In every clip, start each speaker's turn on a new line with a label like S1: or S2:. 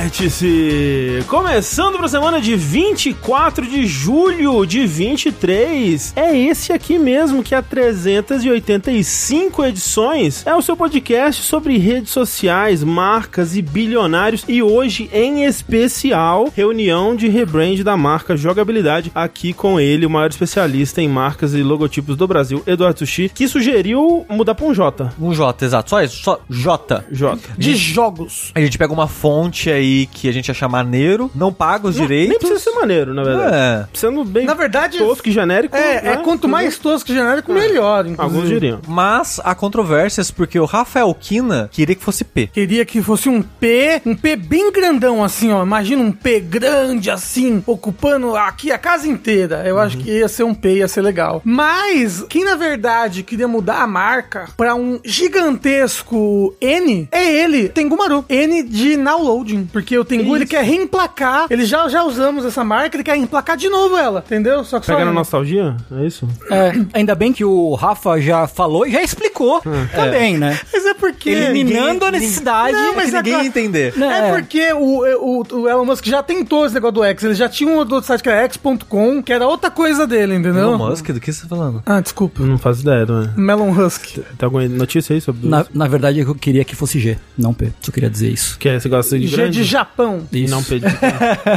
S1: Vértice! Começando para a semana de 24 de julho de 23. É esse aqui mesmo que há 385 edições é o seu podcast sobre redes sociais, marcas e bilionários e hoje em especial reunião de rebrand da marca Jogabilidade aqui com ele, o maior especialista em marcas e logotipos do Brasil, Eduardo Sushi, que sugeriu mudar para um J.
S2: Um J, exato. Só isso, só J.
S1: J.
S2: De jogos. A gente pega uma fonte aí que a gente achar maneiro, não paga os direitos.
S1: Nem precisa ser maneiro, na verdade.
S2: É.
S1: Sendo bem
S3: Na verdade,
S1: tosco e genérico.
S3: É, é
S1: né?
S3: quanto mais tosco e genérico, melhor. Inclusive.
S1: Alguns diriam.
S2: Mas há controvérsias, porque o Rafael Kina queria que fosse P.
S3: Queria que fosse um P, um P bem grandão assim, ó. Imagina um P grande assim, ocupando aqui a casa inteira. Eu acho que ia ser um P, ia ser legal. Mas quem na verdade queria mudar a marca pra um gigantesco N é ele, Tengumaru. N de downloading, porque o Tengu ele quer reemplacar. Ele já já usamos essa marca, ele quer reemplacar de novo ela, entendeu? Só um. que só
S1: Pega na
S3: ele.
S1: nostalgia? É isso?
S4: É, ainda bem que o Rafa já falou e já explicou também, né?
S3: Mas é porque
S4: Eliminando a necessidade.
S3: Não, mas
S2: que ninguém
S3: agora-
S2: ia entender.
S4: Não,
S3: É,
S4: é.
S3: porque o, o, o Elon Musk já tentou esse negócio do X. Ele já tinha um outro site que era x.com, que era outra coisa dele, entendeu?
S2: Elon Musk, do que você tá falando?
S3: Ah, desculpa.
S1: Não faço ideia, não é?
S3: Melon Musk.
S1: Tem alguma notícia aí sobre
S4: Na,
S1: isso?
S4: na verdade, eu queria que fosse G, não P. Só queria dizer isso.
S1: Que é, você gosta de
S3: G
S1: grande?
S3: de Japão.
S1: E Não
S4: Isso.
S1: pedi.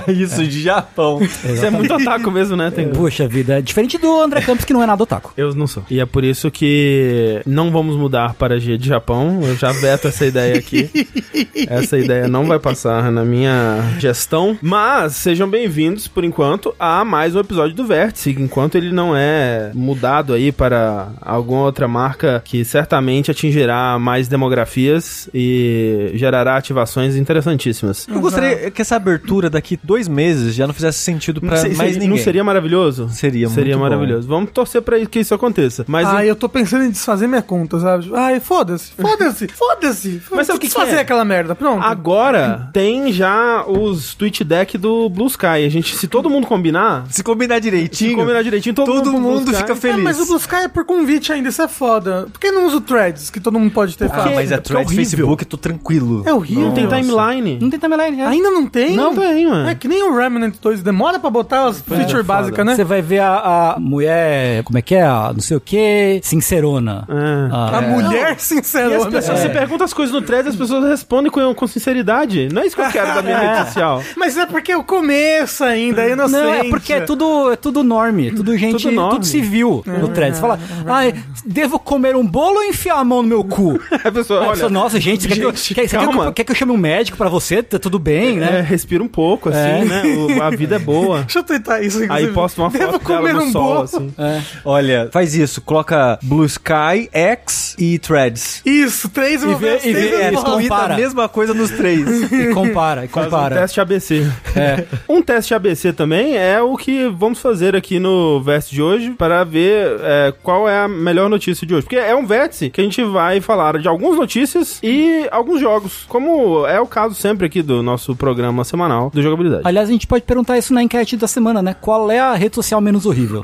S2: É Isso, de Japão.
S1: Você é muito otaku mesmo, né? Tem...
S4: Puxa vida, é diferente do André Campos, que não é nada otaku.
S1: Eu não sou. E é por isso que não vamos mudar para G de Japão. Eu já veto essa ideia aqui. essa ideia não vai passar na minha gestão. Mas sejam bem-vindos, por enquanto, a mais um episódio do Vértice. Enquanto ele não é mudado aí para alguma outra marca que certamente atingirá mais demografias e gerará ativações interessantíssimas.
S2: Eu gostaria que essa abertura daqui dois meses já não fizesse sentido pra
S1: Se- se-
S2: mais ninguém.
S1: Não seria maravilhoso?
S2: Seria muito
S1: Seria
S2: bom. Ah,
S1: maravilhoso. Vamos torcer pra que isso aconteça. Mas
S3: Ai, Ah, eu tô pensando em desfazer minha conta, sabe? Ai, foda-se, foda-se, foda-se.
S1: Mas sabe o que que
S3: Desfazer
S1: é?
S3: aquela merda, pronto.
S1: agora tem já os tweet deck do Blue Sky. A gente, se todo mundo combinar,
S2: é. Se combinar direitinho,
S1: se combinar direitinho, todo,
S2: todo
S1: mundo, pro Blue
S2: mundo
S1: Sky.
S2: fica
S3: É,
S2: feliz.
S3: mas o Blue Sky é por convite ainda, isso é foda. Por que não usa o Threads, que todo mundo pode ter
S2: Ah,
S3: fácil?
S2: mas a
S1: Porque é
S2: thread
S1: horrível.
S2: Facebook, eu tô tranquilo.
S3: É horrível.
S1: Não tem
S2: Nossa.
S1: timeline.
S4: Não tem timeline, é.
S3: Ainda não tem?
S1: Não tem, mano.
S3: É que nem o Remnant 2 demora pra botar as feature
S1: é
S3: básicas, né?
S4: Você vai ver a, a mulher, como é que é? A não sei o que, sincerona.
S1: É.
S3: A
S4: Ah,
S3: mulher
S1: E
S3: sincera.
S1: as pessoas, você pergunta as coisas no thread e as pessoas respondem com, com sinceridade. Não é isso que eu quero da minha rede social.
S3: Mas é porque o começo ainda, é inocente.
S4: Não, é porque é tudo, é tudo norme, É. tudo gente,
S1: Tudo
S4: tudo,
S1: norme.
S4: civil no thread. Você fala, ai, devo comer um bolo ou enfiar a mão no meu cu?
S1: A pessoa,
S4: Aí É a pessoa,
S1: olha,
S4: Nossa, gente, você quer, que eu,
S1: gente,
S4: quer- você quer que eu-
S1: calma.
S4: quer que eu chame um médico pra você? Tá tudo bem,
S1: é,
S4: né?
S1: respira um pouco, assim,
S4: É.
S1: né? O- a vida é boa.
S3: Deixa eu tentar isso, inclusive.
S1: Aí posta uma
S3: Devo
S1: foto dela
S3: comer
S1: no
S3: um
S1: sol,
S3: bolo.
S1: assim.
S4: É.
S2: Olha, faz isso, coloca Blue Sky, X e Threads.
S3: Isso, três
S4: E vê- e vê- é,
S3: eu vou-
S4: com-
S2: Comida
S4: compara.
S2: a mesma coisa nos três.
S4: E compara, e
S1: Faz
S4: compara.
S1: Um teste ABC. Um teste ABC também é o que vamos fazer aqui no vértice de hoje para ver é, qual é a melhor notícia de hoje. Porque é um vértice que a gente vai falar de algumas notícias e alguns jogos, como é o caso sempre aqui do nosso programa semanal do Jogabilidade.
S4: Aliás, a gente pode perguntar isso na enquete da semana, né? Qual é a rede social menos horrível?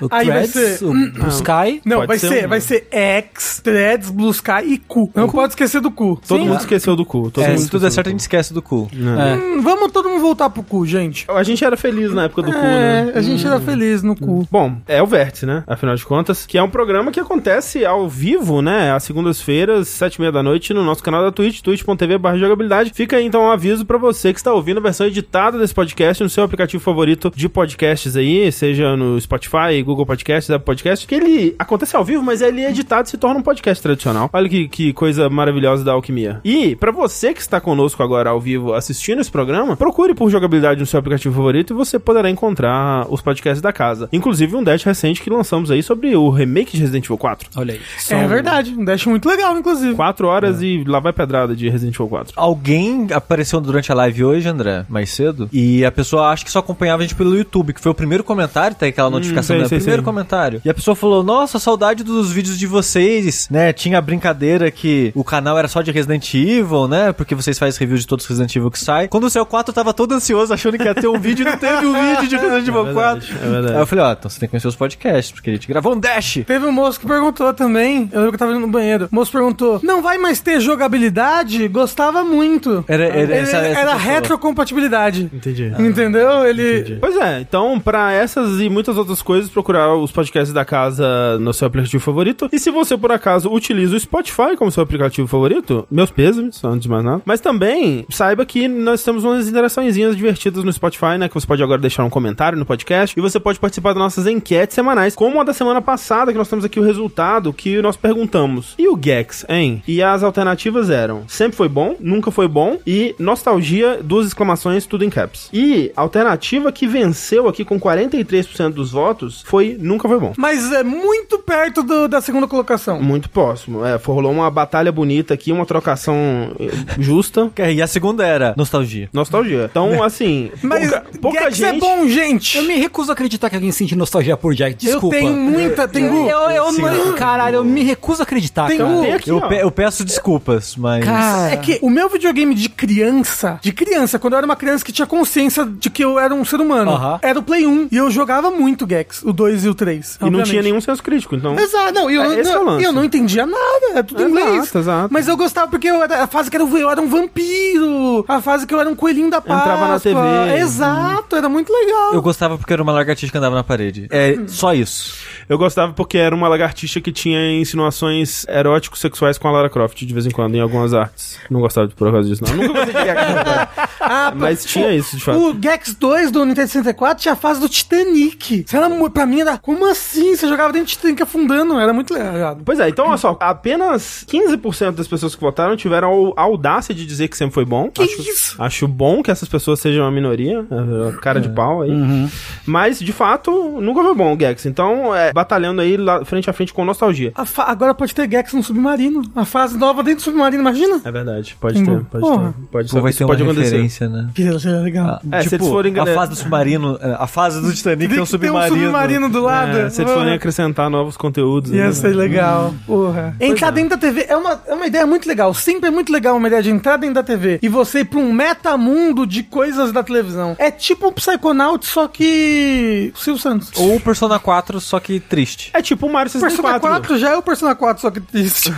S4: O
S3: Aí vai
S4: Threads,
S3: ser-
S4: o, o Sky.
S3: Não,
S1: Pode
S3: vai
S1: ser
S3: ser,
S1: um.
S3: vai ser X, Threads, Blue Sky e Cu. Não pode esquecer do Cu.
S1: Todo
S4: sim.
S1: mundo esqueceu do cu. Todo
S2: É,
S1: mundo
S2: se tudo der
S1: esqueceu
S2: certo, a gente esquece do cu.
S4: É,
S3: Hum, vamos todo mundo voltar pro Cu, gente.
S1: do cu. A gente era feliz na época do cu, né?
S3: É, a gente era feliz no Cu.
S1: Bom, é o Vértice, né? Afinal de contas, que é um programa que acontece ao vivo, né? Às segundas-feiras, sete e meia da noite, no nosso canal da Twitch, twitch.tv barra jogabilidade. Fica aí, então, um aviso pra você que está ouvindo a versão editada desse podcast no seu aplicativo favorito de podcasts aí, seja no Spotify, Google Podcasts, Apple Podcasts, que ele acontece ao vivo, mas ele é editado e se torna um podcast tradicional. Olha que, que coisa maravilhosa da alquimia. E, pra você que está conosco agora ao vivo assistindo esse programa, procure por jogabilidade no seu aplicativo favorito e você poderá encontrar os podcasts da casa. Inclusive um dash recente que lançamos aí sobre o remake de Resident Evil 4.
S4: Olha aí.
S3: É verdade, um dash muito legal, inclusive.
S1: 4 horas e lá vai pedrada de Resident Evil 4.
S2: Alguém apareceu durante a live hoje, André, mais cedo, e a pessoa acha que só acompanhava a gente pelo YouTube, que foi o primeiro comentário, tem aquela notificação,
S1: Hum, sei,
S2: né?
S1: sei,
S2: primeiro
S1: sei.
S2: comentário. E a pessoa falou: Nossa, saudade dos vídeos de vocês, né? Tinha a brincadeira que o canal era só de Resident Evil, né? Porque vocês fazem review de todos os Resident Evil que sai. Quando saiu o 4, eu tava todo ansioso, achando que ia ter um vídeo, e não teve um vídeo de Resident Evil 4.
S1: é verdade.
S2: Aí eu falei, ó, então você tem que conhecer os podcasts, porque a gente gravou um dash.
S3: Teve um moço que perguntou também. Eu lembro que eu tava indo no banheiro. O moço perguntou: Não vai mais ter jogabilidade? Gostava muito.
S2: Era, era Ele-
S3: Ele-
S2: essa- essa
S3: era
S2: pessoa.
S3: retrocompatibilidade.
S1: Entendi.
S3: Entendeu? Ele.
S1: Pois é, então pra essas e muitas outras coisas, procurar os podcasts da casa no seu aplicativo favorito. E se você por acaso utiliza o Spotify como seu aplicativo favorito, meus pêsames, só antes de mais nada. Mas também saiba que nós temos umas interaçõezinhas divertidas no Spotify, né? Que você pode agora deixar um comentário no podcast e você pode participar das nossas enquetes semanais, como a da semana passada, que nós temos aqui o resultado que nós perguntamos. E o Gex, hein? E as alternativas eram: sempre foi bom, nunca foi bom e nostalgia, duas exclamações, tudo em caps. E a alternativa que venceu aqui com 43% dos votos foi nunca foi bom.
S3: Mas é muito perto do- da segunda colocação.
S1: Muito próximo. É, foi- rolou uma batalha bonita aqui, uma trocação eh, justa.
S2: É, E a segunda era nostalgia.
S1: Nostalgia. Então, assim,
S3: Mas
S1: pouca, pouca
S3: Gex
S1: gente.
S3: é bom, gente.
S4: Eu me recuso a acreditar que alguém sente nostalgia por Jack, desculpa.
S3: Eu tenho muita. Tem
S4: Eu, eu, eu
S1: Sim.
S4: não- Caralho, eu me recuso a acreditar,
S3: Tem
S4: cara.
S3: um-
S1: Tem aqui,
S2: eu,
S1: ó.
S2: pe- eu peço desculpas, mas.
S4: Cara.
S3: É que o meu videogame de criança, de criança, quando eu era uma criança que tinha consciência de que eu era um ser humano,
S4: Aham.
S3: era o Play 1. E eu jogava muito Gex, o 2 e o 3.
S1: E não tinha nenhum senso crítico, então.
S3: Exato, não, eu,
S1: É, esse é o
S3: não,
S1: lance.
S3: eu não entendia nada, é tudo em
S1: Exato,
S3: inglês.
S1: exato.
S3: Mas eu gostava porque eu era, a fase que era, eu era um vampiro, a fase que eu era um coelhinho da Páscoa.
S1: Entrava na TV.
S3: Exato, era muito legal.
S2: Eu gostava porque era uma lagartixa que andava na parede. É só isso.
S1: Eu gostava porque era uma lagartixa que tinha insinuações erótico-sexuais com a Lara Croft de vez em quando em algumas artes. Não gostava de- por causa disso, não. Eu nunca gostei de
S3: Ah,
S1: Mas tinha isso, de fato.
S3: O Gex 2 do Nintendo 64 tinha a fase do Titanic. Isso era, mu- pra mim era. Como assim? Você jogava dentro do Titanic afundando? Era muito legal.
S1: Pois é, então olha só, apenas 15% das pessoas que votaram tiveram a audácia de dizer que sempre foi bom.
S3: Que
S1: acho,
S3: isso?
S1: Acho bom que essas pessoas sejam uma minoria, eh, cara
S3: É.
S1: de pau aí.
S3: Uhum.
S1: Mas, de fato, nunca foi bom o Gex. Então, é, batalhando aí lá, frente a frente com nostalgia.
S3: A fa- Agora pode ter Gex no submarino. A fase nova dentro do submarino, imagina?
S1: É verdade, pode
S3: Hum,
S1: ter, pode
S3: porra.
S1: ter. Pode,
S2: Pô, vai
S1: isso
S2: ter uma
S1: pode
S2: referência, né? Tipo,
S3: Que seria legal.
S1: É, se eles forem-
S2: a fase do submarino, é, a fase do Titanic tem um submarino.
S3: Tem um submarino do lado.
S1: É, se eles forem acrescentar novos conteúdos. né?
S3: Ia ser legal. Porra. Entrar dentro da TV é uma, é uma ideia muito legal. Sempre é muito legal uma ideia de entrar dentro da TV e você ir pra um metamundo de coisas da televisão. É tipo um Psychonaut, só que. Silvio Santos.
S2: Ou o Persona 4, só que triste.
S1: É tipo o Mario
S3: O Persona
S1: 64.
S3: 4 já é o Persona 4, só que triste.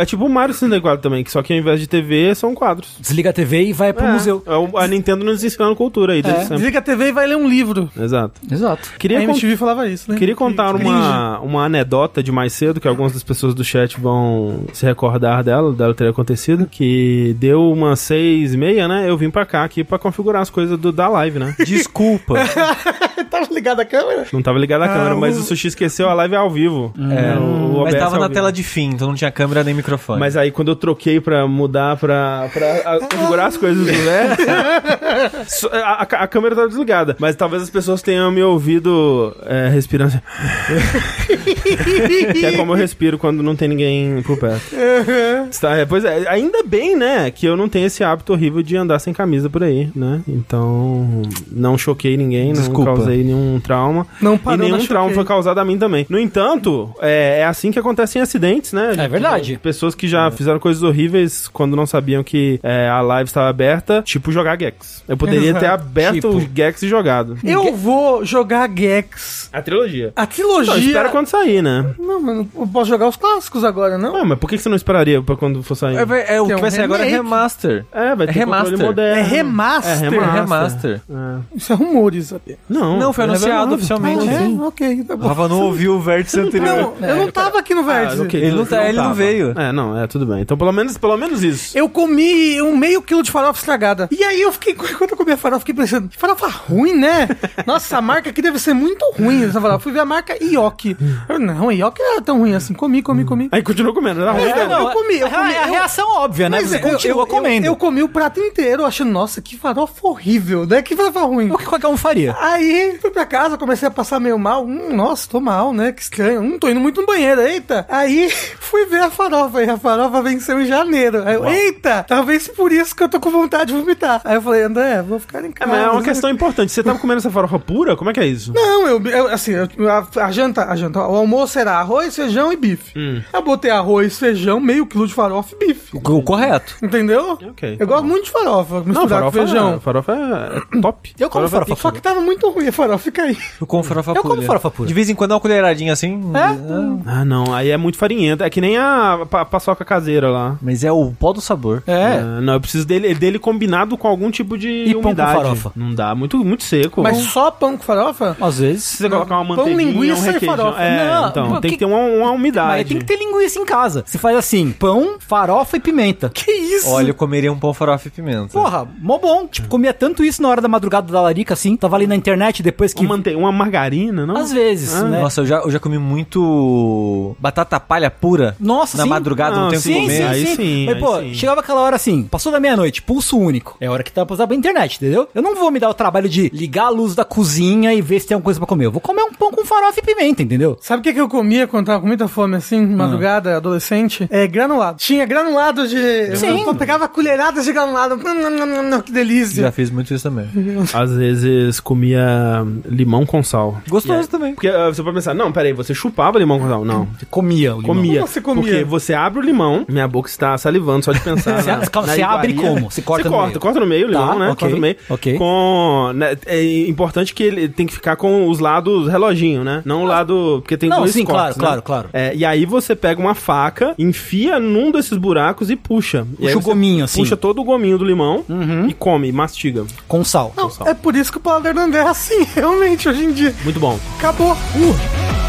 S1: É tipo o Mario 64 também, que só que ao invés de TV são quadros.
S4: Desliga a TV e vai pro
S1: É,
S4: museu.
S1: é o- a Nintendo nos ensinando cultura aí desde sempre.
S3: Desliga É. a TV e vai ler um livro.
S1: Exato.
S4: Exato.
S1: é Queria
S3: a
S1: con-
S3: MTV falava isso, né?
S1: Queria contar uma, uma anedota de mais cedo, que algumas das pessoas do chat vão se recordar dela, dela ter acontecido, que deu uma seis e meia, né? Eu vim pra cá aqui pra configurar as coisas do, da live, né?
S2: Desculpa.
S3: Tava ligado a câmera?
S1: Não tava ligada a câmera, mas o Sushi esqueceu a live ao vivo.
S2: É,
S1: né, o- o
S2: mas
S1: OBS
S2: tava
S1: ao
S2: na
S1: vivo.
S2: tela de fim, então não tinha câmera nem microfone.
S1: Mas aí quando eu troquei pra mudar, pra, pra a- configurar as coisas do Versa, só- a, a ca- a câmera tava desligada. Mas talvez as pessoas tenham me ouvido é, respirando. assim, que é como eu respiro quando não tem ninguém por perto. Está, é, pois é, ainda bem, né, que eu não tenho esse hábito horrível de andar sem camisa por aí, né? Então, não choquei ninguém,
S2: Desculpa.
S1: não causei nenhum trauma.
S3: Não
S1: E
S3: parou
S1: nenhum
S3: na
S1: trauma
S3: Choquei.
S1: foi causado a mim também. No entanto, é, é assim que acontecem acidentes, né?
S4: É verdade.
S1: Pessoas que já fizeram coisas horríveis quando não sabiam que é, a live estava aberta, tipo jogar Gex. Eu poderia
S3: Exato.
S1: ter aberto
S4: Tipo.
S1: o Gex e jogado.
S3: Eu vou jogar Gex.
S1: A trilogia.
S3: A trilogia.
S1: Não, espera quando sair, né?
S3: Não, mano, eu posso jogar os clássicos agora, não?
S1: Não, mas por que que você não esperaria pra quando for sair?
S2: É, ver- é, o
S3: Tem
S2: que
S3: um
S2: vai ser agora é
S3: remake.
S2: remaster.
S1: É, vai ter
S2: Remaster.
S1: controle moderno.
S3: É remaster.
S1: É
S2: É
S1: remaster.
S2: remaster.
S1: É.
S3: Isso é rumores, sabia?
S1: Não, é
S2: Não, foi anunciado
S1: revelado.
S2: oficialmente.
S3: Ah, é? Ok, tá
S2: O
S3: bom.
S2: Rafa não ouviu o vértice anterior.
S3: Não, É, eu não tava aqui no
S1: Ah,
S3: Vértice.
S1: ok,
S2: Ele não
S1: que
S2: tá- ele não
S1: tava.
S2: veio.
S1: É, não, é, tudo bem. Então pelo menos, pelo menos isso.
S3: Eu comi um meio quilo de farofa estragada. E aí eu fiquei, enquanto eu comia farofa, eu fiquei pensando, que farofa ruim, né? Nossa, a marca aqui deve ser muito ruim essa farofa. Fui ver a marca Ioki. Eu, não, a Ioki não era tão ruim assim. Comi, comi, comi.
S1: Aí continuou comendo. Tá ruim,
S3: É,
S1: né?
S3: não, eu comi, eu
S4: a-
S3: comi,
S4: a
S3: eu-
S4: reação
S2: é
S4: óbvia, né?
S3: Mas
S4: Você
S3: eu-
S4: continua
S3: eu-
S4: comendo.
S3: Eu, eu comi o prato inteiro, achando, nossa, que farofa horrível, né? Que farofa ruim.
S4: O que qualquer um faria.
S3: Aí fui pra casa, comecei a passar meio mal. Hum, nossa, tô mal, né? Que estranho. Hum, tô indo muito no banheiro, eita. Aí fui ver a farofa e a farofa venceu em janeiro. Aí eu, eita, talvez por isso que eu tô com vontade de vomitar. Aí eu falei, André, vou ficar em
S1: É,
S3: casa.
S1: mas é uma questão importante. Você tava comendo essa farofa pura? Como é que é isso?
S3: Não, eu, eu- assim, eu- a, a janta, a janta, o almoço era arroz, feijão e bife.
S1: Hum.
S3: Eu botei arroz, feijão, meio quilo de farofa e bife.
S2: O correto.
S3: Entendeu?
S1: Ok,
S3: eu
S1: tá
S3: gosto muito de farofa, misturar com feijão.
S1: é- farofa é top.
S4: Eu como farofa
S3: Só que tava muito ruim a farofa, fica aí.
S2: Eu como farofa
S4: Eu
S2: pura.
S4: como farofa pura.
S2: De vez em quando é uma colheradinha assim. ah,
S1: Ah, não. Aí é muito farinhento. É que nem a pa- paçoca caseira lá.
S2: Mas é o pó do sabor.
S1: Ah, não, eu preciso dele, dele combinado com algum tipo de
S4: E pão com
S1: umidade.
S4: farofa.
S1: Não dá, muito, muito seco.
S3: Mas
S1: Não.
S3: só pão com farofa?
S4: Às vezes.
S1: se você colocar uma
S3: pão,
S1: manteiguinha,
S3: linguiça
S1: um
S3: e
S1: requeijão.
S3: farofa.
S1: É,
S4: Não,
S1: então,
S4: mas
S1: tem que
S4: que-
S1: ter uma, uma umidade.
S4: Mas tem que ter linguiça em casa. Você faz assim: pão, farofa e pimenta.
S3: Que isso?
S2: Olha, eu comeria um pão farofa e pimenta.
S4: Porra, mó bom. Tipo, comia tanto isso na hora da madrugada da larica, assim. Tava ali na internet depois que.
S1: Uma, mante- uma margarina, não?
S4: Às vezes,
S1: Ah,
S4: né?
S2: Nossa, eu já, eu já comi muito batata palha pura.
S4: Nossa,
S2: Na
S4: sim.
S2: madrugada,
S1: Não,
S2: não tenho o que
S1: Pelo
S4: Sim,
S2: comer.
S4: sim,
S1: menos. Aí
S4: sim,
S1: sim,
S4: Mas,
S1: aí
S4: pô,
S1: sim.
S4: chegava aquela hora assim, passou da meia-noite, pulso único. É a hora que tá pra usar bem a internet, entendeu? Eu não vou me dar o trabalho de ligar a luz da cozinha e ver se tem alguma coisa pra comer. Eu vou comer um pão com farofa e pimenta, entendeu?
S3: Sabe o que, que eu comia quando tava com muita fome, assim,
S4: Ah.
S3: de madrugada, adolescente? É granulado. Tinha granulado de.
S4: Sim.
S3: Eu pegava colheradas de granulado. Hum, hum, hum, hum, Que delícia.
S2: Já fiz muito isso também.
S1: Às vezes comia limão com sal.
S2: Gostoso também.
S1: Porque ah, você pode pensar, não, peraí, você chupava limão com sal. Não,
S4: é, Você comia o limão.
S1: comia.
S3: Como você comia?
S1: Porque você abre o limão, minha boca está salivando só de pensar.
S4: Você-
S1: na-
S4: calma,
S1: na
S4: você abre
S1: iguaria.
S4: como? Você corta no
S1: corta,
S4: meio?
S1: corta no meio o limão,
S4: Tá,
S1: né?
S4: ok,
S1: corta no meio.
S4: ok.
S1: Com, né, é importante que ele tem que ficar com os lados reloginho, né? Não o lado. Porque tem
S4: Não,
S1: dois
S4: sim,
S1: cortes,
S4: claro,
S1: né?
S4: claro, claro.
S1: É, e aí você pega uma faca, enfia num desses buracos e puxa. E aí
S4: Puxa o
S1: você
S4: gominho, assim. Uhum.
S1: Puxa todo o gominho do limão e come, mastiga.
S4: Com sal.
S3: Não, é por isso que o paladar não é assim, realmente, hoje em dia.
S1: Muito bom.
S3: Acabou. Uh.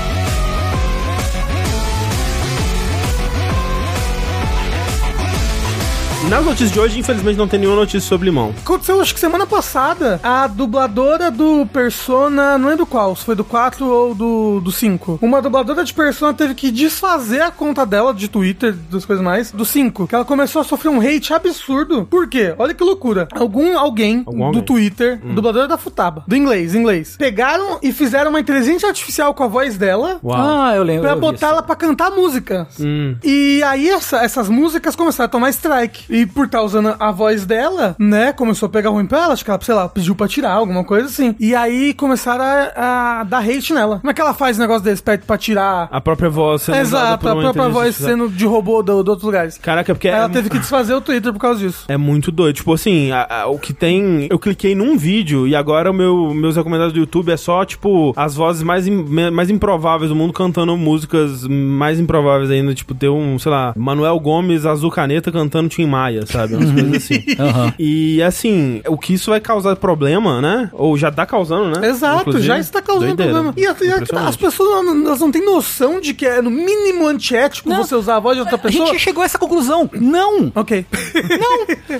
S1: Nas notícias de hoje, infelizmente, não tem nenhuma notícia sobre limão.
S3: Aconteceu, acho que semana passada, a dubladora do Persona, não lembro qual, se foi do 4 ou do, do 5. Uma dubladora de Persona teve que desfazer a conta dela de Twitter, das coisas mais, do 5. Que ela começou a sofrer um hate absurdo. Por quê? Olha que loucura. Algum alguém
S1: Algum
S3: do
S1: alguém. Hum.
S3: Twitter, dubladora da Futaba, do inglês, inglês, pegaram e fizeram uma inteligência artificial com a voz dela.
S1: Uau.
S4: Ah, eu lembro.
S3: Pra
S4: eu vi
S3: botar
S4: isso.
S3: ela pra cantar música.
S1: Hum.
S3: E aí essa- essas músicas começaram a tomar strike. E por estar usando a voz dela, né? Começou a pegar ruim pra ela. Acho que ela, sei lá, pediu pra tirar, alguma coisa assim. E aí começaram a, a dar hate nela. Como é que ela faz um negócio desse pra, pra tirar?
S1: A própria voz tá sendo usada
S3: Exato,
S1: por um
S3: a
S1: uma
S3: própria
S1: inteligência
S3: voz
S1: artificial.
S3: sendo de robô do, de outros lugares.
S1: Caraca, porque
S3: Ela
S1: é,
S3: teve que desfazer o Twitter por causa disso.
S1: é muito doido. Tipo assim, a- a- o que tem. Eu cliquei num vídeo e agora o meu, meus recomendados do YouTube é só, tipo, as vozes mais, im- me- mais improváveis do mundo cantando músicas mais improváveis ainda. Tipo, ter um, sei lá, Manuel Gomes Azul Caneta cantando Tim Maia, sabe? Umas coisas assim.
S4: Aham.
S1: E assim, o que isso vai causar problema, né? Ou já tá causando, né?
S3: Exato,
S1: Inclusive.
S3: já está causando
S1: Doideira.
S3: problema. E, a- e a-
S1: Impressionante.
S3: as pessoas não, elas não têm noção de que é no mínimo antiético
S4: Não.
S3: você usar a voz de outra
S4: A gente
S3: pessoa.
S4: já chegou a essa conclusão. Não!
S3: Ok.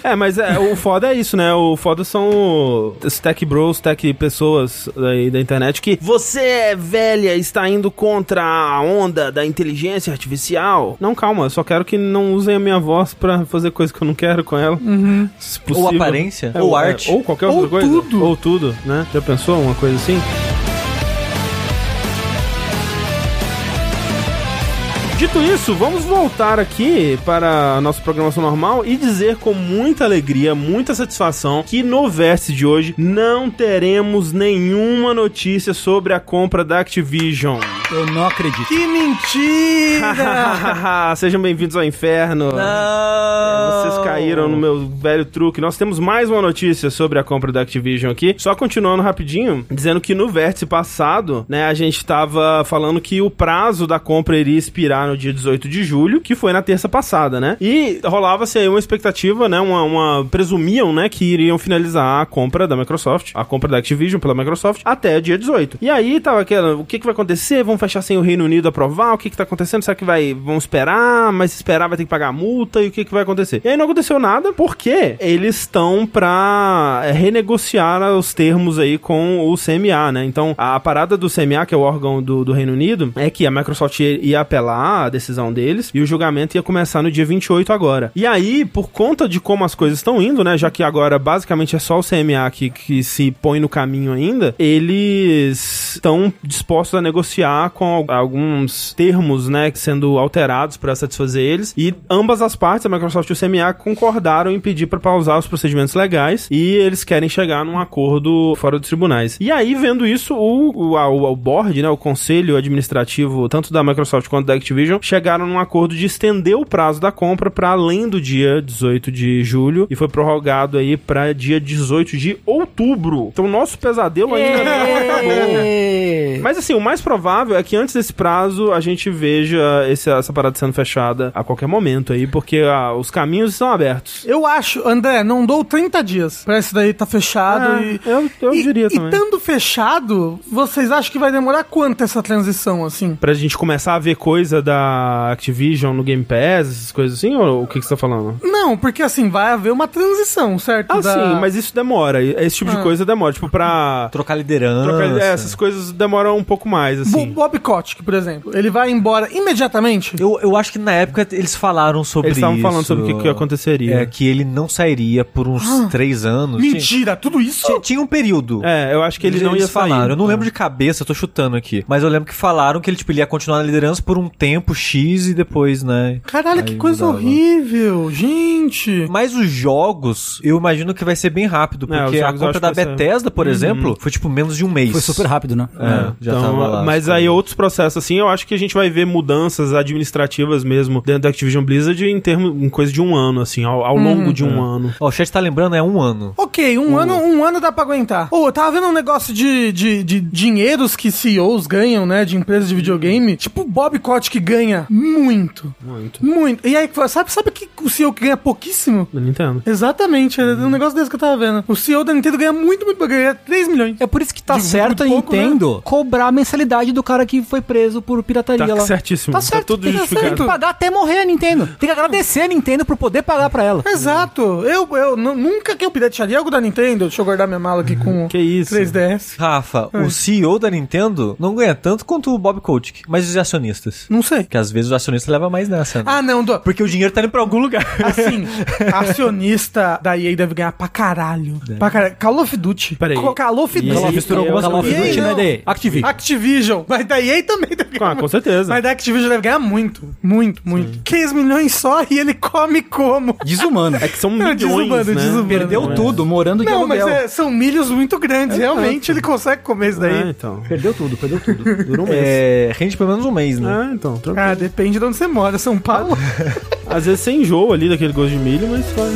S1: É, mas é, o foda é isso, né? O foda são os tech bros, tech pessoas aí da internet que você é velha está indo contra a onda da inteligência artificial. Não, calma, eu só quero que não usem a minha voz pra fazer coisa que eu não quero com ela. Se possível.
S2: Ou aparência,
S1: É,
S2: ou arte.
S1: é, ou qualquer
S3: Uhum. Ou
S1: outra coisa.
S3: tudo.
S1: Ou tudo, né? Já pensou uma coisa assim? Dito isso, vamos voltar aqui para a nossa programação normal e dizer com muita alegria, muita satisfação, que no Verse de hoje não teremos nenhuma notícia sobre a compra da Activision.
S4: Eu não acredito.
S3: Que mentira!
S1: Sejam bem-vindos ao inferno. Vocês caíram no meu velho truque. Nós temos mais uma notícia sobre a compra da Activision aqui. Só continuando rapidinho, dizendo que no vértice passado, né, a gente tava falando que o prazo da compra iria expirar no dia 18 de julho, que foi na terça passada, né? E rolava-se aí uma expectativa, né, uma, uma- presumiam, né, que iriam finalizar a compra da Microsoft, a compra da Activision pela Microsoft até dia 18. E aí tava aquela, o que que vai acontecer? Vão fechar sem o Reino Unido aprovar? O que que tá acontecendo? Será que vai vão esperar, mas se esperar vai ter que pagar a multa e o que que vai acontecer? E aí não aconteceu nada porque eles estão pra é, renegociar os termos aí com o CMA, né? Então a parada do CMA, que é o órgão do, do Reino Unido, é que a Microsoft ia, ia apelar a decisão deles e o julgamento ia começar no dia 28 agora. E aí, por conta de como as coisas estão indo, né? Já que agora basicamente é só o CMA que, que se põe no caminho ainda, eles estão dispostos a negociar com al- alguns termos, né, sendo alterados para satisfazer eles. E ambas as partes, a Microsoft e o CMA, concordaram em pedir para pausar os procedimentos legais e eles querem chegar num acordo fora dos tribunais. E aí, vendo isso, o, o, a- o board, né, o conselho administrativo, tanto da Microsoft quanto da Activision, Activision chegaram num acordo de estender o prazo da compra para além do dia 18 de julho e foi prorrogado aí para dia 18 de outubro. Então nosso pesadelo ainda não acabou.
S4: É.
S1: Mas assim, o mais provável é que antes desse prazo a gente veja esse- essa parada sendo fechada a qualquer momento aí, porque ah, os caminhos estão abertos.
S3: Eu acho, André, não dou 30 dias pra isso daí tá fechado
S1: É,
S3: e...
S1: eu- eu
S3: e-
S1: diria
S3: e
S1: também.
S3: estando fechado, vocês acham que vai demorar quanto essa transição, assim?
S1: Pra gente começar a ver coisa da Activision no Game Pass, essas coisas assim, ou o que, que você tá falando?
S3: Não, porque assim, vai haver uma transição, certo?
S1: Ah,
S3: Da-
S1: sim, mas isso demora. Esse tipo de
S3: Ah.
S1: coisa demora. Tipo, pra.
S2: Trocar liderança.
S1: Trocar, é, essas coisas demoram um pouco mais,
S3: Bo-
S1: assim.
S3: Bob Kotick, por exemplo, ele vai embora imediatamente?
S2: Eu, eu acho que na época eles falaram sobre
S1: Eles estavam
S2: isso.
S1: falando sobre o que, que aconteceria.
S2: É, que ele não sairia por uns três anos. Tinha-
S3: Mentira, tudo isso?
S2: Tinha, tinha um período.
S1: É, eu acho que ele não ia É. falar.
S2: falaram. Eu não lembro de cabeça, eu tô chutando aqui. Mas eu lembro que falaram que ele, tipo, ele ia continuar na liderança por um tempo X e depois, né?
S3: Caralho,
S2: Aí
S3: que coisa
S2: mudava.
S3: horrível, gente.
S2: Mas os jogos, eu imagino que vai ser bem rápido,
S1: É, os
S2: porque a
S1: jogos eu
S2: compra
S1: acho
S2: da
S1: que vai ser. Uhum.
S2: Bethesda, por exemplo, foi tipo menos de um mês.
S4: Foi super rápido, né?
S2: É, já
S1: Então,
S2: tava lá.
S1: mas aí outros processos assim, eu acho que a gente vai ver mudanças administrativas mesmo dentro da Activision Blizzard em termos em coisa de um ano assim, ao, ao
S4: Uhum.
S1: longo de um ano.
S2: Ó, o chat tá lembrando, é um ano.
S3: Ok, um, ano, um ano dá pra aguentar. Ô, eu tava vendo um negócio de, de, de dinheiros que CEOs ganham, né, de empresas de videogame. Tipo, o Bob Kotick ganha muito,
S1: Muito.
S3: muito. E aí, sabe, sabe que o CEO que ganha pouquíssimo?
S1: Da Nintendo.
S3: Exatamente, era um negócio desse que eu tava vendo. O CEO da Nintendo ganha muito, muito, ganha 3 milhões.
S4: É por isso que tá
S3: Digo,
S4: certo a
S3: muito pouco,
S4: Nintendo cobrar a mensalidade do cara que foi preso por pirataria
S1: Tá
S4: lá.
S1: certíssimo.
S4: Tá certo,
S1: tudo
S4: tem, que- tem que
S1: justificado.
S4: pagar até morrer a Nintendo. Tem que agradecer a Nintendo por poder pagar pra ela.
S3: Exato. Eu, eu nu- nunca que eu piratearia algo da Nintendo. Deixa eu guardar minha mala aqui com
S1: Uhum. Que isso?
S3: 3DS.
S1: É.
S2: Rafa, o CEO da Nintendo não ganha tanto quanto o Bob Kotick, mas os acionistas.
S3: Não sei.
S2: Que às vezes o acionista leva mais nessa, né?
S3: Ah, não, do...
S2: Porque o dinheiro tá indo pra algum lugar.
S3: Assim, acionista da EA deve ganhar pra caralho. Pra caralho. Call of Duty.
S1: Peraí.
S3: Co- Call of
S1: E
S3: Duty.
S1: aí, Call of Duty,
S3: Eu-
S1: algumas
S3: Call of
S1: coisas.
S3: Duty,
S1: E aí,
S2: né,
S3: não é da EA.
S4: Activision.
S3: Activision. Mas da EA também deve ganhar
S1: Ah, com
S3: muito.
S1: certeza.
S3: Mas da Activision deve ganhar muito. Muito, muito. 15 milhões só e ele come como?
S4: Desumano.
S1: É que são
S3: Não,
S1: milhões,
S3: desumano,
S1: né?
S3: desumano.
S4: Perdeu tudo, morando de
S3: Não, mas
S4: aluguel.
S3: é, são milhos muito grandes. Realmente ele consegue comer isso
S1: É,
S3: daí.
S1: então.
S4: Perdeu tudo, perdeu tudo.
S1: Dura um mês.
S2: É, rende pelo menos um mês, né?
S1: Ah, então. tranquilo.
S3: Ah, depende de onde você mora. São Paulo?
S1: Às vezes você enjoa ali daquele gosto de milho, mas tá. faz.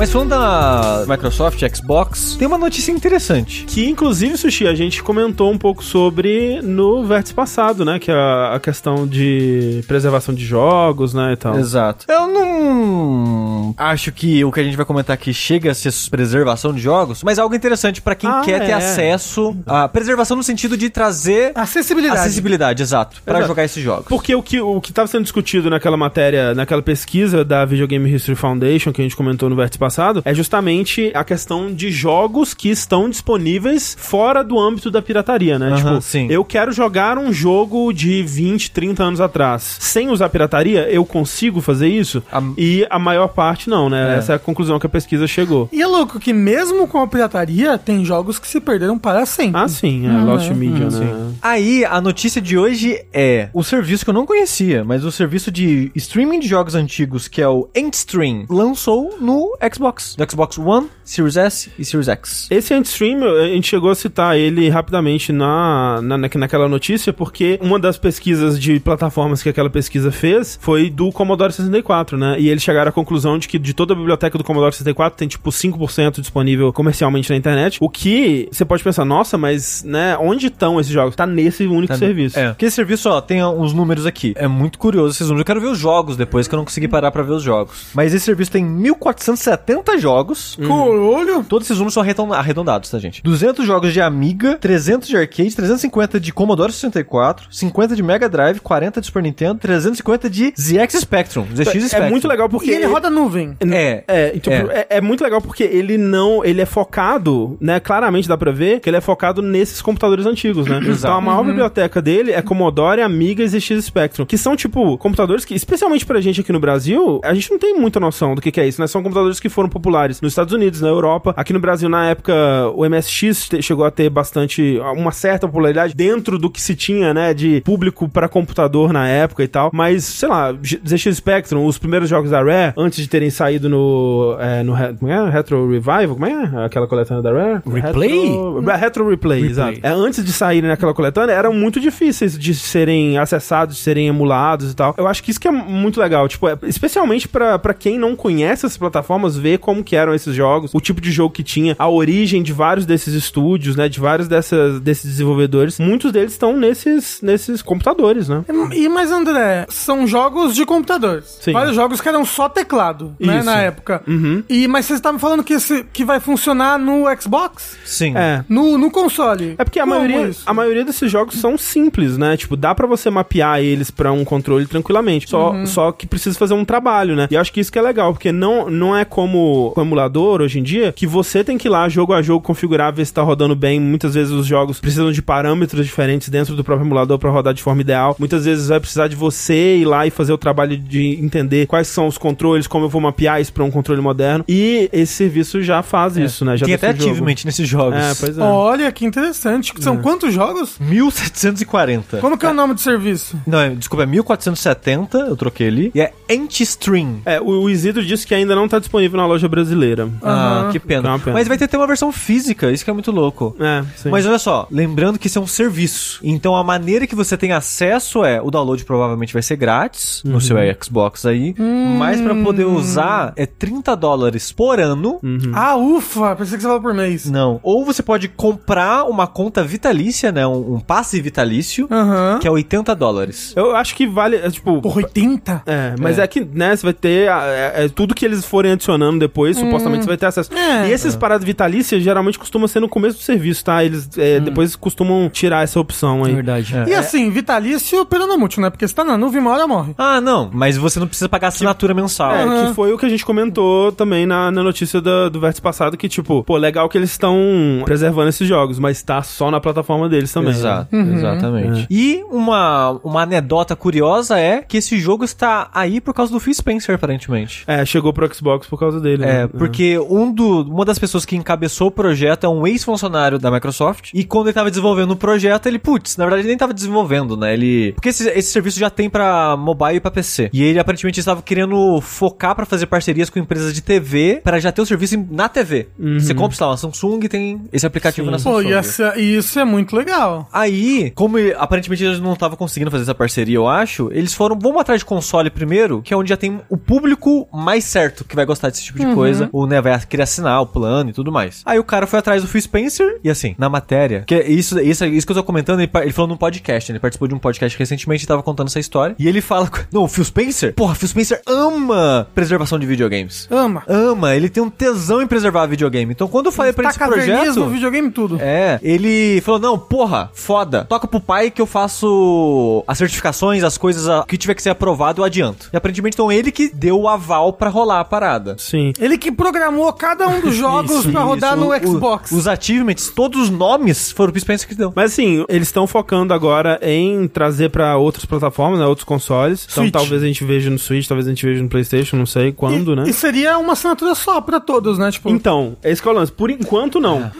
S2: Mas falando da Microsoft, Xbox, tem uma notícia interessante.
S1: Que inclusive, Sushi, a gente comentou um pouco sobre no vértice passado, né? Que é a, a questão de preservação de jogos, né? E tal.
S2: Exato. Então, Eu não acho que o que a gente vai comentar aqui chega a ser preservação de jogos, mas é algo interessante pra quem
S1: Ah,
S2: quer ter
S1: é.
S2: acesso à preservação no sentido de trazer
S3: Acessibilidade.
S2: acessibilidade, exato, pra
S1: Exato.
S2: jogar esses jogos.
S1: Porque o que o que estava sendo discutido naquela matéria, naquela pesquisa da Video Game History Foundation que a gente comentou no vértice passado, é justamente a questão de jogos que estão disponíveis fora do âmbito da pirataria, né?
S2: Aham,
S1: tipo,
S2: sim.
S1: eu quero jogar um jogo de 20, 30 anos atrás. Sem usar pirataria, eu consigo fazer isso?
S2: A-
S1: E a maior parte não, né? Essa é a conclusão que a pesquisa chegou.
S3: E é louco que mesmo com a pirataria, tem jogos que se perderam para sempre.
S1: Ah, sim, é, Lost Media,
S2: Uhum.
S1: né?
S2: Aí, a notícia de hoje é o serviço que eu não conhecia, mas o serviço de streaming de jogos antigos, que é o Endstream, lançou no Xbox, no Xbox One, Series S e Series X.
S1: Esse Antstream, a gente chegou a citar ele rapidamente na, na, na- naquela notícia, porque uma das pesquisas de plataformas que aquela pesquisa fez foi do Commodore 64, né? E eles chegaram à conclusão de que de toda a biblioteca do Commodore 64 tem tipo 5% disponível comercialmente na internet. O que você pode pensar, nossa, mas né, onde estão esses jogos? Tá nesse único serviço.
S2: É. Porque esse serviço, ó, tem uns números aqui. É muito curioso esses números. Eu quero ver os jogos depois, que eu não consegui parar pra ver os jogos. Mas esse serviço tem 1.470 jogos.
S1: Hum.
S3: Corolho?
S2: Todos esses números são arredon- arredondados, tá, gente? 200 jogos de Amiga, 300 de arcade, 350 de Commodore 64, 50 de Mega Drive, 40 de Super Nintendo, 350 de ZX Spectrum, ZX Spectrum.
S1: É muito legal porque
S3: E ele roda nuvem.
S2: É.
S1: É, então,
S2: É.
S1: pro- é. é muito legal porque ele não. Ele é focado, né? Claramente dá pra ver que ele é focado nesses computadores antigos, né? Então a maior biblioteca dele é Commodore, Amiga e ZX Spectrum. Que são, tipo, computadores que, especialmente pra gente aqui no Brasil, a gente não tem muita noção do que, que é isso, né? São computadores que foram populares nos Estados Unidos, na Europa. Aqui no Brasil, na época, o MSX te- chegou a ter bastante. uma certa popularidade dentro do que se tinha, né? De público pra computador na época e tal. Mas, sei lá, ZX Spectrum, os primeiros jogos da Rare, antes de terem tem saído no. é, no re- como é? Retro Revival? Como é? Aquela coletânea da Rare?
S4: Replay?
S1: Retro, Retro Replay, exato. É, antes de saírem naquela coletânea, eram muito difíceis de serem acessados, de serem emulados e tal. Eu acho que isso que é muito legal. Tipo, é- especialmente pra pra quem não conhece essas plataformas, ver como que eram esses jogos, o tipo de jogo que tinha, a origem de vários desses estúdios, né? De vários dessas, desses desenvolvedores. Muitos deles estão nesses, nesses computadores, né?
S3: E, mas, André, são jogos de computadores.
S1: Sim.
S3: Vários jogos que eram só teclado,
S1: Isso.
S3: né,
S1: Uhum.
S3: na época. E, mas vocês estavam falando que, esse, que vai funcionar no Xbox?
S2: Sim.
S1: É.
S3: No, no console?
S1: É porque a
S3: Como
S1: maioria,
S3: isso?
S1: a maioria desses jogos são simples, né? Tipo, dá pra você mapear eles pra um controle tranquilamente. Só,
S3: Uhum.
S1: só que precisa fazer um trabalho, né? E eu acho que isso que é legal, porque não, não é como o emulador hoje em dia, que você tem que ir lá jogo a jogo configurar, ver se tá rodando bem. Muitas vezes os jogos precisam de parâmetros diferentes dentro do próprio emulador pra rodar de forma ideal. Muitas vezes vai precisar de você ir lá e fazer o trabalho de entender quais são os controles, como eu vou mapear isso pra um controle moderno. E esse serviço já faz isso, né? Já
S2: É. Tem até
S1: deixa o jogo.
S2: achievement nesses jogos.
S1: É, pois é.
S3: Olha, que interessante. São quantos jogos?
S2: 1740.
S3: Como que é o nome do serviço?
S2: Não, é- desculpa, é 1470, eu troquei ali. E é anti-stream.
S1: É, o, o Isidro disse que ainda não tá disponível na loja brasileira.
S2: Ah, que
S1: É
S2: pena.
S1: uma pena.
S2: Mas vai ter até uma versão física, isso que é muito louco.
S1: É, sim.
S2: Mas olha só, lembrando que isso é um serviço. Então a maneira que você tem acesso é o download provavelmente vai ser grátis
S1: Uhum.
S2: no seu Xbox aí,
S3: Hum.
S2: mas pra poder usar é 30 dólares por ano.
S1: Uhum. Hum.
S3: Ah, ufa! Pensei que você falou por mês.
S2: Não. Ou você pode comprar uma conta vitalícia, né, um, um passe vitalício,
S3: Aham.
S2: que é 80 dólares.
S1: Eu acho que vale, é, tipo...
S3: Porra, 80?
S1: É, mas é. que, né, você vai ter ah, é, é, tudo que eles forem adicionando depois,
S2: Hum.
S1: supostamente você vai ter acesso.
S3: É.
S1: E esses paradas vitalícias geralmente costumam ser no começo do serviço, tá? Eles
S2: Hum.
S1: é, depois costumam tirar essa opção aí.
S4: É Verdade.
S3: E assim, vitalício peronomútil, né? Porque se tá na nuvem, uma hora morre.
S2: Ah, não, mas você não precisa pagar assinatura mensal.
S1: É,
S3: Aham.
S1: que foi o que a gente comentou também na, na notícia da- do vértice passado, que, tipo, pô, legal que eles estão preservando esses jogos, mas tá só na plataforma deles também. né? É.
S2: Exato,
S3: Uhum.
S2: exatamente. E uma, uma anedota curiosa é que esse jogo está aí por causa do Phil Spencer, aparentemente.
S1: É, chegou pro Xbox por causa dele.
S2: É,
S1: né?
S2: porque um do, uma das pessoas que encabeçou o projeto é um ex-funcionário da Microsoft. E quando ele tava desenvolvendo o projeto, ele, putz, na verdade ele nem tava desenvolvendo, né? Ele. Porque esse, esse serviço já tem pra mobile e pra PC. E ele aparentemente estava querendo focar pra fazer parcerias com empresas de TV pra já ter o serviço em- na TV.
S1: Uhum.
S2: Você compra, sei lá, uma Samsung e tem esse aplicativo na
S3: Pô,
S2: Samsung.
S3: e essa- e isso é muito legal.
S2: Aí, como ele- aparentemente eles não estavam conseguindo fazer essa parceria, eu acho, eles foram, vamos atrás de console primeiro, que é onde já tem o público mais certo que vai gostar desse tipo de coisa, ou né, vai querer assinar o plano e tudo mais. Aí o cara foi atrás do Phil Spencer, e assim, na matéria, que é isso, isso, isso que eu tô comentando, ele, pa- ele falou num podcast, ele participou de um podcast recentemente e tava contando essa história, e ele fala, co- não, o Phil Spencer, porra, Phil Spencer ama preservação de videogames.
S3: Ama.
S2: Ama, ele tem um tesão em preservar videogame. Então quando eu falei pra ele esse
S3: Tá
S2: projeto...
S3: cavernismo, videogame, tudo.
S2: É, ele falou: não, porra, foda. Toca pro pai que eu faço as certificações, as coisas, a- o que tiver que ser aprovado, eu adianto. E aparentemente, então, ele que deu o aval pra rolar a parada.
S1: Sim.
S3: Ele que programou cada um dos jogos pra rodar
S2: Isso,
S3: no
S2: o-
S3: Xbox.
S2: os achievements, todos os nomes foram o Phil Spencer que deu.
S1: Mas assim, eles estão focando agora em trazer pra outras plataformas, né, outros consoles.
S3: Switch.
S1: Então talvez a gente veja no Switch, talvez a gente veja no PlayStation, não sei quando,
S3: e,
S1: né?
S3: e seria uma assinatura só pra todos, né? Tipo,
S1: Então, é isso que é o lance. Por enquanto, não.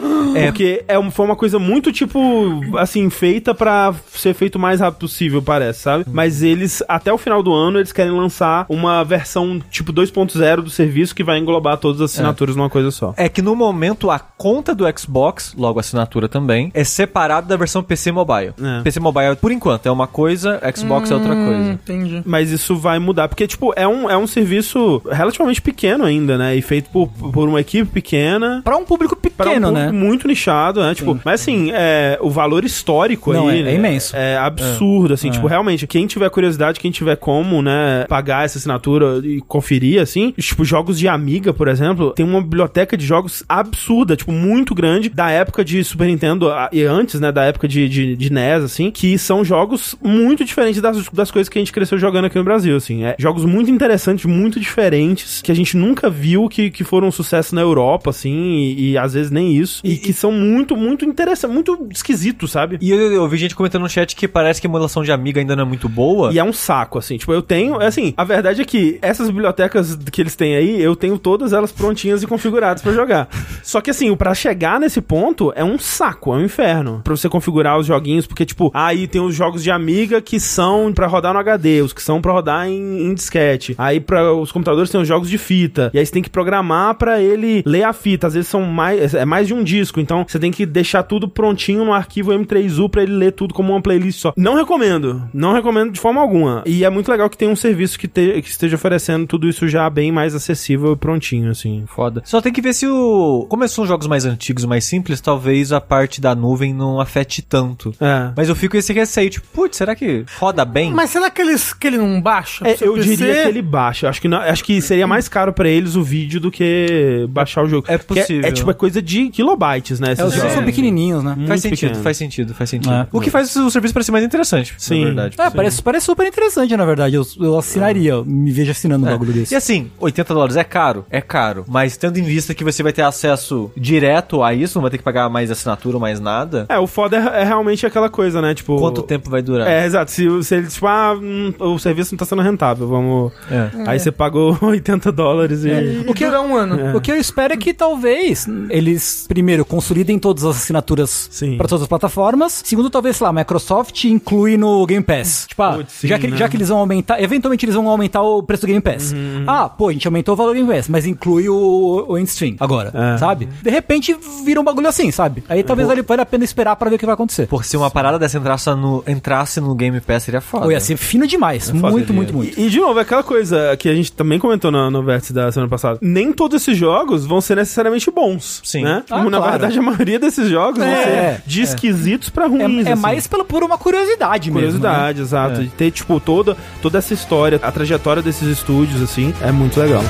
S1: Porque é um- foi uma coisa muito, tipo, assim, feita pra ser feito o mais rápido possível, parece, sabe? Mas eles, até o final do ano, eles querem lançar uma versão, tipo, 2.0 do serviço que vai englobar todas
S3: É.
S1: as assinaturas numa coisa só.
S2: É que no momento a conta do Xbox, logo a assinatura também, é separada da versão PC Mobile.
S1: É.
S2: PC Mobile, por enquanto, é uma coisa, Xbox é outra
S3: hum,
S2: coisa.
S3: entendi.
S1: Mas isso vai mudar, porque, tipo, é um, é um serviço relativamente pequeno ainda, né? E feito por, por uma equipe pequena.
S4: Pra um público
S1: Para um
S4: pequeno,
S1: público
S4: né?
S1: muito nichado, né? Tipo, mas assim, é, o valor histórico
S4: Não,
S1: aí.
S4: é- é
S1: né,
S4: imenso.
S1: É absurdo, assim. Tipo, realmente, quem tiver curiosidade, quem tiver como, né, pagar essa assinatura e conferir, assim. Tipo, jogos de Amiga, por exemplo, tem uma biblioteca de jogos absurda, tipo, muito grande, da época de Super Nintendo a- e antes, né, da época de, de, de NES, assim, que são jogos muito diferentes das, das coisas que a gente cresceu jogando aqui no Brasil, assim. É, jogos muito interessantes, muito diferentes, que a gente nunca viu, que, que foram um sucesso na Europa, assim, e, e às vezes nem isso. E, que são muito, muito interessantes, muito esquisitos, sabe?
S2: E eu, eu vi gente comentando no chat que parece que a emulação de Amiga ainda não é muito boa.
S1: E é um saco, assim. Tipo, eu tenho. Assim, a verdade é que essas bibliotecas que eles têm aí, eu tenho todas elas prontinhas e configuradas pra jogar. Só que, assim, pra chegar nesse ponto, é um saco, é um inferno. Pra você configurar os joguinhos, porque, tipo, aí tem os jogos de Amiga que são pra rodar no HD, os que são pra rodar em, em disquete. Aí, pra os computadores computadores tem os jogos de fita. E aí você tem que programar pra ele ler a fita. Às vezes são mais, é mais de um disco. Então você tem que deixar tudo prontinho no arquivo M3U pra ele ler tudo como uma playlist só. Não recomendo. Não recomendo de forma alguma. E é muito legal que tem um serviço que, te- que esteja oferecendo tudo isso já bem mais acessível e prontinho, assim.
S2: Foda. Só tem que ver se o. Como são jogos mais antigos, mais simples, talvez a parte da nuvem não afete tanto.
S1: É.
S2: Mas eu fico com esse receio, tipo, putz, será que roda bem?
S3: Mas será que, eles, que ele não baixa? pro
S1: É,
S3: Então, seu
S1: eu
S3: PC?
S1: diria que ele baixa. Acho que, não- acho que seria mais caro pra eles o vídeo do que baixar o jogo.
S2: É
S1: Porque
S2: possível.
S1: É, tipo, é coisa de kilobytes, né?
S4: É, os
S1: esses
S4: jogos
S1: jogos.
S4: são pequenininhos, né?
S1: Muito
S2: Faz sentido,
S1: pequeno.
S2: faz sentido, faz sentido.
S4: É.
S2: O que faz o serviço parecer mais interessante,
S1: Sim.
S2: na verdade.
S4: É, parece, parece super interessante, na verdade. Eu, eu assinaria, eu me vejo assinando um
S2: É.
S4: bagulho desse.
S2: E assim, 80 dólares é caro? É caro. Mas tendo em vista que você vai ter acesso direto a isso, não vai ter que pagar mais assinatura, mais nada,
S1: É, o foda é, é realmente aquela coisa, né? Tipo.
S2: quanto tempo vai durar?
S1: É, exato. Se, o- se ele, tipo, ah, hum, o serviço não tá sendo rentável, vamos.
S2: É.
S1: Aí você pagou 80 dólares e.
S4: É.
S3: O que dura um ano.
S4: O que eu espero é que talvez eles, primeiro, consolidem todas as assinaturas
S1: Sim.
S4: para todas as plataformas. Segundo, talvez, sei lá, a Microsoft inclui no Game Pass. Tipo, ah,
S1: Putz,
S4: já,
S1: sim,
S4: que,
S1: né?
S4: já que eles vão aumentar, eventualmente eles vão aumentar o preço do Game Pass.
S1: Uhum.
S4: Ah, pô, a gente aumentou o valor do Game Pass, mas inclui o, o Endstream agora,
S1: É.
S4: sabe? De repente vira um bagulho assim, sabe? Aí talvez ali vale a pena esperar para ver o que vai acontecer.
S2: Por se uma parada dessa entrasse no, entrasse no Game Pass seria foda.
S4: Ou ia ser fino
S1: É
S4: demais. muito,
S2: Foderia.
S4: muito, muito.
S1: E, e, de novo, é aquela coisa que a gente também comentou no, no vértice da semana passada. Nem todos esses jogos vão ser necessariamente bons.
S2: Sim.
S1: Né?
S4: Ah,
S1: Na
S4: claro.
S1: verdade, a maioria desses jogos vão
S4: É,
S1: ser de
S4: é.
S1: esquisitos pra
S4: É,
S1: ruins.
S4: é
S1: assim.
S4: mais pelo, por uma curiosidade, mesmo. né?
S1: Curiosidade, exato. De ter, tipo, toda, toda essa história, a trajetória desses estúdios, assim, é muito legal.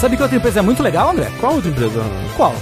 S4: Sabe que outra empresa é muito legal, André?
S1: Qual outra empresa?
S4: Qual?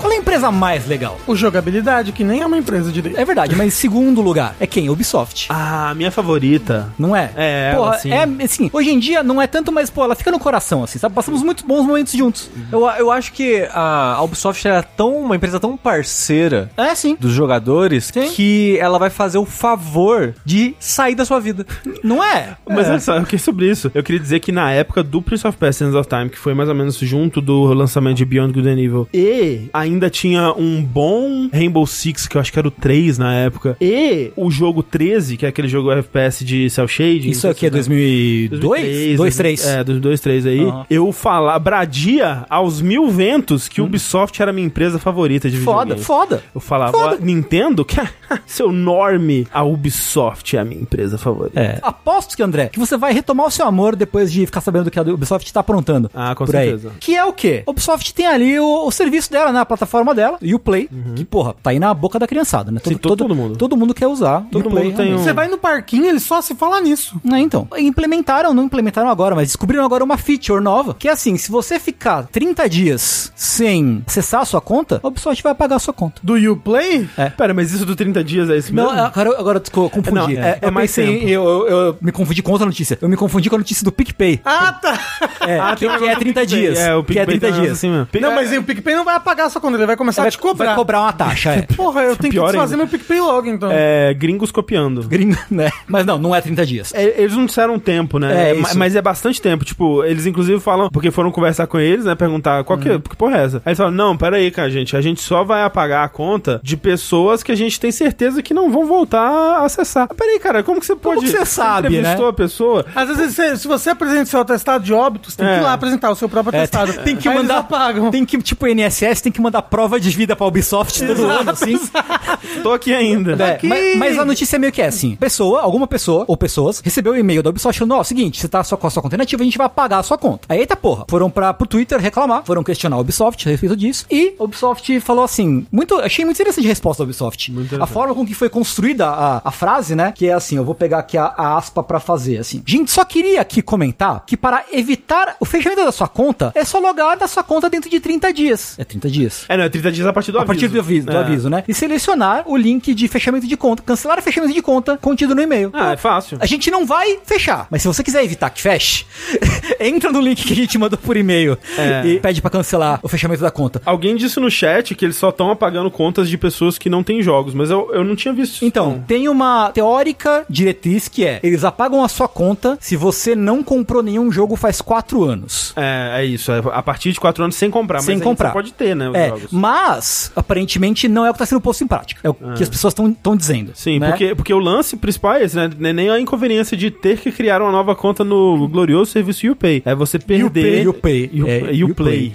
S4: Qual é a empresa mais legal?
S3: O jogabilidade, que nem é uma empresa direito.
S4: É verdade, mas segundo lugar é quem? Ubisoft.
S1: Ah, minha favorita.
S4: Não é?
S1: É,
S4: Porra,
S1: ela, sim.
S4: é assim, hoje em dia não é tanto, mas, pô, ela fica no coração, assim, sabe? Passamos muito bons momentos juntos.
S2: Eu, eu acho que a Ubisoft era tão, uma empresa tão parceira
S4: É, sim.
S2: dos jogadores
S4: Sim.
S2: que ela vai fazer o favor de sair da sua vida.
S4: Não é?
S1: Mas olha só, eu fiquei sobre isso. Eu queria dizer que na época do Prince of Persia Sands of Time, que foi mais ou menos junto do lançamento de Beyond Good and Evil, e ainda tinha um bom Rainbow Six, que eu acho que era o 3 na época, e o jogo 13, que é aquele jogo FPS de Cell Shading. né?
S4: Isso aqui é 2002? 2, 3.
S1: É, dos 2, 3 aí.
S4: Aham. Hum.
S1: Eu falar, bradia aos mil ventos que o Ubisoft era a minha empresa favorita de
S4: Foda,
S1: videogame.
S4: foda.
S1: Eu falava, "Ó, Nintendo, que seu norme, a Ubisoft é a minha empresa favorita.
S4: É. Aposto que, André, que você vai retomar o seu amor depois de ficar sabendo do que a Ubisoft tá aprontando.
S1: Ah, com
S4: por
S1: certeza.
S4: Aí. Que é o quê? A Ubisoft tem ali o, o serviço dela, né? A plataforma dela, e o Play, que, porra, tá aí na boca da criançada, né?
S1: Uhum. Sim, todo- todo mundo.
S4: Todo mundo quer usar.
S1: Todo mundo tem um-
S3: Você vai no parquinho, ele só se fala nisso.
S4: Né, então. Implementaram, não implementaram agora, mas descobriram agora uma feature nova, que é assim, se você ficar 30 dias sem acessar a sua conta, a Ubisoft vai apagar a sua conta.
S3: Do you play?
S1: Pera, mas isso do 30 dias é isso
S4: Não,
S1: mesmo?
S4: agora, agora eu confundi.
S1: Não, é- é
S4: eu
S1: mais
S4: pensei,
S1: tempo.
S4: Eu, eu- eu me confundi com outra notícia. Eu me confundi com a notícia do PicPay.
S3: Ah, tá.
S4: É,
S1: tem um
S4: que, que é
S1: negócio do
S4: 30
S1: PicPay.
S4: dias.
S1: É, o
S4: que é
S1: PicPay
S4: 30
S1: tá
S4: dias.
S1: assim mesmo.
S3: Não, mas aí o PicPay não vai apagar sua conta, ele vai começar a
S4: vai,
S3: te cobrar.
S4: vai cobrar uma taxa, é.
S3: Porra, eu tenho
S1: Pior
S3: que desfazer
S1: ainda.
S3: meu PicPay logo, então.
S1: É, gringos copiando.
S4: Gringo, né? Mas não, não é 30 dias.
S1: É, Eles não disseram tempo, né?
S4: É,
S1: ma-
S4: isso.
S1: mas é bastante tempo. Tipo, eles inclusive falam, porque foram conversar com eles, né? Perguntar qual
S4: Uhum.
S1: que, que porra é essa. Aí eles falam: não, pera aí, cara, gente. A gente só vai apagar a conta de pessoas que a gente tem certeza que não vão voltar a acessar. Ah, Pera aí, cara, como que você pode.
S4: que você sabe, né?
S1: entrevistou a pessoa.
S3: Às vezes, se, se você apresenta seu atestado de óbito, você tem
S1: É.
S3: que ir lá apresentar o seu próprio
S4: É,
S3: atestado.
S4: tem que
S3: Aí
S4: mandar.
S3: Eles apagam.
S4: Tem que, tipo, o INSS tem que mandar prova de vida pra Ubisoft todo ano, assim.
S1: Tô aqui ainda.
S4: É,
S3: aqui.
S4: mas, mas a notícia é meio que é assim: pessoa, alguma pessoa ou pessoas recebeu um e-mail da Ubisoft falando: ó, seguinte, você tá só com a sua conta inativa, a gente vai apagar a sua conta. Aí, eita porra, foram pra, pro Twitter reclamar, foram questionar a Ubisoft a respeito disso. E a Ubisoft falou assim: muito, achei muito interessante a resposta da Ubisoft. A forma com que foi construída a, a frase, né? Que é assim: eu vou pegar aqui a, a aspa pra fazer, assim. Gente, só queria aqui comentar que para evitar o fechamento da sua conta, é só logar da sua conta dentro de 30 dias. É 30 dias
S1: É, não, é 30 dias a partir do
S4: a
S1: aviso.
S4: partir do aviso, do
S1: É.
S4: aviso, né? E selecionar o link de fechamento de conta, cancelar o fechamento de conta contido no e-mail.
S1: Ah, é fácil.
S4: A gente não vai fechar, mas se você quiser evitar que feche, entra no link que a gente mandou por e-mail
S1: É.
S4: e pede pra cancelar o fechamento da conta.
S1: Alguém disse no chat que eles só estão apagando contas de pessoas que não têm jogos, mas eu, eu não tinha visto isso.
S4: Então, tem uma teórica diretriz que é: eles apagam a sua conta se você não comprou nenhum jogo faz quatro anos.
S1: É, é isso. É a partir de 4 anos sem comprar.
S4: sem
S1: Ah, mas ainda
S4: comprar.
S1: Você pode ter, né? Os
S4: é,
S1: jogos.
S4: Mas, aparentemente, não é o que está sendo posto em prática. É o que as pessoas estão dizendo.
S1: Sim,
S4: né?
S1: porque, porque o lance principal é esse, né? Nem- Nem a inconveniência de ter que criar uma nova conta no glorioso serviço UPay. É você perder...
S4: Upay,
S1: U-
S4: Upay.
S1: é, Uplay.
S4: E o Play.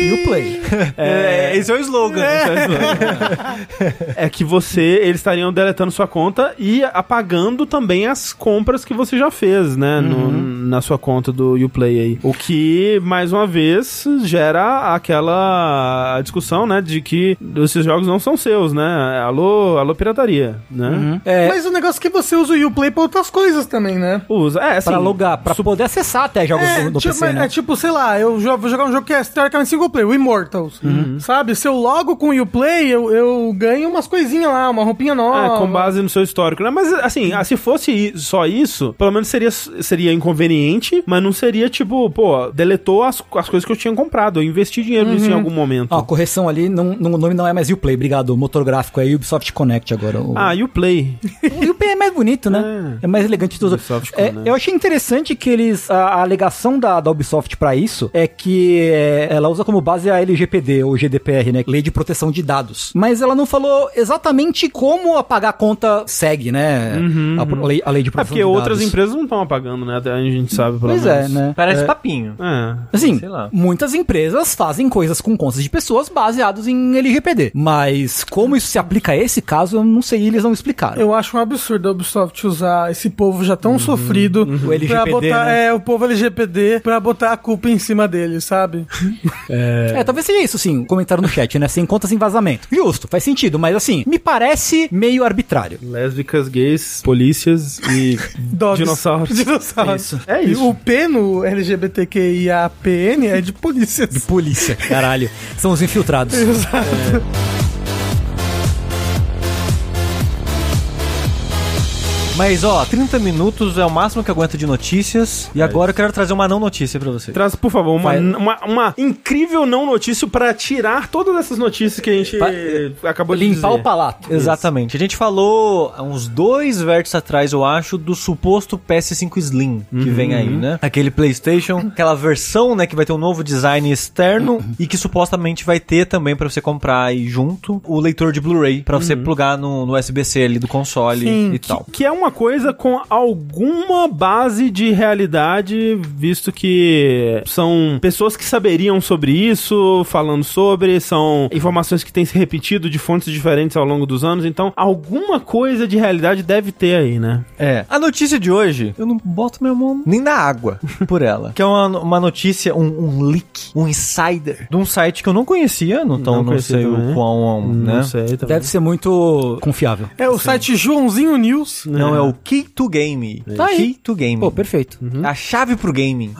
S4: E o Play.
S2: É, esse é o slogan.
S1: Tá É que você, eles estariam deletando sua conta e apagando também as compras que você já fez, né? no-
S4: Uhum.
S1: na sua conta do Uplay aí. O que, mais uma vez, gera aquela discussão, né? De que esses jogos não são seus, né? Alô, alô pirataria, né?
S4: É,
S3: Mas o negócio é que você usa o Uplay pra outras coisas também, né?
S1: Usa, é, assim,
S4: pra alugar, pra
S1: su-
S4: poder acessar até jogos
S3: É,
S4: do, do
S3: tipo,
S4: PC, né?
S3: é tipo, sei lá, eu jo- vou jogar um jogo que é teoricamente single player, o Immortals.
S4: Uhum.
S3: Sabe? Se eu logo com o Uplay, eu, eu ganho umas coisinhas lá, uma roupinha nova.
S1: É, com base no seu histórico, né? Mas, assim, ah, se fosse i- só isso, pelo menos seria, seria inconveniente, mas não seria, tipo, pô, deletou as, as coisas que eu tinha comprado. Eu investi dinheiro
S4: Uhum.
S1: nisso em algum momento.
S4: Ó, correção ali, não, não- o nome não é mais Uplay, obrigado. O motor gráfico é Ubisoft Connect agora. O...
S1: Ah, e o Play?
S4: E o P é mais bonito, né? É, mais elegante tudo.
S1: Ubisoft
S4: É,
S1: Connect.
S4: eu achei interessante que eles. A, a alegação da, da Ubisoft pra isso é que é, ela usa como base a LGPD, ou GDPR, né? Lei de Proteção de Dados. Mas ela não falou exatamente como apagar a conta segue, né? a, pro- lei, a lei de
S1: É
S4: proteção
S1: porque
S4: de
S1: outras
S4: dados.
S1: empresas não estão apagando, né? Até A gente sabe, pelo
S4: Pois
S1: menos.
S4: é, né?
S2: Parece
S4: É.
S2: papinho.
S1: É.
S4: Assim,
S2: Sei lá.
S4: muitas empresas fazem coisas com contas de pessoas baseadas em LGPD. Mas como isso se aplica a esse caso, eu não sei, eles não explicaram.
S3: Eu acho um absurdo a Ubisoft usar esse povo já
S4: Uhum.
S3: tão sofrido
S4: O
S3: pra
S4: LGPD,
S3: botar
S4: né?
S3: é, o povo LGPD pra botar a culpa em cima dele, sabe?
S4: É, talvez seja isso, sim. Comentaram no chat, né? Sem contas em vazamento. Justo, faz sentido, mas assim, me parece meio arbitrário.
S1: Lésbicas, gays, polícias e
S3: Dogs.
S1: dinossauros.
S3: Dinossauros.
S4: Isso.
S1: É
S3: E
S1: isso.
S3: O P no LGBTQIAPN é de polícia.
S4: De polícia, caralho. São os infiltrados.
S2: Mas ó, 30 minutos é o máximo que aguenta de notícias. E agora eu quero trazer uma não notícia pra vocês.
S1: Traz, por favor, uma,
S4: Vai.
S1: uma, uma incrível não notícia pra tirar todas essas notícias que a gente acabou de dizer.
S4: Limpar o palato.
S2: Exatamente. A gente falou há uns dois vértices atrás, eu acho, do suposto PS5 Slim que vem aí, né? Aquele PlayStation, aquela versão, né, que vai ter um novo design externo e que supostamente vai ter também pra você comprar aí junto o leitor de Blu-ray pra você plugar no, no USB-C ali do console
S3: Sim,
S2: e tal.
S1: Que é uma coisa com alguma base de realidade, visto que são pessoas que saberiam sobre isso, falando sobre, são informações que têm se repetido de fontes diferentes ao longo dos anos, então alguma coisa de realidade deve ter aí, né?
S2: É. A notícia de hoje, eu não boto meu mão nem na água por ela. Que é uma, uma notícia, um, um leak, um insider de um site que eu não conhecia, não, então
S1: Não
S2: não,
S1: conhecia
S2: sei
S1: também.
S2: o quão, né?
S1: Não sei também.
S4: Deve ser muito confiável.
S3: É o site Joãozinho News.
S4: Né?
S2: Não, é o Key to Game.
S4: Tá aí.
S2: Key to Game.
S4: Pô, perfeito.
S2: A chave pro gaming.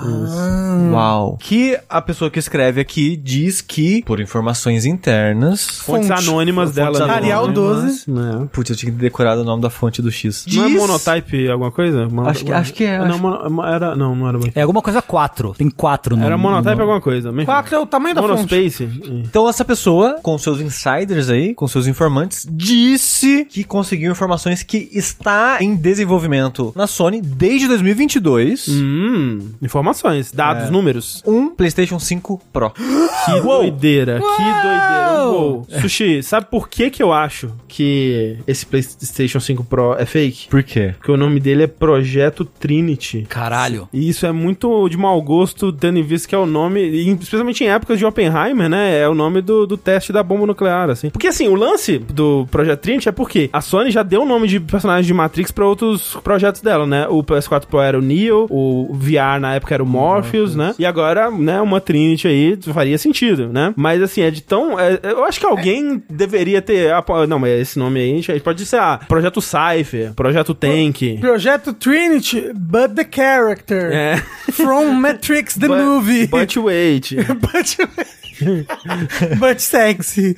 S2: Uau. Hum? Ah. Que a pessoa que escreve aqui diz que, por informações internas.
S1: Fontes
S3: fonte.
S1: anônimas
S2: Fontes
S1: dela. né?
S3: Arial
S2: anônimas.
S3: 12.
S1: Né?
S2: Putz, eu tinha que decorar o nome da fonte do X.
S1: Não é
S2: Diz-
S1: monotype alguma coisa? Mono-
S2: Acho que- acho que é,
S1: Não,
S2: acho-
S1: mono- era, não, não era.
S4: É alguma coisa quatro. Tem quatro no
S1: Era monotype
S4: no-
S1: alguma coisa. mesmo.
S3: 4 é o tamanho da fonte.
S1: Monospace? É.
S2: Então essa pessoa, com seus insiders aí, com seus informantes, disse que conseguiu informações que está em desenvolvimento na Sony desde 2022.
S1: Hum, informações, dados, números.
S2: Um PlayStation 5 Pro.
S1: Que doideira, que doideira. Uou. Sushi, sabe por que que eu acho que esse PlayStation 5 Pro é fake?
S2: Por quê?
S1: Porque o nome dele é Projeto Trinity.
S4: Caralho.
S1: E isso é muito de mau gosto, tendo em vista que é o nome, e especialmente em épocas de Oppenheimer, né? É o nome do, do teste da bomba nuclear, assim. Porque, assim, o lance do Projeto Trinity é porque a Sony já deu o nome de personagem de Matrix pra outros projetos dela, né? O PS4 Pro era o Neo, o VR na época era o Morpheus, né? E agora, né, uma Trinity aí faria sentido, né? Mas, assim, é de tão... é- eu acho que alguém deveria ter... apo- Não, mas esse nome aí, a gente pode ser, ah, Projeto Cypher, Projeto Tank...
S3: Projeto Trinity, but the character.
S1: É.
S3: From Matrix the
S1: But-
S3: Movie.
S1: But wait.
S3: but, but sexy.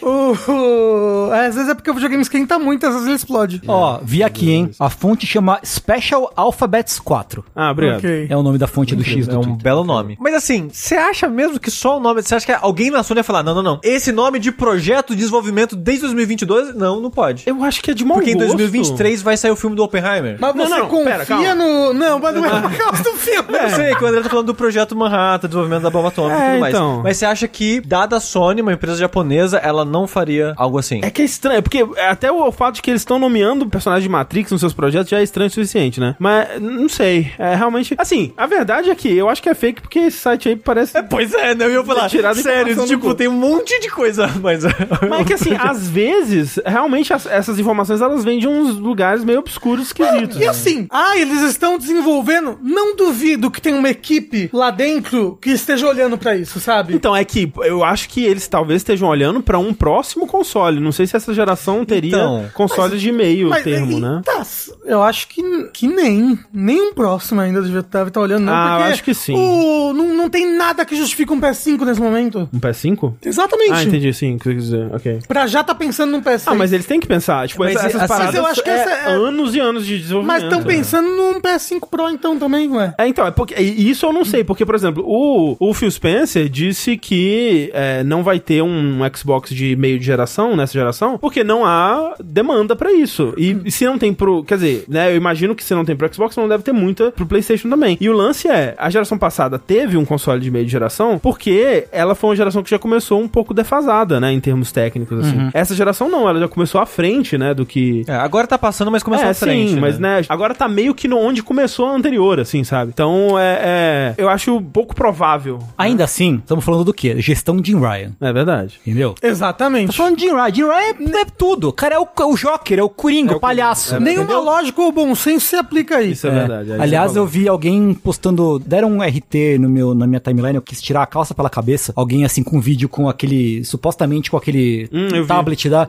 S3: O- o- às vezes é porque o videogame esquenta muito, às vezes ele explode.
S4: Ó, vi aqui, hein? A fonte chama Special Alphabets 4.
S1: Ah, obrigado.
S3: Ok.
S4: É o nome da fonte do X
S2: É
S4: do
S2: um
S4: Twitter.
S2: belo nome. Mas assim, você acha mesmo que só o nome. Você acha que alguém na Sony ia falar: não, não, não. Esse nome de projeto de desenvolvimento desde 2022? Não, não pode.
S1: Eu acho que é de mau
S2: Porque em
S1: gosto.
S2: 2023 vai sair o filme do Oppenheimer.
S3: Mas
S1: Não,
S3: você
S1: não,
S3: confia
S1: pera, calma.
S3: no. Não, mas não é por causa do filme.
S2: Eu sei que o André tá falando do projeto Manhattan, desenvolvimento da bomba atômica e
S1: É,
S2: tudo mais.
S1: então, então.
S2: Mas você acha que, dada a Sony, uma empresa japonesa, ela não faria algo assim?
S1: É que é estranho, porque até o fato de que eles estão nomeando o personagem de Matrix nos seus projetos já é estranho o suficiente, né? Mas não sei. É realmente. Assim, a verdade é que eu acho que é fake porque esse site aí parece.
S2: Pois é, né? Eu ia falar,
S1: Tirado a
S2: sério,
S1: informação do
S2: tipo,
S1: cu.
S2: tem um monte de coisa, mas... um
S1: Mas é que assim, às vezes, realmente as- essas informações elas vêm de uns lugares meio obscuros, esquisitos.
S3: E assim, ah, eles estão desenvolvendo. Não duvido que tem uma equipe lá dentro que esteja olhando pra isso, sabe?
S1: Então, é que eu acho que eles talvez estejam olhando pra um próximo console. Não sei se essa geração teria
S2: Então,
S1: consoles de meio termo,
S3: e-
S1: né?
S3: tá, eu acho que, que nem. Nenhum próximo ainda deve estar olhando, não.
S1: Ah, eu
S3: porque
S1: acho que sim.
S3: o- não, não tem nada que justifique um PS5 nesse momento.
S1: Um PS5?
S3: Exatamente.
S1: Ah, entendi, sim, o que você quer dizer. Ok.
S3: Pra já tá pensando num PS5.
S1: Ah, mas eles têm que pensar. Tipo,
S2: Mas
S1: essa- essas
S2: assim,
S1: paradas.
S3: eu acho que
S1: é
S3: essa é-
S1: anos e anos de desenvolvimento.
S3: Mas estão pensando num PS5 Pro então também, ué.
S1: É, então, é porque, e isso eu não sei, porque, por exemplo, o, o Phil Spencer disse que é, não vai ter um Xbox de meio de geração, nessa geração, porque não há demanda pra isso. E, e se não tem pro. Quer dizer, né? Eu imagino que se não tem pro Xbox, não deve ter muita pro PlayStation também. E o lance é: a geração passada teve um console de meio de geração, porque ela foi uma geração que já começou um pouco defasada, né? Em termos técnicos, assim.
S3: Uhum.
S1: Essa geração não, ela já começou à frente, né? Do que
S2: É, agora tá passando, mas começou
S1: é,
S2: à frente,
S1: sim, mas né, agora tá meio que no onde começou a anterior, assim, sabe? Então, é, é, eu acho pouco provável.
S4: Ainda assim, estamos falando do quê? Gestão de Jim Ryan,
S1: É verdade.
S4: entendeu? Tá
S3: Exatamente.
S4: falando de Jim Ryan. Jim Ryan é, é tudo. Cara, é o, é o Joker, é o Coringa, o palhaço.
S3: Nenhuma
S4: entendeu?
S3: lógica ou bom senso se aplica a isso.
S1: Isso é, verdade. aí
S4: Aliás,
S1: você
S4: eu
S1: falou.
S4: vi alguém postando. Deram um RT no meu, na minha timeline, eu quis tirar a calça pela cabeça. Alguém assim com um vídeo com aquele. Supostamente com aquele
S1: Hum, eu vi. Uhum.
S4: tablet da.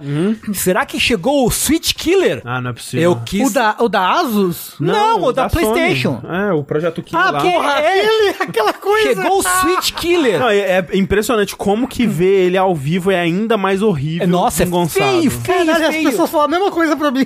S4: Será que chegou o Switch Killer?
S1: Ah, não é possível.
S4: eu quis.
S3: O da, o da Asus?
S4: Não, o da, PlayStation.
S1: Sony. É, o projeto Killer.
S4: Ah,
S1: lá.
S4: porque é,
S3: Aquele, aquela coisa.
S4: chegou o Switch Killer.
S1: Ah! Não, é, é impressionante como
S2: Hum.
S1: que ver ele ao vivo é ainda mais horrível. um
S4: É, Nossa, é
S1: desengonçado.
S4: feio, feio,
S3: Caralho, as
S4: feio.
S3: pessoas falam a mesma coisa pra mim.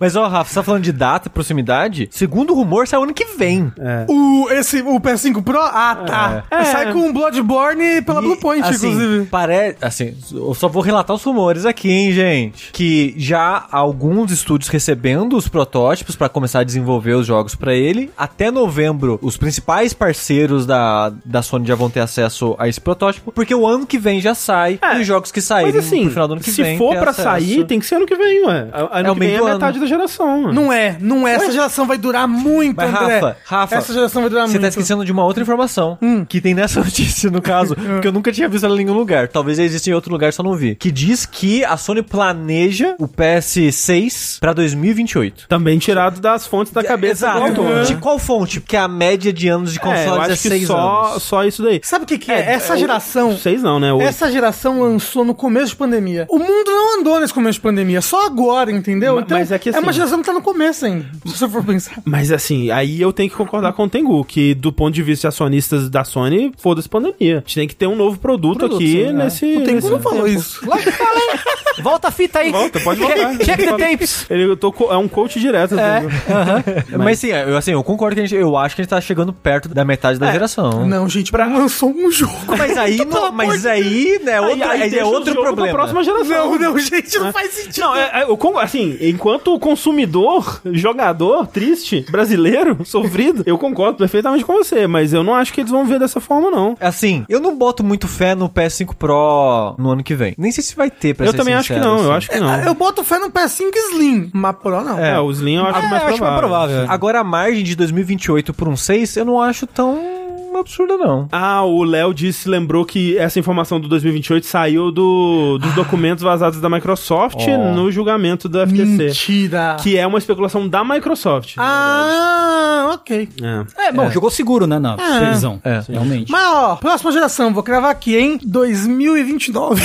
S2: Mas, ó, Rafa, você tá falando de data e proximidade? Segundo o rumor, sai ano que vem.
S3: O, esse, o PS5 Pro? Ah, tá.
S1: É.
S3: Sai com o Bloodborne pela
S2: E,
S3: Bluepoint,
S2: assim,
S3: inclusive.
S2: Parece. Assim, eu só vou relatar os rumores aqui, hein, gente. Que já há alguns estúdios recebendo os protótipos pra começar a desenvolver os jogos pra ele. Até novembro, os principais parceiros da, da Sony já vão ter acesso a esse protótipo. Porque o ano que vem já sai.
S1: É,
S2: e os jogos que saírem
S1: Mas assim,
S2: no final do ano que
S1: se
S2: vem.
S1: for
S2: ter
S1: pra
S2: acesso.
S1: sair, tem que ser ano que vem, ué. A- Ano
S2: É o
S1: que
S2: meio
S1: vem é
S2: do ano.
S1: metade da geração, ué.
S3: Não é, não é. Essa geração vai durar muito,
S2: Mas,
S3: André.
S2: Rafa, Rafa,
S3: Essa geração vai durar
S2: Você
S3: muito.
S2: tá esquecendo de uma outra informação que tem nessa notícia, no caso, que eu nunca tinha visto ela em nenhum lugar. Talvez ela exista em outro lugar, só não vi. Que diz que a Sony planeja o PS6 pra 2028.
S1: Também tirado das fontes da cabeça do
S2: Exato.
S1: autor, né?
S2: De qual fonte? Porque é a média de anos de console
S1: É,
S2: é,
S1: eu acho
S2: 16
S1: que só,
S2: anos.
S1: só isso daí.
S3: Sabe o que, que é? Essa
S1: o-
S3: geração.
S1: Seis não, né? O-
S3: Essa geração lançou no começo de pandemia. O mundo não andou nesse começo de pandemia, só agora, entendeu?
S1: Ma-
S3: Então,
S1: mas é que assim-
S3: uma geração que tá no começo ainda, se você for pensar.
S1: Mas assim, aí eu tenho que concordar com o Tengu, que do ponto de vista de acionistas da Sony, foda-se pandemia. A gente tem que ter um novo produto,
S4: Produto,
S1: aqui
S4: sim, é.
S1: nesse.
S3: O Tengu
S1: nesse
S3: não falou
S1: tempo.
S3: isso.
S4: Lógico que fala, hein? Volta a fita aí.
S1: Volta, pode voltar.
S4: Check, check the tapes.
S1: Ele eu tô, co- é um coach direto. Tengu.
S2: Mas, sim, eu, assim, eu concordo que a gente. Eu acho que a gente tá chegando perto da metade
S1: É.
S2: da geração.
S3: Não, gente, pra... lançou um jogo.
S2: Mas aí, não-
S3: pelo amor
S2: mas
S3: de
S2: aí, né,
S1: Aí-
S2: outro,
S1: aí
S2: aí, é
S1: deixa o
S2: outro
S1: jogo pra
S2: problema.
S1: próxima geração.
S3: Não, não, gente, não faz sentido.
S1: Não, é- é, eu con- assim, enquanto consumidor, jogador, triste, brasileiro, sofrido, eu concordo perfeitamente com você, mas eu não acho que eles vão ver dessa forma, não.
S2: Assim, eu não boto muito fé no PS5 Pro no ano que vem. Nem sei se vai ter, pra
S1: Eu
S2: ser
S1: também acho que
S2: sincero,
S1: não, eu
S2: assim.
S1: acho que não.
S3: É, Eu boto fé no PS5 Slim, mas Pro não.
S1: É, o Slim eu acho mais
S4: eu acho mais provável.
S2: Agora, a margem de 2028 por um 6, eu não acho tão absurda, não.
S1: Ah, o Léo disse, lembrou que essa informação do 2028 saiu do, dos documentos vazados da Microsoft no julgamento do FTC.
S3: Mentira.
S1: Que é uma especulação da Microsoft.
S3: Ah, ok.
S1: É. Ah.
S4: É, bom, jogou seguro, né? Na previsão.
S2: É.
S4: Realmente.
S3: Mas ó, próxima geração, vou cravar aqui, hein? 2029.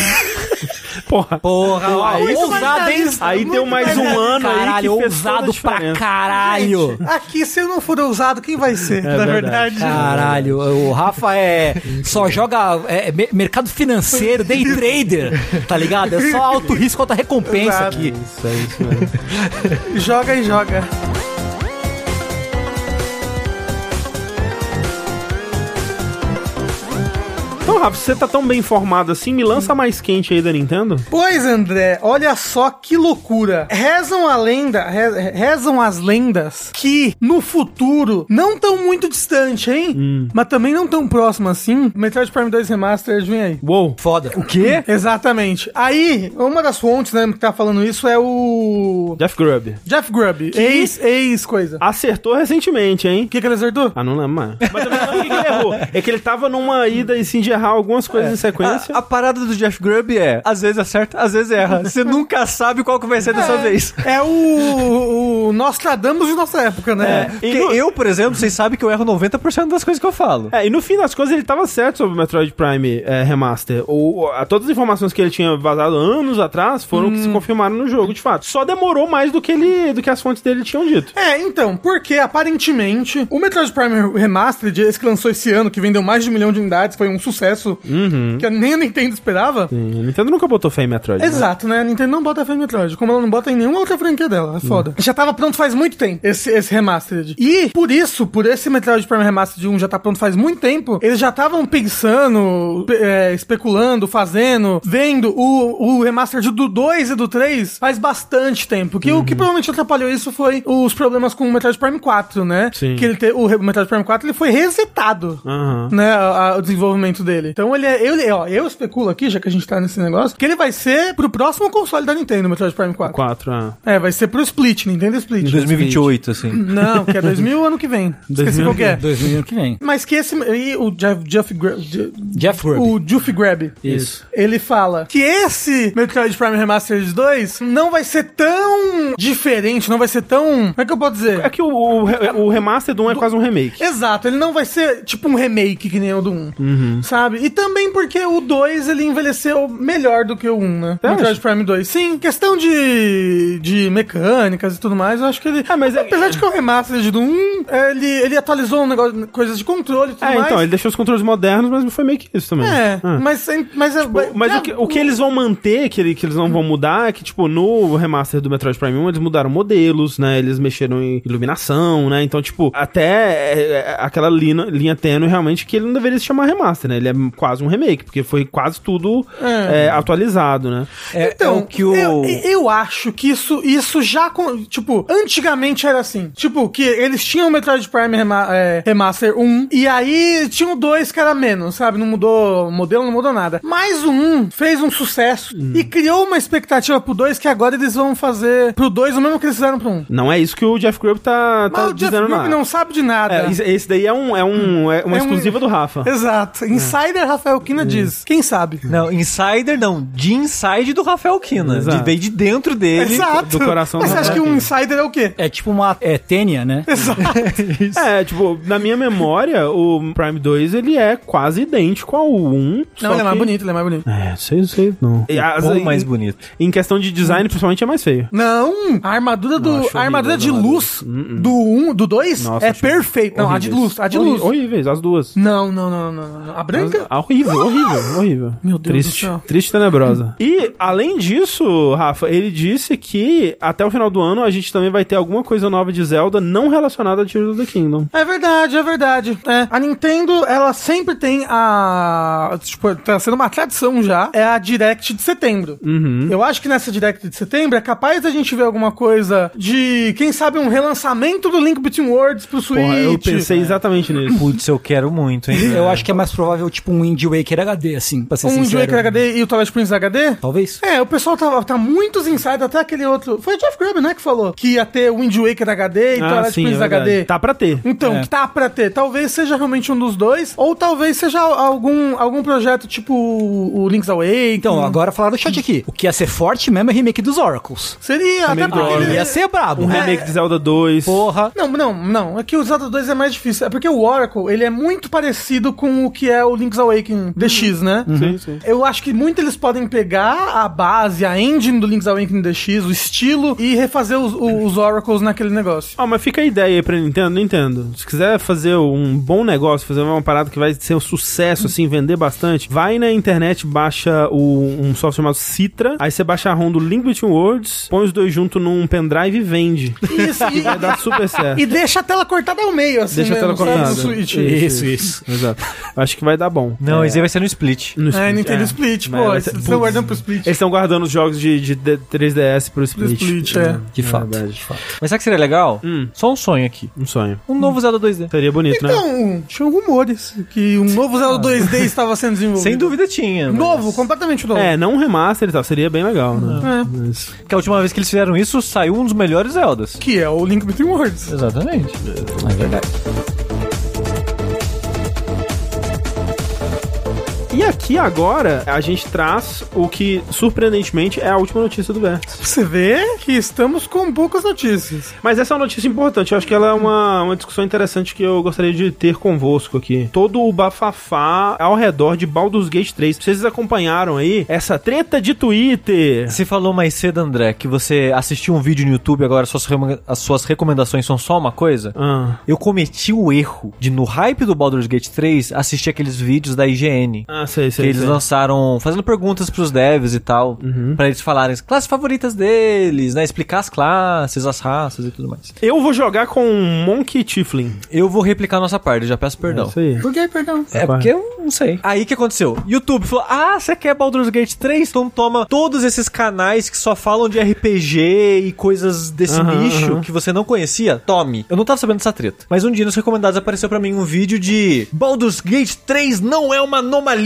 S1: Porra.
S4: Porra,
S1: aí-
S4: ousado, hein?
S1: Aí
S3: muito
S1: deu mais um
S3: mais-
S1: ano aí que
S4: Caralho,
S1: fez toda a
S4: ousado pra
S1: diferença.
S4: caralho.
S3: Gente, aqui, se eu não for ousado, quem vai ser? na
S1: verdade.
S3: verdade.
S4: Caralho, o Rafa é só joga é, me- mercado financeiro, day trader, tá ligado? É só alto risco, alta recompensa
S3: Exato.
S4: aqui.
S1: Isso, é isso mesmo.
S3: Joga e joga.
S1: então Rafa, você tá tão bem informado assim, me lança mais quente aí da Nintendo.
S3: Pois, André, olha só que loucura. Rezam a lenda, re- rezam as lendas que no futuro, não tão muito distante, hein? Mas também não tão próximo assim, Metroid Prime 2 Remastered vem aí.
S1: Uou.
S4: Foda.
S2: O quê?
S3: Exatamente. Aí, uma das fontes, né, que tá falando isso é o
S1: Jeff Grubb.
S3: Jeff Grubb, ex, ex coisa.
S1: Acertou recentemente, hein?
S3: O que que ele acertou?
S1: Ah, não lembro mais. Mas também não é o que que ele errou. É que ele tava numa ida e assim, de errar algumas
S4: É.
S1: coisas em sequência.
S2: A,
S4: Ah,
S2: a parada do Jeff Grubb é, às vezes acerta, às vezes erra. Você nunca sabe qual que vai ser dessa vez.
S3: É o, o Nostradamus de nossa época, né?
S1: E
S2: Porque
S1: no-
S2: eu, por exemplo, vocês sabem que eu erro 90% das coisas que eu falo.
S1: É, e no fim das coisas ele tava certo sobre o Metroid Prime é, Remaster. Ou, ou, a- todas as informações que ele tinha vazado anos atrás foram que se
S3: Hum.
S1: confirmaram no jogo, de fato. Só demorou mais do que ele, do que as fontes dele tinham dito.
S3: É, então, porque aparentemente o Metroid Prime Remastered, esse que lançou esse ano, que vendeu mais de um milhão de unidades, foi um sucesso que nem a Nintendo esperava.
S1: Sim, a Hum, Nintendo nunca botou fé em Metroid. né?
S3: Exato, né? A Nintendo não bota fé no Metroid, como ela não bota em nenhuma outra franquia dela. É
S1: Hum.
S3: foda. Já tava pronto faz muito tempo, esse, esse Remastered. E, por isso, por esse Metroid Prime Remastered 1 já tá pronto faz muito tempo, eles já estavam pensando, pe- é, especulando, fazendo, vendo o, o Remastered do 2 e do 3 faz bastante tempo. Que o
S1: Uhum.
S3: que provavelmente atrapalhou isso foi os problemas com o Metroid Prime 4, né?
S1: Sim.
S3: Que ele te- o Re- Metroid Prime 4 ele foi resetado
S1: Aham.
S3: né, a- a- o desenvolvimento dele. Então ele é, ele, ó, eu especulo aqui, já que a gente tá nesse negócio, que ele vai ser pro próximo console da Nintendo, o Metroid Prime 4.
S1: 4, ah.
S3: É, vai ser pro Split, Nintendo Split.
S2: Em 2028, assim.
S3: Não, que é 2000 ano que vem. Esqueci
S1: 2000
S3: qual que é.
S4: 2000 um que vem.
S3: Mas que esse. E o Jeff, Jeff Gra- Je-
S4: Jeff Grubb.
S3: o Juffy Grab.
S1: Isso.
S3: Ele fala que esse Metroid Prime Remastered 2 não vai ser tão diferente, não vai ser tão. Como é que eu posso dizer?
S1: É que o, o, re- o remaster do 1 é quase um remake.
S3: Exato, ele não vai ser tipo um remake que nem o do 1,
S1: Uhum.
S3: sabe? E também porque o 2 ele envelheceu melhor do que o 1, né?
S1: Você acha?
S3: Metroid Prime 2. Sim, questão de, de mecânicas e tudo mais, eu acho que ele.
S1: Ah, mas é-
S3: Apesar de que é um remaster do 1, ele, ele atualizou um negócio, coisas de controle e tudo
S1: É,
S3: mais.
S1: então, ele deixou os controles modernos, mas foi meio que isso também.
S3: É,
S1: Ah.
S3: mas. Mas, é-
S1: Tipo, mas o que, o que eles vão manter, que, ele- que eles não vão mudar, é que, tipo, no remaster do Metroid Prime 1, eles mudaram modelos, né? Eles mexeram em iluminação, né? Então, tipo, até é, é, aquela linha, linha tênue, realmente, que ele não deveria se chamar remaster, né? Ele é quase um remake, porque foi quase tudo
S3: É.
S1: é, atualizado, né?
S2: É,
S3: Então,
S2: é o que o...
S3: eu, eu acho que isso, isso já. con- Tipo, antigamente era assim. Tipo, que eles tinham o Metroid Prime Rema- é, Remaster 1, e aí tinham dois que era menos, sabe? Não mudou o modelo, não mudou nada. Mas o 1 fez um sucesso e criou uma expectativa pro 2 que agora eles vão fazer pro 2 o mesmo que eles fizeram pro 1.
S1: Não é isso que o Jeff Grubb tá,
S3: Mas
S1: tá
S3: o Jeff
S1: dizendo
S3: Grubb
S1: nada.
S3: não sabe de nada.
S1: É, isso- esse daí é, um, é, um, é uma
S3: É um-
S1: exclusiva do Rafa.
S3: Exato. Insider Rafael Kina diz. Quem sabe?
S2: Não, insider não, de inside do Rafael Kina.
S1: Exato.
S2: De, veio de dentro dele.
S3: Exato.
S1: do coração
S3: Mas
S1: do
S3: você acha que
S1: Rafael
S3: um
S1: Kina.
S3: insider é o quê?
S4: É tipo uma é, tênia, né?
S3: Exato.
S1: É, tipo, na minha memória, o Prime 2 ele é quase idêntico ao 1.
S3: Não, ele é mais bonito, ele é mais bonito.
S1: É, sei, sei, não. E, as,
S2: Ou
S1: em,
S2: mais bonito.
S1: em questão de design, principalmente, é mais feio.
S3: Não, a armadura do
S1: acho
S3: a armadura de
S1: horrível as
S3: luz do 1, um, do 2
S1: Nossa,
S3: é
S1: acho
S3: perfeita. Não, a de
S1: Horríveis.
S3: luz, a de
S1: Horri-
S3: luz.
S1: Horríveis, as duas.
S3: Não, não, não, não, não, não. A branca?
S1: As- ah, horrível, horrível, horrível.
S3: Meu Deus
S1: Triste,
S3: do céu. Hum.
S1: triste e tenebrosa. E, além disso, Rafa, ele disse que até o final do ano a gente também vai ter alguma coisa nova de Zelda não relacionada a Tears of the Kingdom.
S3: É verdade, é verdade. É. A Nintendo, ela sempre tem a. Tipo, tá sendo uma tradição já. É a Direct de setembro.
S1: Uhum.
S3: Eu acho que nessa Direct de setembro é capaz da gente ver alguma coisa de, quem sabe, um relançamento do Link Between Worlds pro Switch.
S1: Porra, eu pensei exatamente nisso.
S2: Putz, eu quero muito, hein?
S4: Eu acho que é mais provável, tipo, um Indie Waker HD, assim, pra ser
S3: Um
S4: sincero.
S3: Joy HD e o Twilight Prince HD?
S4: Talvez.
S3: É, o pessoal tá, tá muitos insights, até aquele outro. Foi o Jeff Grubb, né, que falou que ia ter Wind Waker HD
S4: Ah,
S3: e tipo Twilight Princess
S1: verdade.
S3: HD.
S1: Tá pra ter.
S3: Então,
S4: É.
S3: que tá pra ter. Talvez seja realmente um dos dois, ou talvez seja algum, algum projeto tipo o Link's Away.
S4: Então, agora falaram do chat aqui. O que ia ser forte mesmo é remake dos Oracles.
S3: Seria, até
S1: Remake do
S3: porque.
S1: Oreo.
S3: ele- é-
S4: Ia ser brabo.
S1: Um
S4: né?
S1: remake de Zelda 2.
S4: Porra.
S3: Não, não, não. É que o Zelda 2 é mais difícil. É porque o Oracle, ele é muito parecido com o que é o Link's Awakening DX, né?
S4: Uhum.
S1: Sim, sim.
S3: Eu acho que muito eles podem pegar a base, a engine do Link's Awakening DX, o estilo, e refazer os, os Oracles naquele negócio.
S1: Ó, Ah, mas fica a ideia aí pra Nintendo, Nintendo. Se quiser fazer um bom negócio, fazer uma parada que vai ser um sucesso, assim, vender bastante, vai na internet, baixa o- um software chamado Citra, aí você baixa a ROM do Link Between Worlds, põe os dois junto num pendrive e vende.
S3: Isso, e,
S1: Vai dar super certo.
S3: e deixa a tela cortada ao meio, assim.
S1: Deixa a
S3: né,
S1: tela
S3: no- sabe,
S1: cortada.
S3: no Switch.
S1: Isso, Exato. Acho que vai dar bom. não.
S2: Não,
S1: É.
S2: esse aí vai ser no Split.
S1: No
S3: É,
S1: Split,
S3: Nintendo
S1: é.
S3: Split,
S1: Mas
S3: pô.
S1: vai
S3: Eles
S1: ser-
S3: estão guardando pro Split.
S1: Eles estão guardando os jogos de, de, de 3DS pro
S3: Pro
S1: Split. né?
S3: Split, é.
S4: De fato.
S1: verdade.
S4: de fato.
S2: Mas sabe que seria legal?
S1: Hum.
S2: Só um sonho aqui.
S1: Um sonho.
S2: Um novo Zelda 2D.
S1: Seria bonito, né?
S3: Então, tinham rumores que um novo
S1: Ah.
S3: Zelda 2D estava sendo desenvolvido.
S2: Sem dúvida tinha. mas-
S3: Novo, completamente novo.
S1: É, não um remaster e tal, seria bem legal, né?
S3: É.
S1: Mas-
S2: Que a última vez que eles fizeram isso, saiu um dos melhores Zeldas.
S3: Que é o Link Between Worlds.
S2: Exatamente.
S4: É verdade.
S1: E aqui agora a gente traz o que surpreendentemente é a última notícia do Verts.
S3: Você vê que estamos com poucas notícias.
S1: Mas essa é uma notícia importante, eu acho que ela é uma, uma discussão interessante que eu gostaria de ter convosco aqui. Todo o bafafá ao redor de Baldur's Gate 3. Vocês acompanharam aí essa treta de Twitter?
S2: Você falou mais cedo, André, que você assistiu um vídeo no YouTube agora suas remo- as suas recomendações são só uma coisa?
S1: Ah,
S2: Eu cometi o erro de, no hype do Baldur's Gate 3, assistir aqueles vídeos da IGN.
S1: ah sei,
S2: Que
S1: sei.
S2: eles
S1: sei.
S2: lançaram, fazendo perguntas pros devs e tal, pra eles falarem as classes favoritas deles, né? Explicar as classes, as raças e tudo mais.
S1: Eu vou jogar com um Monkey Tiflin.
S2: Eu vou replicar a nossa parte, já peço perdão.
S1: Isso aí.
S3: Por que, perdão?
S2: É porque eu não sei. Aí o que aconteceu? YouTube falou: Ah, você quer Baldur's Gate 3? Então toma todos esses canais que só falam de RPG e coisas desse
S1: Aham,
S2: nicho
S1: aham.
S2: que você não conhecia. Tome. Eu não tava sabendo dessa treta. Mas um dia nos recomendados apareceu pra mim um vídeo de Baldur's Gate 3 não é uma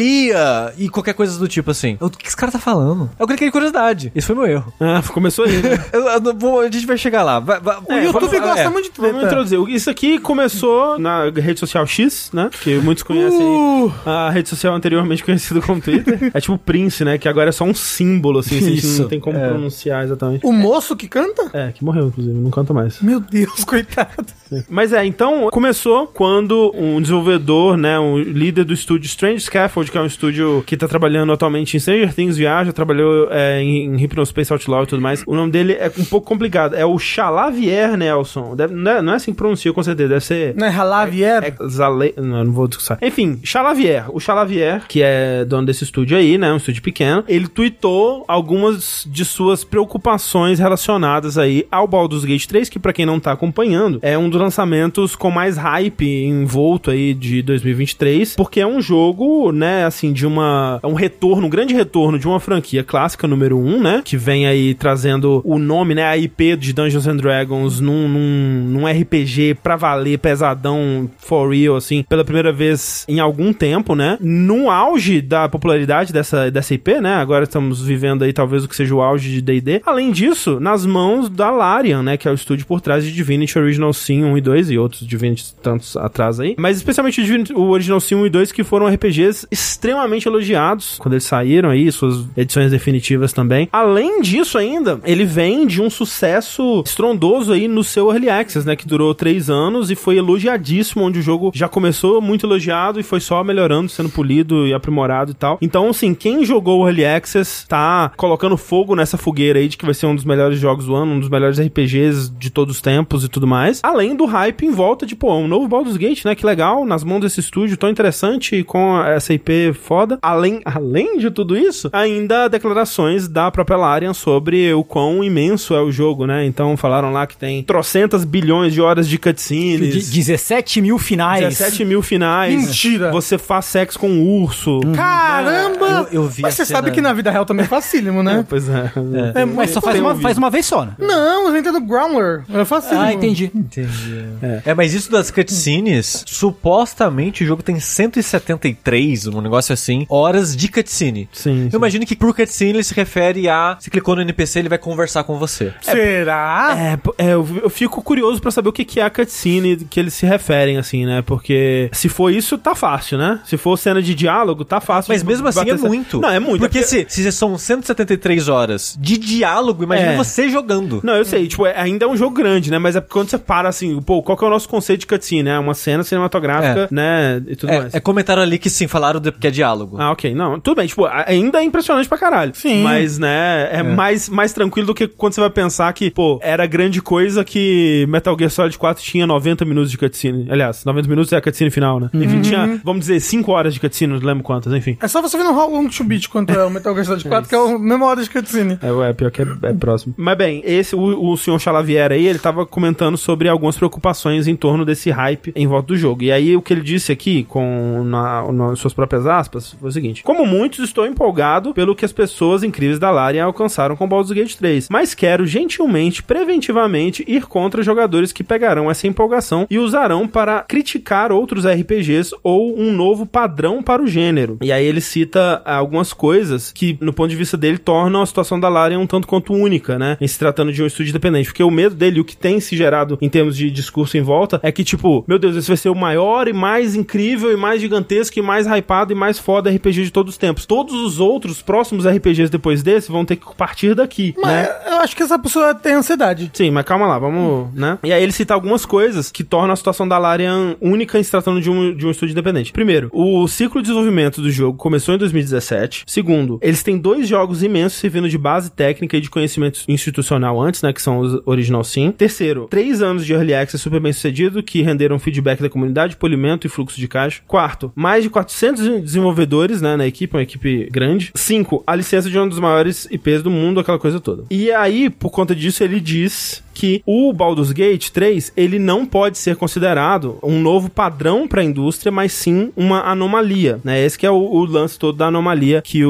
S2: anomalia e qualquer coisa do tipo assim. Eu, o que esse cara tá falando? Eu cliquei em curiosidade. Esse foi meu erro.
S1: Ah, começou aí, né?
S2: Eu- eu não vou- a gente vai chegar lá. Vai- vai-
S3: O YouTube
S2: vamos-
S3: gosta
S2: é.
S3: muito de
S1: Vamos
S3: treta.
S1: introduzir. Isso aqui começou na rede social X, né? Que muitos conhecem
S3: Uh.
S1: aí. a rede social anteriormente conhecida como Twitter. é tipo o Prince, né? Que agora é só um símbolo, assim. assim,
S4: Isso.
S1: Não tem como pronunciar exatamente.
S3: O moço que canta?
S1: É, que morreu, inclusive, não canta mais.
S3: Meu Deus, coitado.
S1: Mas é, então começou quando um desenvolvedor, né, um líder do estúdio Strange Scaffold, que é um estúdio que tá trabalhando atualmente em Stranger Things VR, já trabalhou é, em, em Hypnospace Outlaw e tudo mais. O nome dele é um pouco complicado, é o Xalavier Nelson. Deve- não, é, não é assim que pronuncia, com certeza, deve ser
S3: Né, Javier?
S1: é, Zale... Não, eu não vou discutir. Enfim, Xalavier. O Xalavier, que é dono desse estúdio aí, né? Um estúdio pequeno. Ele tweetou algumas de suas preocupações relacionadas aí ao Baldur's Gate 3, que pra quem não tá acompanhando, é um dos lançamentos com mais hype envolto aí de 2023, porque é um jogo, né, assim, de uma... É um retorno, um grande retorno de uma franquia clássica número 1, né? Que vem aí trazendo o nome, né, a IP de Dungeons and Dragons num, num, num RPG pra valer, pesadão, um for real, assim, pela primeira vez em algum tempo, né? No auge da popularidade dessa, dessa IP, né? Agora estamos vivendo aí talvez o que seja o auge de D&D. Além disso, nas mãos da Larian, né? Que é o estúdio por trás de Divinity Original Sin 1 e 2 e outros Divinity tantos atrás aí. Mas especialmente o, Divinity, o Original Sin 1 e 2, que foram RPGs extremamente elogiados quando eles saíram aí, suas edições definitivas também. Além disso ainda, ele vem de um sucesso estrondoso aí no seu Early Access, né? Que durou três anos e foi elogiadíssimo, onde o jogo já começou muito elogiado e foi só melhorando, sendo polido e aprimorado e tal. Então, assim, quem jogou o Early Access tá colocando fogo nessa fogueira aí de que vai ser um dos melhores jogos do ano, um dos melhores RPGs de todos os tempos e tudo mais. Além do hype em volta de, pô, um novo Baldur's Gate, né? Que legal, nas mãos desse estúdio tão interessante e com essa IP foda. Além, além de tudo isso, ainda declarações da própria Larian sobre o quão imenso é o jogo, né? Então falaram lá que tem trocentas bilhões de horas de cutscenes.
S4: De- 17 mil
S2: É
S4: finais.
S1: 17 mil finais.
S3: Mentira.
S1: Você faz sexo com um urso.
S3: Caramba!
S2: Eu- eu vi
S3: Mas
S2: a
S3: você
S2: cena-
S3: sabe que na vida real também é facílimo, né?
S1: Pois é.
S4: É, mas só faz
S1: Tem
S4: uma,
S1: um
S4: faz uma vez só, né?
S3: Não, eu entendo Growler. É facílimo.
S4: Ah, entendi.
S2: Entendi. É. mas isso das cutscenes, supostamente o jogo tem 173, um negócio assim, horas de cutscene.
S1: Sim, sim.
S2: Eu imagino que por cutscene ele se refere a. Se clicou no NPC, ele vai conversar com você.
S3: Será?
S1: É, p- é, eu, eu fico curioso pra saber o que, que é a cutscene que eles se referem, assim, né? Porque se for isso, tá fácil, né? Se for cena de diálogo, tá fácil.
S2: Mas
S1: de
S2: mesmo assim
S1: bater
S2: é
S1: essa-
S2: muito.
S1: Não, é muito.
S2: Porque,
S1: é
S2: se, se são 173 horas de diálogo, imagina
S1: É.
S2: você jogando.
S1: Não, eu sei, tipo, é- ainda é um jogo grande, né? Mas é porque quando você para assim, pô, qual que é o nosso conceito de cutscene, né? Uma cena cinematográfica, né? E tudo mais.
S2: É, é comentário ali que sim, falaram de- que é diálogo.
S1: Ah, ok. Não, tudo bem. Tipo, a- ainda é impressionante pra caralho.
S3: Sim.
S1: Mas, né, é, Mais, mais tranquilo do que quando você vai pensar que, pô, era grande coisa que Metal Gear Solid 4 tinha 90 minutos de cutscene. Aliás, 90 minutos é a cutscene final, né? Enfim, tinha, vamos dizer, 5 horas de cutscene, não lembro quantas, enfim.
S3: É só você ver no How Long to Beat quanto é o Metal Gear Solid 4, que é a mesma hora de cutscene.
S1: É, ué, pior que é, é próximo. Mas bem, esse, o, o senhor Xalavier aí, ele tava comentando sobre algumas preocupações em torno desse hype em volta do jogo. E aí, o que ele disse aqui, com na, na- suas próprias aspas, foi o seguinte: Como muitos, estou empolgado pelo que as pessoas incríveis da Larian alcançaram com Baldur's Gate 3, mas quero gentilmente, preventivamente, ir contra jogadores que pegarão essa empolgação e usarão para criticar outros RPGs ou um novo padrão para o gênero. E aí ele cita algumas coisas que, no ponto de vista dele, tornam a situação da Larian um tanto quanto única, né? Em se tratando de um estúdio independente. Porque o medo dele, o que tem se gerado em termos de discurso em volta, é que, tipo, meu Deus, esse vai ser o maior e mais incrível e mais gigantesco e mais hypado e mais foda RPG de todos os tempos. Todos os outros próximos RPGs depois desse vão ter que partir daqui,
S3: Mas
S1: né?
S3: eu acho que essa pessoa tem ansiedade.
S1: Sim, mas calma lá, vamos, né? E aí ele cita algumas coisas que tornam a situação da Larian única em se tratando de um, de um estúdio independente. Primeiro, o ciclo de desenvolvimento do jogo começou em 2017. Segundo, eles têm dois jogos imensos servindo de base técnica e de conhecimento institucional antes, né? Que são os Original Sim. Terceiro, três anos de Early Access super bem sucedido, que renderam feedback da comunidade, polimento e fluxo de caixa. Quarto, mais de 400 desenvolvedores, né? Na equipe, uma equipe grande. Cinco, a licença de um dos maiores IPs do mundo, aquela coisa toda. E aí, por conta disso, ele diz que o Baldur's Gate 3 ele não pode ser considerado um novo padrão para a indústria, mas sim uma anomalia, né? Esse que é o, o lance todo da anomalia que o,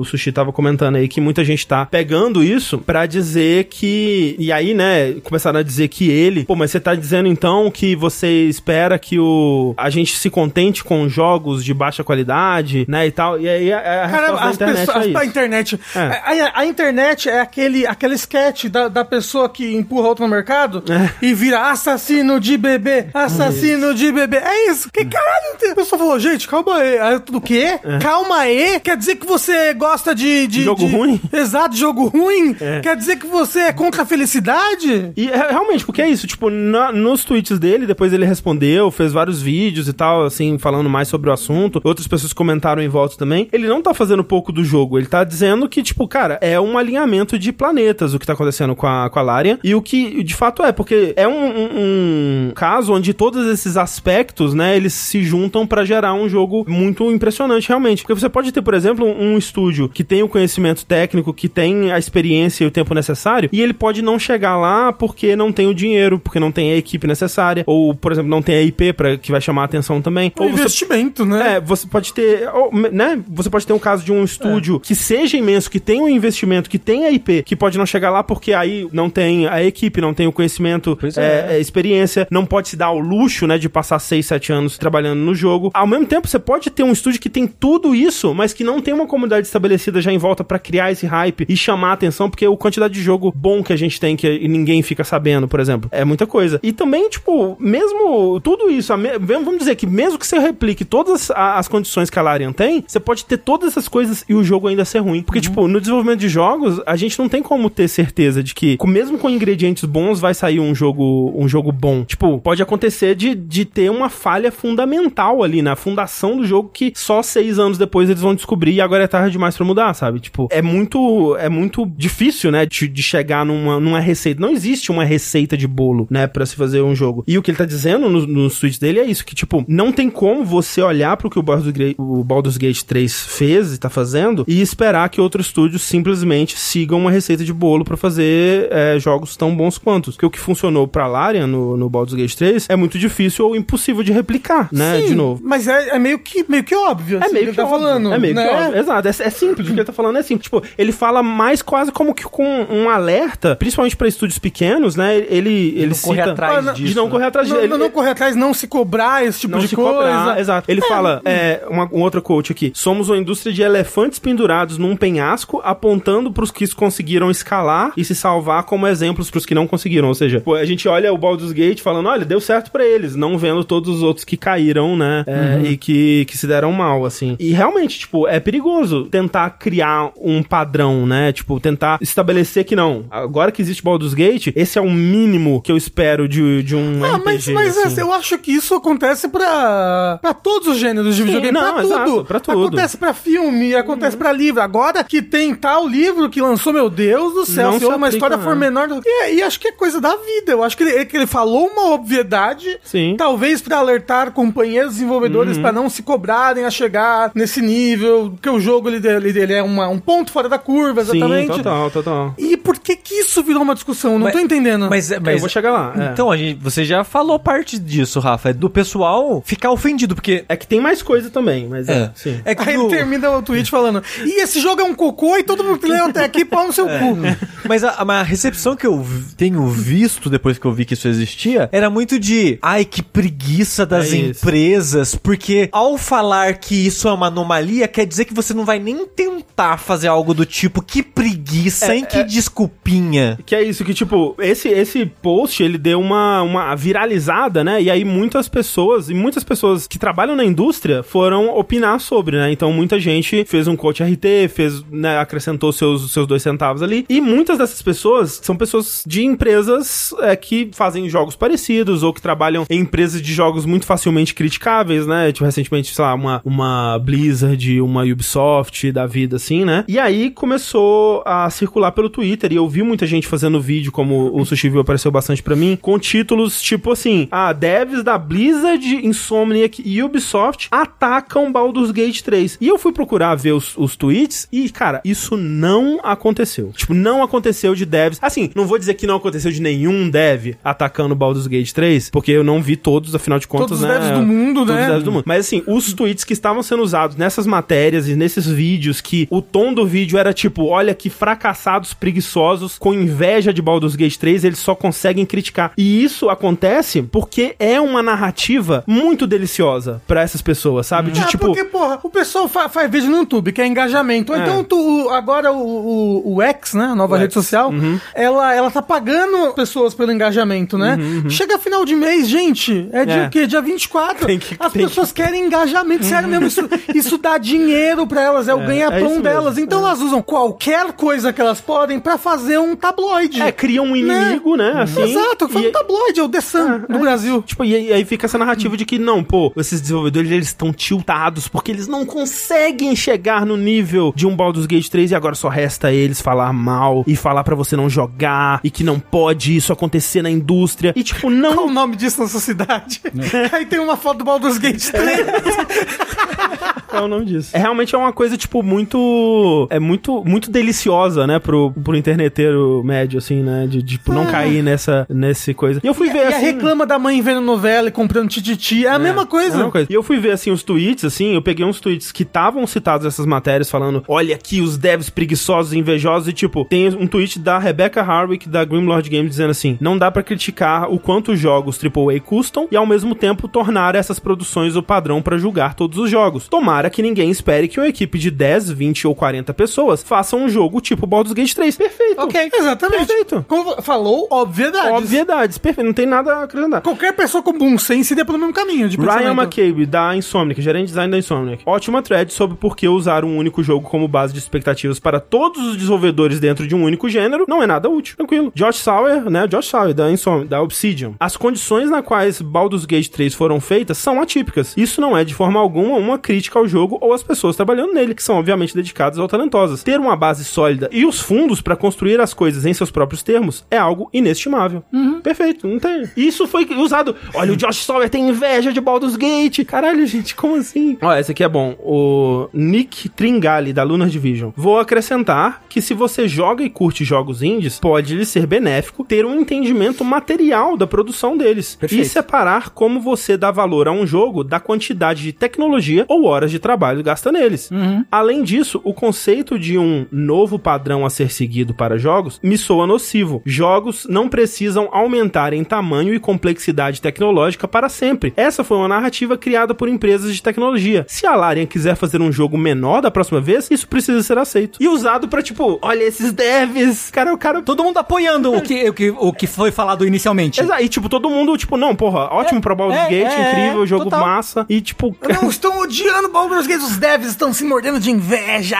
S1: o Sushi tava comentando aí, que muita gente tá pegando isso para dizer que e aí, né, começaram a dizer que ele, pô, mas você tá dizendo então que você espera que o a gente se contente com jogos de baixa qualidade, né, e tal. E aí a, a
S3: Cara,
S1: resposta
S3: as
S1: da internet
S3: pessoas.
S1: é isso.
S3: a internet.
S1: É.
S3: A, a- a internet é aquele, aquele sketch da, da pessoa que empurra outro no mercado
S1: É.
S3: e vira assassino de bebê, assassino de bebê. É isso. Que caralho. tem- A pessoa falou, gente, calma aí. aí eu, do quê? Calma aí? Quer dizer que você gosta de. de
S1: É. Jogo
S3: de-
S1: ruim?
S3: Exato, jogo ruim?
S1: É.
S3: Quer dizer que você é contra a felicidade?
S1: E é, realmente, porque é isso, tipo, na- nos tweets dele, depois ele respondeu, fez vários vídeos e tal, assim, falando mais sobre o assunto. Outras pessoas comentaram em volta também. Ele não tá fazendo pouco do jogo, ele tá dizendo que, tipo, cara, é um alinhamento de planetas o que tá acontecendo com a, com a Larian. E o que de fato é, porque é um, um- um caso onde todos esses aspectos, né, eles se juntam pra gerar um jogo muito impressionante, realmente. Porque você pode ter, por exemplo, um estúdio que tem o conhecimento técnico, que tem a experiência e o tempo necessário, e ele pode não chegar lá porque não tem o dinheiro, porque não tem a equipe necessária, ou, por exemplo, não tem a IP pra, que vai chamar a atenção também.
S4: É
S3: Um
S1: Ou você
S3: investimento, né?
S1: é, você pode ter, ou, né? Você pode ter um caso de um estúdio que seja imenso, que tenha um investimento, que tenha IP, que pode não chegar lá porque aí não tem a equipe, não tem o conhecimento,
S2: Pois
S1: é,
S2: é.
S1: é, experiência, não pode se dar o luxo, né, de passar 6, 7 anos trabalhando no jogo. Ao mesmo tempo, você pode ter um estúdio que tem tudo isso, mas que não tem uma comunidade estabelecida já em volta pra criar esse hype e chamar a atenção, porque a quantidade de jogo bom que a gente tem que ninguém fica sabendo, por exemplo, é muita coisa. E também, tipo, mesmo tudo isso, a me- vamos dizer que mesmo que você replique todas a- as condições que a Larian tem, você pode ter todas essas coisas e o jogo ainda ser ruim. Porque, tipo, no desenvolvimento de jogos, a gente não tem como ter certeza de que, com- mesmo com ingredientes bons, vai sair um jogo, um jogo bom. Tipo, pode acontecer de, de ter uma falha fundamental ali na fundação do jogo que só seis anos depois eles vão descobrir e agora é tarde demais pra mudar, sabe? Tipo, é muito, é muito difícil, né, de, de chegar numa, numa receita. Não existe uma receita de bolo, né, pra se fazer um jogo. E o que ele tá dizendo no, no tweet dele é isso, que, tipo, não tem como você olhar pro que o Baldur's, Gate, o Baldur's Gate 3 fez e tá fazendo e esperar que outro estúdio simplesmente siga uma receita de bolo pra fazer é, jogos tão bons quanto. Porque o que funcionou pra Larian no, no Baldur's Gate 3 é muito difícil ou impossível de replicar, né,
S3: Sim,
S1: de novo.
S3: Mas é, é meio, que, meio que óbvio.
S1: É
S3: assim,
S1: meio
S3: ele
S1: que
S3: tá
S1: óbvio.
S3: falando.
S1: É meio
S3: né?
S1: que óbvio. Exato. É, é simples. O que ele tá falando é simples. Tipo, ele fala mais quase como que com um alerta, principalmente pra estúdios pequenos, né? Ele, ele
S2: não corre
S1: cita-
S2: atrás
S1: Ah, não,
S2: disso,
S1: De não
S2: né?
S1: correr atrás
S3: Não,
S1: disso.
S3: não, não correr atrás, não se cobrar esse tipo
S1: não
S3: de
S1: se
S3: coisa.
S1: cobrar. Exato. Ele fala, é, uma, um outro coach aqui, somos uma indústria de elefantes pendurados num penhasco, apontando pros que conseguiram escalar e se salvar como exemplos pros que não conseguiram. Ou seja, pô, a gente olha o Baldur's Gate falando, olha, deu certo pra eles, não vendo todos os outros que caíram, né, é, e que, que se deram mal, assim. E realmente, tipo, é perigoso tentar criar um padrão, né, tipo, tentar estabelecer que não, agora que existe Baldur's Gate, esse é o mínimo que eu espero de, de um
S3: Ah,
S1: RPG,
S3: mas, mas
S1: assim.
S3: assim, eu acho que isso acontece pra, pra todos os gêneros de videogame.
S1: não,
S3: pra
S1: exato,
S3: tudo.
S1: pra tudo.
S3: Acontece pra filme, acontece pra livro. Agora que tem tal livro que lançou, meu Deus do céu,
S1: Não
S3: se é
S1: se
S3: uma
S1: aplica,
S3: história
S1: né?
S3: menor do. E, e acho que é coisa da vida. Eu acho que ele, é que ele falou uma obviedade.
S1: Sim. Uhum.
S3: Talvez pra alertar companheiros desenvolvedores pra não se cobrarem a chegar nesse nível. Porque o jogo ele, ele, ele é uma- um ponto fora da curva,
S1: Sim,
S3: exatamente.
S1: total, total.
S3: E por que que isso virou uma discussão? Não tô entendendo.
S2: Mas, mas
S1: Eu vou chegar lá. é.
S2: Então, a gente, você já falou parte disso, Rafa. É do pessoal ficar ofendido, porque.
S1: É que tem mais coisa também, mas é, sim.
S2: é que
S3: Aí
S2: no-
S3: ele termina o tweet falando: E esse jogo é um cocô e todo mundo que leu até aqui, pau no seu cu.
S1: É.
S2: Mas a, a- a recepção que eu vi- tenho visto depois que eu vi que isso existia era muito de ai que preguiça das
S1: É isso.
S2: empresas, porque ao falar que isso é uma anomalia, quer dizer que você não vai nem tentar fazer algo do tipo que preguiça,
S1: É,
S2: hein? Que desculpinha.
S1: Que é isso, que tipo, esse, esse post ele deu uma, uma viralizada, né? E aí muitas pessoas, e muitas pessoas que trabalham na indústria foram opinar sobre, né? Então muita gente fez um coach RT, fez, né, acrescentou seus, seus dois centavos ali. E muitas dessas pessoas são pessoas de empresas é, que fazem jogos parecidos ou que trabalham em empresas de jogos muito facilmente criticáveis, né? Tipo, recentemente, sei lá, uma, uma Blizzard, uma Ubisoft da vida, assim, né? E aí começou a circular pelo Twitter e eu vi muita gente fazendo vídeo, como o Sushi View apareceu bastante pra mim, com títulos tipo assim: ah, devs da Blizzard, Insomniac e Ubisoft atacam Baldur's Gate 3. E eu fui procurar ver os, os tweets e, cara, isso não aconteceu. Tipo, não aconteceu de devs. Assim, não vou dizer que não aconteceu de nenhum dev atacando Baldur's Gate 3, porque eu não vi todos, afinal de contas,
S3: Todos os
S1: né?
S3: devs do mundo,
S1: todos
S3: né?
S1: os devs do mundo. Mas assim, os tweets que estavam sendo usados nessas matérias e nesses vídeos, que o tom do vídeo era tipo, olha que fracassados preguiçosos com inveja de Baldur's Gate 3, eles só conseguem criticar. E isso acontece porque é uma narrativa muito deliciosa pra essas pessoas, sabe? De
S3: Ah,
S1: tipo,
S3: porque, porra, o pessoal fa- faz vídeo no YouTube, que é engajamento. Ou
S1: É.
S3: então, tu, o- agora o, o, o X, né, a nova rede social,
S1: uhum.
S3: ela, ela tá pagando pessoas pelo engajamento, né? Chega final de mês, gente, é dia
S1: Uhum, É.
S3: o quê? Dia 24.
S1: Tem que-
S3: As
S1: tem
S3: pessoas querem engajamento, sério mesmo. Isso, isso dá dinheiro pra elas, é o
S1: É, é isso
S3: ganha-pão
S1: mesmo.
S3: delas. Então, elas usam qualquer coisa que elas podem pra fazer um tabloide.
S1: é, cria um inimigo, né? assim,
S3: Exato, foi
S1: e-
S3: um tabloide, é o The Sun, no Brasil.
S1: Tipo, e aí- aí fica essa narrativa de que não, pô, esses desenvolvedores eles estão tiltados porque eles não conseguem chegar no nível de um Baldur's Gate 3 e agora só resta eles falar mal e falar pra você não jogar e que não pode isso acontecer na indústria. E tipo,
S3: Qual o
S1: não
S3: nome disso na sua cidade? Aí tem uma foto do Baldur's Gate 3.
S1: é o nome disso. É realmente é uma coisa tipo muito é muito muito deliciosa, né, pro, pro interneteiro médio assim, né, de tipo não cair nessa nesse coisa. E eu fui ver
S3: E a
S1: assim,
S3: reclama da mãe vendo novela e comprando tititi. É a mesma coisa.
S1: É a mesma E eu fui ver, assim, os tweets, assim, eu peguei uns tweets que estavam citados nessas matérias, falando, olha aqui os devs preguiçosos e invejosos, e tipo, tem um tweet da Rebecca Harwick, da Grimlord Games, dizendo assim, não dá pra criticar o quanto os jogos AAA custam e, ao mesmo tempo, tornar essas produções o padrão pra julgar todos os jogos. Tomara que ninguém espere que uma equipe de 10, 20 ou 40 pessoas faça um jogo tipo Baldur's Gate 3. Perfeito.
S3: Ok, exatamente.
S1: Perfeito.
S3: Como falou, obviedade.
S1: Obviedades, perfeito, não tem nada a acrescentar.
S3: Qualquer pessoa com bom senso iria pelo mesmo caminho de
S1: Ryan
S3: pensamento.
S1: McCabe, da Insomniac, gerente de design da Insomniac. Ótima thread sobre por que usar um único jogo como base de expectativas para todos os desenvolvedores dentro de um único gênero não é nada útil. Tranquilo. Josh Sauer, né? Josh Sauer, da Insomniac, da Obsidian. As condições na quais Baldur's Gate 3 foram feitas são atípicas. Isso não é, de forma alguma, uma crítica ao jogo ou às pessoas trabalhando nele, que são obviamente dedicadas ou talentosas. Ter uma base sólida e os fundos para construir as coisas em seus próprios termos é algo inestimável. Perfeito, não tem. Isso foi usado. Olha, o Josh Sawyer tem inveja de Baldur's Gate. Caralho, gente, como assim? Ó, esse aqui é bom. O Nick Tringali, da Lunar Division. Vou acrescentar que se você joga e curte jogos indies, pode lhe ser benéfico ter um entendimento material da produção deles. E
S4: Perfeito.
S1: separar como você dá valor a um jogo da quantidade de tecnologia ou horas de trabalho gasta neles. Além disso, o conceito de um novo padrão a ser seguido para jogos me soa nocivo. Jogos não precisam aumentar em tamanho e complexidade tecnológica para sempre. Essa foi uma narrativa criada por empresas de tecnologia. Se a Larian quiser fazer um jogo menor da próxima vez, isso precisa ser aceito. E usado pra tipo, olha esses devs, cara, o cara
S4: Todo mundo apoiando o que, o que, o que foi falado inicialmente.
S1: Exa- E, tipo, todo mundo, tipo, não, porra, ótimo pra Baldur's
S4: é,
S1: Gate,
S4: é,
S1: incrível,
S4: é,
S1: jogo
S4: total.
S1: massa. E, tipo,
S3: Não,
S1: É.
S3: estão odiando Baldur's Gate. Os devs estão se mordendo de inveja.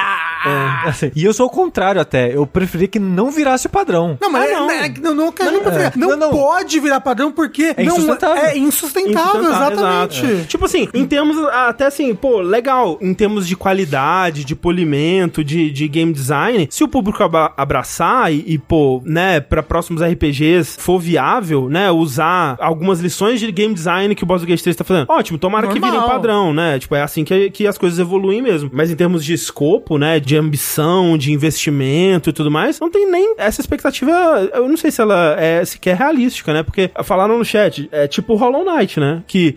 S2: Assim, e eu sou o contrário até. Eu preferi que não virasse o padrão.
S3: Não, mas
S1: Ah, não.
S3: não. É, é, não, não, não, não,
S2: é.
S3: não
S2: Não, não.
S3: pode virar padrão porque não
S2: insustentável.
S3: é insustentável, exatamente.
S1: exato. É. Tipo assim, em termos até assim, pô, legal, em termos de qualidade, de polimento, de, de game design, se o público aba- abraçar e, e, pô, né, pra próximos RPGs for viável, né, usar algumas lições de game design que o Boss Gate 3 tá fazendo, ótimo, tomara que
S3: Normal.
S1: virem padrão, né, tipo, é assim que, que as coisas evoluem mesmo. Mas em termos de escopo, né, de ambição, de investimento e tudo mais, não tem nem essa expectativa, eu não sei se ela é sequer realística, né, porque falaram no chat, é tipo Hollow Knight, né, que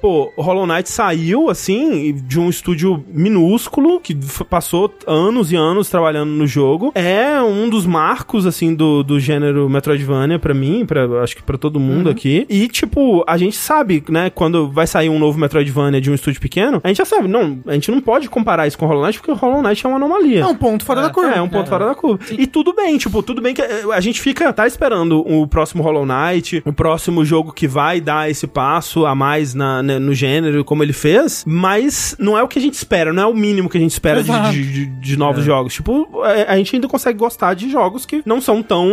S1: Pô, o Hollow Knight saiu, assim, de um estúdio minúsculo, que f- passou anos e anos trabalhando no jogo. É um dos marcos, assim, do, do gênero Metroidvania pra mim, pra, acho que pra todo mundo aqui. E, tipo, a gente sabe, né, quando vai sair um novo Metroidvania de um estúdio pequeno, a gente já sabe, não, a gente não pode comparar isso com o Hollow Knight, porque o Hollow Knight é uma anomalia.
S3: É um ponto fora da curva.
S1: É, um ponto fora da curva. E tudo bem, tipo, tudo bem que eh, a gente fica, tá esperando o próximo Hollow Knight, o próximo jogo que vai dar esse passo a mais na, né, no gênero, como ele fez, mas não é o que a gente espera, não é o mínimo que a gente espera de,
S3: Exato. É.
S1: de- de- de novos jogos. Tipo, eh, a gente ainda consegue gostar de jogos que não são tão,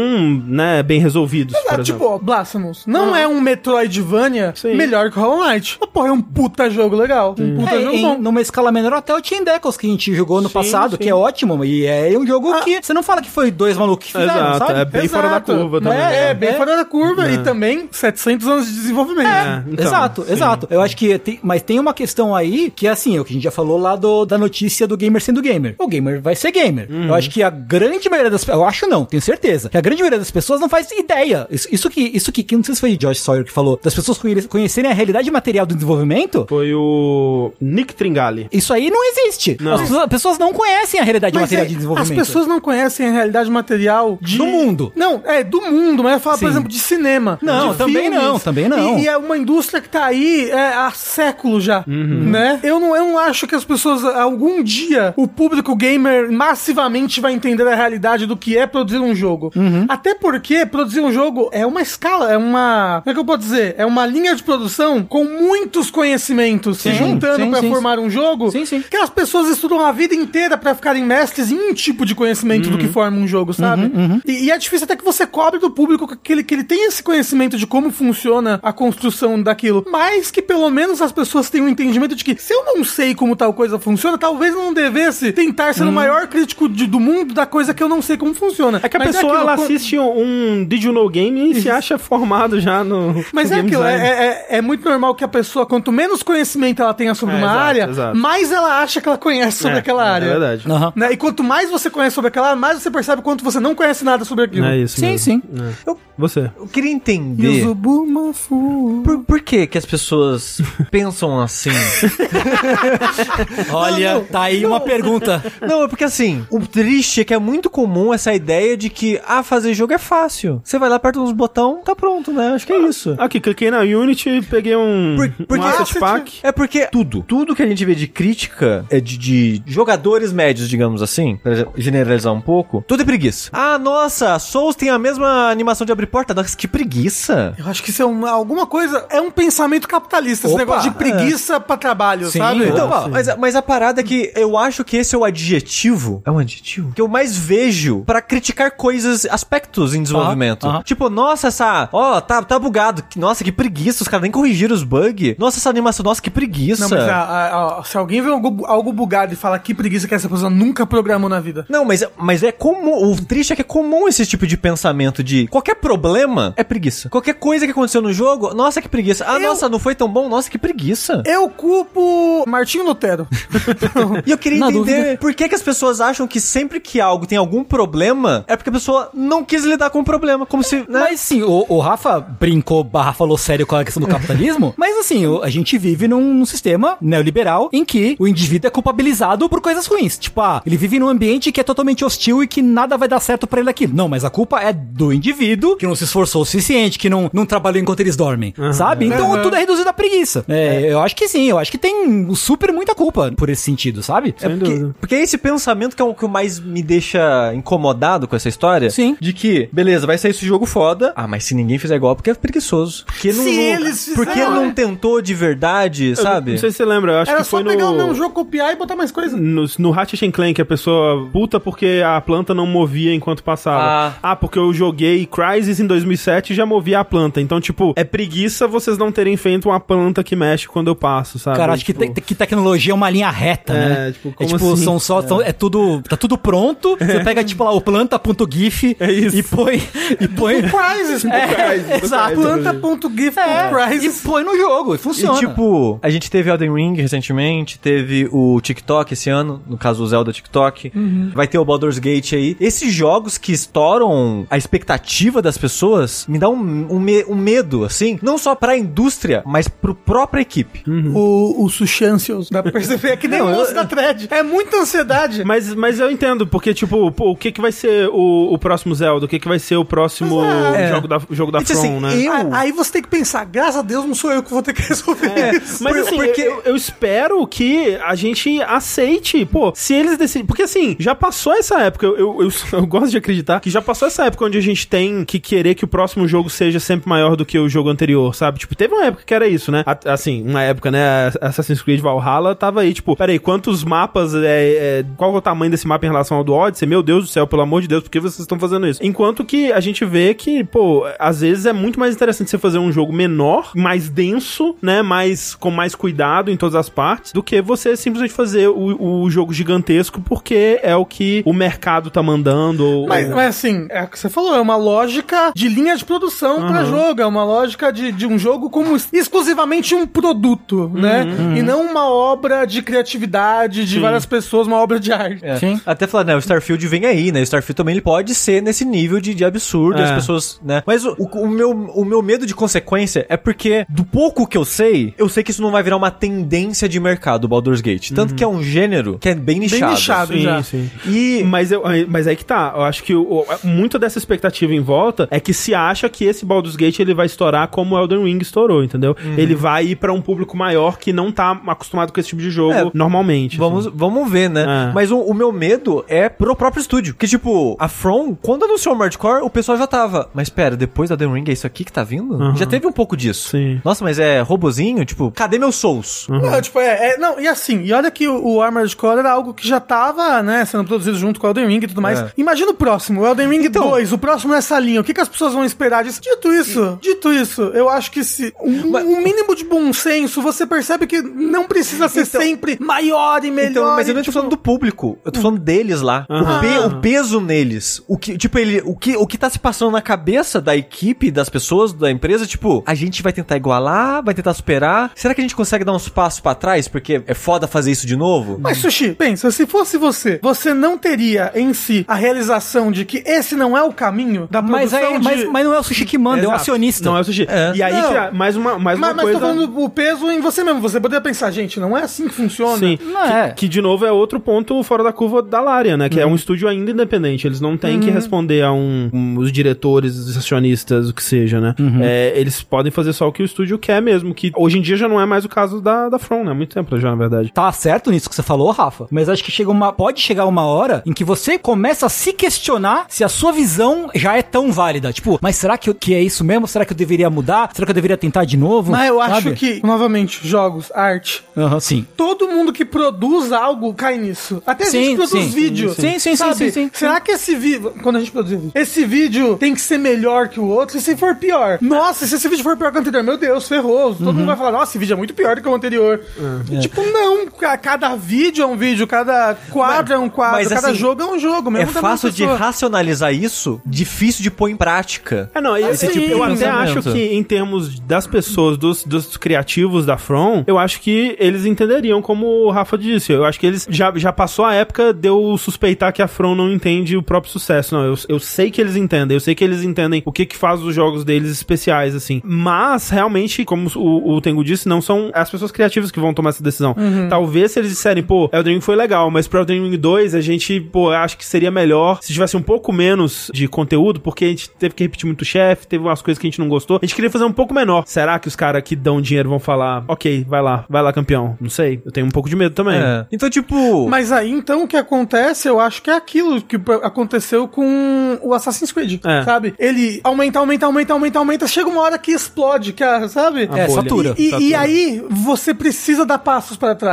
S1: né, bem resolvidos, por
S3: Ah,
S1: exemplo. Ah.
S3: tipo, ó, Blasphemous. Não é um Metroidvania
S1: Sim.
S3: melhor que Hollow Knight. Mas, porra, é um puta jogo legal. Um puta
S4: É,
S3: jogo
S4: em-
S3: bom.
S4: numa escala menor, até o Chain Deckles que a gente jogou no
S1: Sim,
S4: passado,
S1: sim.
S4: que é ótimo, e é um jogo que você não fala que foi dois malucos que fizeram,
S1: Exato,
S4: sabe?
S1: é bem fora da
S3: Exato.
S1: curva também. né?
S3: É, é bem
S4: É.
S3: fora da curva e também 700 anos de desenvolvimento.
S1: É. Então,
S4: exato,
S1: sim.
S4: exato. Eu acho que tem, mas tem uma questão aí que é assim, é o que a gente já falou lá do, da notícia do gamer sendo gamer. O gamer vai ser gamer.
S3: Uhum.
S4: Eu acho que a grande maioria das eu acho não, tenho certeza, que a grande maioria das pessoas não faz ideia. Isso, isso que isso que, que não sei se foi Josh Sawyer que falou, das pessoas conhe- conhecerem a realidade material do desenvolvimento.
S1: Foi o Nick Tringali.
S4: Isso aí não existe.
S1: Não.
S4: As pessoas, as pessoas não conhecem a realidade
S3: Mas
S4: material
S3: é,
S4: de desenvolvimento.
S3: as pessoas não conhecem a realidade material de...
S4: Do mundo.
S3: Não, é, do mundo, mas eu falo, por
S4: Sim.
S3: exemplo, de cinema.
S4: Não,
S3: de
S4: também
S3: filmes.
S4: não, também não.
S3: E, e é uma indústria que tá aí é, há séculos já,
S4: Uhum.
S3: né? Eu não, eu não acho que as pessoas, algum dia, o público gamer massivamente vai entender a realidade do que é produzir um jogo.
S4: Uhum.
S3: Até porque produzir um jogo é uma escala, é uma... Como é que eu posso dizer? É uma linha de produção com muitos conhecimentos se
S4: Sim,
S3: juntando
S4: sim,
S3: pra
S4: sim,
S3: formar um jogo.
S4: Sim, sim.
S3: Que as pessoas estudam a vida inteira pra ficarem mestres em um tipo de conhecimento do
S1: Uhum.
S3: que forma um jogo, sabe? E, e é difícil até que você cobre do público que ele, que ele tem esse conhecimento de como funciona a construção daquilo, mas que pelo menos as pessoas tenham um entendimento de que se eu não sei como tal coisa funciona, talvez eu não devesse tentar ser o maior crítico de- do mundo da coisa que eu não sei como funciona.
S1: Uhum. É que a
S3: Mas
S1: pessoa,
S3: aquilo,
S1: ela
S3: com-
S1: assiste um Did You Know Game e se acha formado já no
S3: Mas
S1: no
S3: é
S1: game
S3: aquilo, é,
S1: design.
S3: é- é- é muito normal que a pessoa, quanto menos conhecimento ela tenha sobre
S1: É,
S3: uma
S1: exato,
S3: área,
S1: exato.
S3: mais ela acha que ela conhece sobre
S1: É,
S3: aquela
S1: é
S3: área.
S1: verdade.
S4: Aham.
S3: Né? E quanto mais você conhece sobre aquela, mais você percebe quanto você não conhece nada sobre aquilo.
S1: É isso
S4: Sim,
S1: mesmo.
S4: sim.
S1: É. Você.
S2: Eu queria entender.
S3: Yuzubumafu.
S2: Por, por que que as pessoas pensam assim?
S4: Olha, tá aí uma pergunta.
S2: Não, é porque assim, o triste é que é muito comum essa ideia de que, ah, fazer jogo é fácil. Você vai lá, aperta uns botão, tá pronto, né? Acho que é isso.
S1: Aqui, cliquei na Unity, peguei um,
S2: Por-
S1: um
S4: Hum,
S2: porque-
S1: asset pack.
S2: É porque tudo, tudo que a gente vê de crítica, é de, de jogadores médios, digamos assim, pra generalizar um pouco, tudo é preguiça. Ah, nossa, Souls tem a mesma animação de abrir porta, nossa, que preguiça.
S3: Eu acho que isso é uma- alguma coisa. É um pensamento capitalista, esse
S4: Opa,
S3: negócio de
S1: é.
S3: preguiça pra trabalho,
S4: Sim,
S3: sabe?
S2: Então,
S4: Ah, sim.
S2: mas, mas a parada é que eu acho que esse é o adjetivo. É um adjetivo? Que eu mais vejo pra criticar coisas, aspectos em desenvolvimento.
S4: aham.
S2: Tipo, nossa, essa. Ó, tá, tá bugado. Que- Nossa, que preguiça. Os caras nem corrigiram os bugs. Nossa, essa animação. Nossa, que preguiça.
S3: Não, mas a- a- a- se alguém vê algo, algo bugado e fala que preguiça que essa pessoa nunca programou na vida.
S2: Não, mas, mas é comum. O triste é que é comum esse tipo de pensamento de qualquer problema é preguiça. Qualquer coisa que aconteceu no jogo, nossa, que preguiça. Ah,
S3: Eu-
S2: nossa, não foi tão bom, nossa, que preguiça.
S3: Eu culpo Martinho Lutero.
S2: E eu queria
S4: Na
S2: entender
S4: dúvida.
S2: por que, que as pessoas acham que sempre que algo tem algum problema, é porque a pessoa não quis lidar com o problema. Como se. Né?
S4: Mas sim, o, o Rafa brincou, barra falou sério com a questão do capitalismo, mas assim, o- a gente vive num, num sistema neoliberal em que o indivíduo é culpabilizado por coisas ruins. Tipo, ah, ele vive num ambiente que é totalmente hostil e que nada vai dar certo pra ele aqui. Não, mas a culpa é do indivíduo que não se esforçou o suficiente, que não, não trabalhou enquanto eles dormem, sabe? Então
S3: Uhum.
S4: tudo é reduzido à preguiça. É, eu acho que sim, eu acho que tem super muita culpa por esse sentido, sabe?
S1: Sem dúvida.
S2: Porque é esse pensamento que é o que mais me deixa incomodado com essa história.
S4: Sim.
S2: De que, beleza, vai sair esse jogo foda. Ah, mas se ninguém fizer igual, é porque é preguiçoso. Porque não,
S3: Se
S2: não-
S3: eles fizeram,
S2: Porque não
S3: é.
S2: tentou de verdade,
S1: Eu
S2: sabe?
S1: Não sei se você lembra, eu acho
S3: Era
S1: que
S3: só
S1: foi
S3: pegar um,
S1: no...
S3: o mesmo jogo, copiar e botar mais coisa.
S1: No, no Ratchet and Clank, a pessoa puta por porque a planta não movia enquanto passava. Ah, porque eu joguei Crysis em 2007 e já movia a planta. Então, tipo, é preguiça vocês não terem feito uma planta que mexe quando eu passo, sabe?
S4: Cara, acho que,
S1: Tipo,
S4: te- que tecnologia é uma linha reta,
S1: É,
S4: né?
S1: tipo,
S4: é
S1: como
S4: tipo,
S1: assim?
S4: são só. são- É. tudo. Tá tudo pronto. Você pega, tipo, lá o planta.gif
S1: É isso.
S4: e põe. E põe. É,
S3: Crysis, pô.
S1: Crysis,
S4: exato.
S1: Crysis.
S3: Planta.gif.crysis.
S4: É, e põe no jogo, e
S2: E
S4: funciona.
S2: tipo, a gente teve Elden Ring recentemente, teve o TikTok esse ano, no caso o Zelda TikTok, vai ter o Baldur's Gate aí. Esses jogos que estouram a expectativa das pessoas me dá um, um me- um medo, assim, não só pra indústria, mas pro própria equipe.
S1: Uhum.
S3: O, o Suchancios, dá pra perceber, é que nem o moço da thread. É muita ansiedade.
S1: Mas, mas eu entendo, porque, tipo, pô, o que, que vai ser o, o próximo Zelda? O que, que vai ser o próximo
S2: é.
S1: jogo da, jogo da
S2: Tipo
S1: From,
S2: assim,
S1: né?
S2: eu-
S3: A- Aí você tem que pensar, graças a Deus não sou eu que vou ter que resolver isso.
S1: Mas
S2: Por-
S1: assim,
S2: porque-
S1: eu, eu espero que a gente aceite, pô, se eles decidem. Porque assim, já passou essa época, eu, eu, eu- eu gosto de acreditar que já passou essa época onde a gente tem que querer que o próximo jogo seja sempre maior do que o jogo anterior, sabe? Tipo, teve uma época que era isso, né? A- assim, uma época, né? Assassin's Creed Valhalla tava aí, tipo, peraí, quantos mapas, é, é, qual é o tamanho desse mapa em relação ao do Odyssey? Meu Deus do céu, pelo amor de Deus, por que vocês estão fazendo isso? Enquanto que a gente vê que, pô, às vezes é muito mais interessante você fazer um jogo menor, mais denso, né? Mais, com mais cuidado em todas as partes, do que você simplesmente fazer o, o jogo gigantesco porque é o que o mercado tá mandando. Ou,
S3: Mas,
S1: ou-
S3: mas, assim, é o que você falou, é uma lógica de linha de produção
S1: Uhum.
S3: pra jogo, é uma lógica de, de um jogo como ex- exclusivamente um produto, né?
S1: Uhum.
S3: E não uma obra de criatividade de várias pessoas, uma obra de arte.
S2: É.
S4: Sim.
S2: Até falar, né, o Starfield vem aí, né? O Starfield também ele pode ser nesse nível de, de absurdo,
S1: É.
S2: as pessoas, né? Mas o, o- o meu, o meu medo de consequência é porque, do pouco que eu sei, eu sei que isso não vai virar uma tendência de mercado, o Baldur's Gate. Tanto que é um gênero que é bem nichado.
S3: nichado,
S1: Sim,
S3: já.
S1: sim.
S2: E
S1: Mas, eu, mas aí que tá. Eu acho que o, o- muito dessa expectativa em volta é que se acha que esse Baldur's Gate ele vai estourar como o Elden Ring estourou, entendeu?
S3: Uhum.
S1: Ele vai ir pra um público maior que não tá acostumado com esse tipo de jogo
S2: É,
S1: normalmente.
S2: Vamos, vamos ver, né?
S1: É.
S2: Mas o, o meu medo é pro próprio estúdio. Que, tipo, a From, quando anunciou o Mardcore, o pessoal já tava. Mas pera, depois da The Ring é isso aqui que tá vindo?
S1: Uhum.
S2: Já teve um pouco disso.
S1: Sim.
S2: Nossa, mas é robozinho? Tipo, cadê meus Souls?
S3: Não, tipo, é, é- Não, e assim, e olha que o, o Armored Core era algo que já tava, né, sendo produzido junto com o Elden Ring e tudo mais.
S2: É. Então-
S3: Imagina o próximo, o Elden Ring 2, o próximo nessa linha. O que, que as pessoas vão esperar disso? Dito isso, dito isso, eu acho que se. Um, um mínimo de bom senso, você percebe que não precisa ser sempre maior e melhor.
S2: Então, mas eu não
S3: e, tipo
S2: tô falando do público,
S3: Hum.
S2: eu tô falando deles lá. O, pe- o peso neles. O que, tipo, ele, o que, o que tá se passando na cabeça da equipe, das pessoas, da empresa, tipo, a gente vai tentar igualar, vai tentar superar. Será que a gente consegue dar uns passos pra trás? Porque é foda fazer isso de novo?
S3: Mas, Sushi, pensa, se fosse você, você não teria em si a realização de que esse não é o caminho da produção
S4: mas, aí,
S3: de...
S4: mas, mas não é o sushi que manda, é o
S1: Exato.
S4: acionista.
S1: Não é o sushi.
S2: É.
S1: E aí
S3: um Não.
S1: que, mais uma, mais uma
S3: Mas, mas
S1: coisa.
S3: tô falando o peso em você mesmo. Você poderia pensar, gente, não é assim que funciona.
S1: Sim,
S4: Não
S1: que,
S4: é.
S1: que, de novo é outro ponto fora da curva da Larian, né? Que é um estúdio ainda independente. Eles não têm que responder a um, um- os diretores, os acionistas, o que seja, né? É, eles podem fazer só o que o estúdio quer mesmo. Que hoje em dia já não é mais o caso da, da From, né? Muito tempo já, na verdade.
S4: Tá certo nisso que você falou, Rafa. Mas acho que chega uma, pode chegar uma hora em que você começa a se questionar se a sua visão já é tão válida. Tipo, mas será que, eu- que é isso mesmo? Será que eu deveria mudar? Será que eu deveria tentar de novo?
S3: Mas eu acho
S4: Sabe?
S3: que, novamente, jogos, arte,
S4: Aham, sim.
S3: todo mundo que produz algo cai nisso. Até a gente
S4: Sim,
S3: produz
S4: sim.
S3: vídeo.
S4: Sim, sim, sim,
S3: sabe?
S4: sim, sim.
S3: Será que esse vídeo. Quando a gente produz vídeo, esse vídeo tem que ser melhor que o outro? E se for pior? Nossa, e se esse vídeo for pior que o anterior, meu Deus, ferrou. Todo mundo vai falar, nossa, esse vídeo é muito pior do que o anterior. E, Tipo, não. ca- Cada vídeo é um vídeo, cada quadro é um quadro,
S2: mas,
S3: cada
S2: assim,
S3: jogo é um jogo.
S2: É
S3: Mesmo da mesma
S2: fácil de
S3: pessoa.
S2: racionalizar isso, difícil de pôr em prática.
S1: É, não, esse
S2: sim,
S1: tipo, eu até
S2: pensamento.
S1: acho que em termos das pessoas, dos, dos criativos da From, eu acho que eles entenderiam como o Rafa disse. Eu acho que eles já, já passou a época de eu suspeitar que a From não entende o próprio sucesso. Não, eu, eu sei que eles entendem, eu sei que eles entendem o que que faz os jogos deles especiais, assim. Mas, realmente, como o, o Tengu disse, não são Então, as pessoas criativas que vão tomar essa decisão.
S3: Uhum.
S1: Talvez se eles disserem, pô, Elden Ring foi legal, mas pro Elden Ring 2 a gente, pô, acho que seria melhor se tivesse um pouco menos de conteúdo, porque a gente teve que repetir muito chefe, teve umas coisas que a gente não gostou. A gente queria fazer um pouco menor. Será que os caras que dão dinheiro vão falar, ok, vai lá, vai lá, campeão? Não sei, eu tenho um pouco de medo também.
S2: É. Então, tipo.
S3: Mas aí, então, o que acontece, eu acho que é aquilo que p- aconteceu com o Assassin's Creed,
S1: É.
S3: sabe? Ele aumenta, aumenta, aumenta, aumenta, aumenta, chega uma hora que explode, que a- sabe?
S1: A
S4: é,
S1: bolha.
S4: satura.
S3: E,
S1: Tá
S3: e
S1: tudo.
S3: aí, você precisa dar passos pra trás.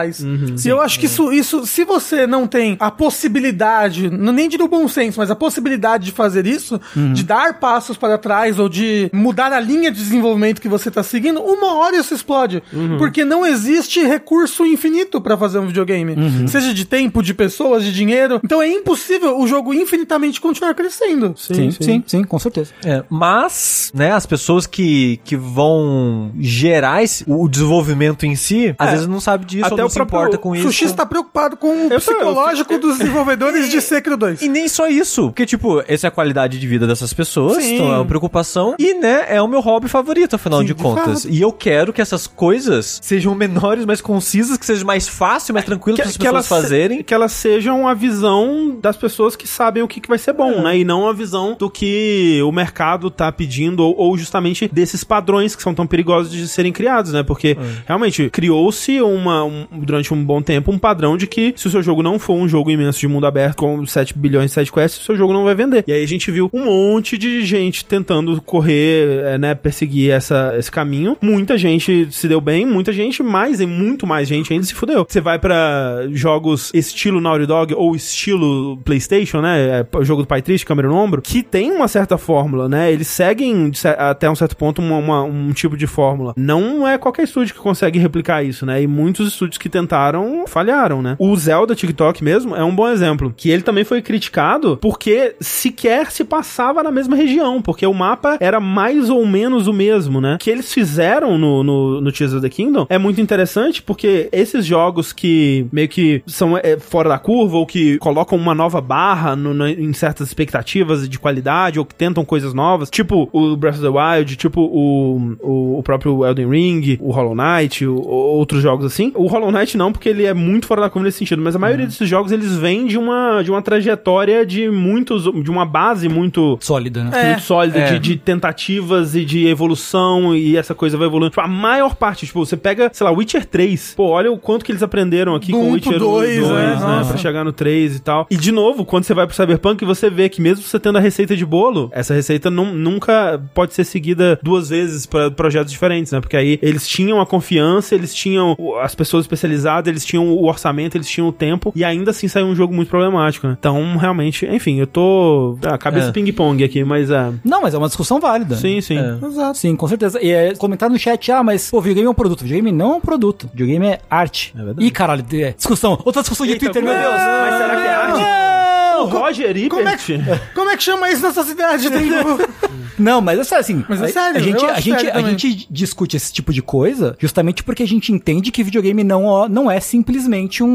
S3: e eu acho que isso, isso, se você não tem a possibilidade possibilidade, não nem de do bom senso, mas a possibilidade de fazer isso, de dar passos para trás ou de mudar a linha de desenvolvimento que você tá seguindo, uma hora isso explode. Porque não existe recurso infinito para fazer um videogame. Seja de tempo, de pessoas, de dinheiro. Então é impossível o jogo infinitamente continuar crescendo.
S4: Sim, sim, sim, com certeza.
S2: É, mas, né, as pessoas que, que vão gerar esse- o desenvolvimento em si, às vezes não sabe disso,
S1: Até
S2: ou não
S1: o
S2: se
S1: próprio
S2: importa com
S3: É. O
S2: isso.
S3: Sushi está preocupado com o
S1: tô-
S3: psicológico dos desenvolvedores de Sekiro 2.
S2: E nem só isso, porque, tipo, essa é a qualidade de vida dessas pessoas,
S3: Sim.
S2: então é uma preocupação, e, né, é o meu hobby favorito, afinal
S3: Sim,
S2: de
S3: de
S2: contas. E eu quero que essas coisas sejam menores, mais concisas, que seja mais fácil, mais tranquilo para as pessoas
S1: se-
S2: fazerem.
S1: que elas sejam a visão das pessoas que sabem o que, que vai ser
S2: É.
S1: bom, né? E não a visão do que o mercado tá pedindo ou, ou justamente desses padrões que são tão perigosos de serem criados, né? Porque
S2: É.
S1: realmente criou-se uma um- durante um bom tempo um padrão de que se o seu jogo não for um jogo imenso de mundo aberto com 7 bilhões de side quests, o seu jogo não vai vender. E aí a gente viu um monte de gente tentando correr, é, né, perseguir essa, esse caminho. Muita gente se deu bem, muita gente mais e muito mais gente ainda se fudeu. Você vai pra jogos estilo Naughty Dog ou estilo PlayStation, né, é, p- jogo do pai triste, câmera no ombro, que tem uma certa fórmula, né? Eles seguem de cer- até um certo ponto uma- uma- um tipo de fórmula. Não é qualquer estúdio que consegue replicar isso, né? E muitos estúdios que tentaram falharam, né? O Zelda TikTok mesmo é um bom exemplo, que ele também foi criticado porque sequer se passava na mesma região, porque o mapa era mais ou menos o mesmo, né? O que eles fizeram no, no, no Tears of the Kingdom é muito interessante porque esses jogos que meio que são é, fora da curva ou que colocam uma nova barra no- no- em certas expectativas de qualidade ou que tentam coisas novas, tipo o Breath of the Wild, tipo o, o, o próprio Elden Ring, o Hollow Knight, o- o- outros jogos assim. O Hollow Knight não, porque ele é muito fora da curva nesse sentido, mas a maioria desses jogos eles vêm de uma, de uma trajetória de muitos, de uma base muito
S4: Sólida,
S3: É.
S4: né?
S1: muito sólida de, de tentativas e de evolução e essa coisa vai evoluindo. Tipo, a maior parte, tipo, você pega, sei lá, Witcher 3. Pô, olha o quanto que eles aprenderam aqui
S3: Do
S1: com
S3: um
S1: Witcher 1 e
S3: pro
S1: 2,
S3: dois,
S1: né?
S3: né? Nossa.
S1: Pra chegar no 3 e tal. E de novo, quando você vai pro Cyberpunk, você vê que mesmo você tendo a receita de bolo, essa receita nun- nunca pode ser seguida duas vezes pra projetos diferentes, né? Porque aí eles tinham a confiança, eles tinham o- as pessoas especializadas, eles tinham o orçamento, eles tinham o tempo, e ainda assim saiu um jogo muito problemático, né? Então, realmente, enfim, eu tô. A cabeça
S2: É.
S1: ping-pong aqui, mas é.
S4: Não, mas é uma discussão válida.
S1: Sim, sim.
S4: Exato. Sim, com certeza. E é, comentar no chat, ah, mas pô, videogame é um produto. Videogame não é um produto. Videogame é arte. É
S1: verdade.
S4: Ih, caralho, é, discussão. Outra discussão de
S1: Eita,
S4: Twitter, meu
S1: não,
S4: Deus.
S1: mas será que é arte? O Roger
S3: Como é,
S1: Ebert.
S3: que, como é que chama isso nessa cidade? Tem-
S4: Não, mas é sério, assim.
S3: Mas é
S4: a-
S3: sério,
S4: a gente,
S3: eu
S4: a,
S3: acho
S4: gente,
S3: sério
S4: a
S3: também.
S4: gente discute esse tipo de coisa justamente porque a gente entende que videogame não, ó- não é simplesmente um,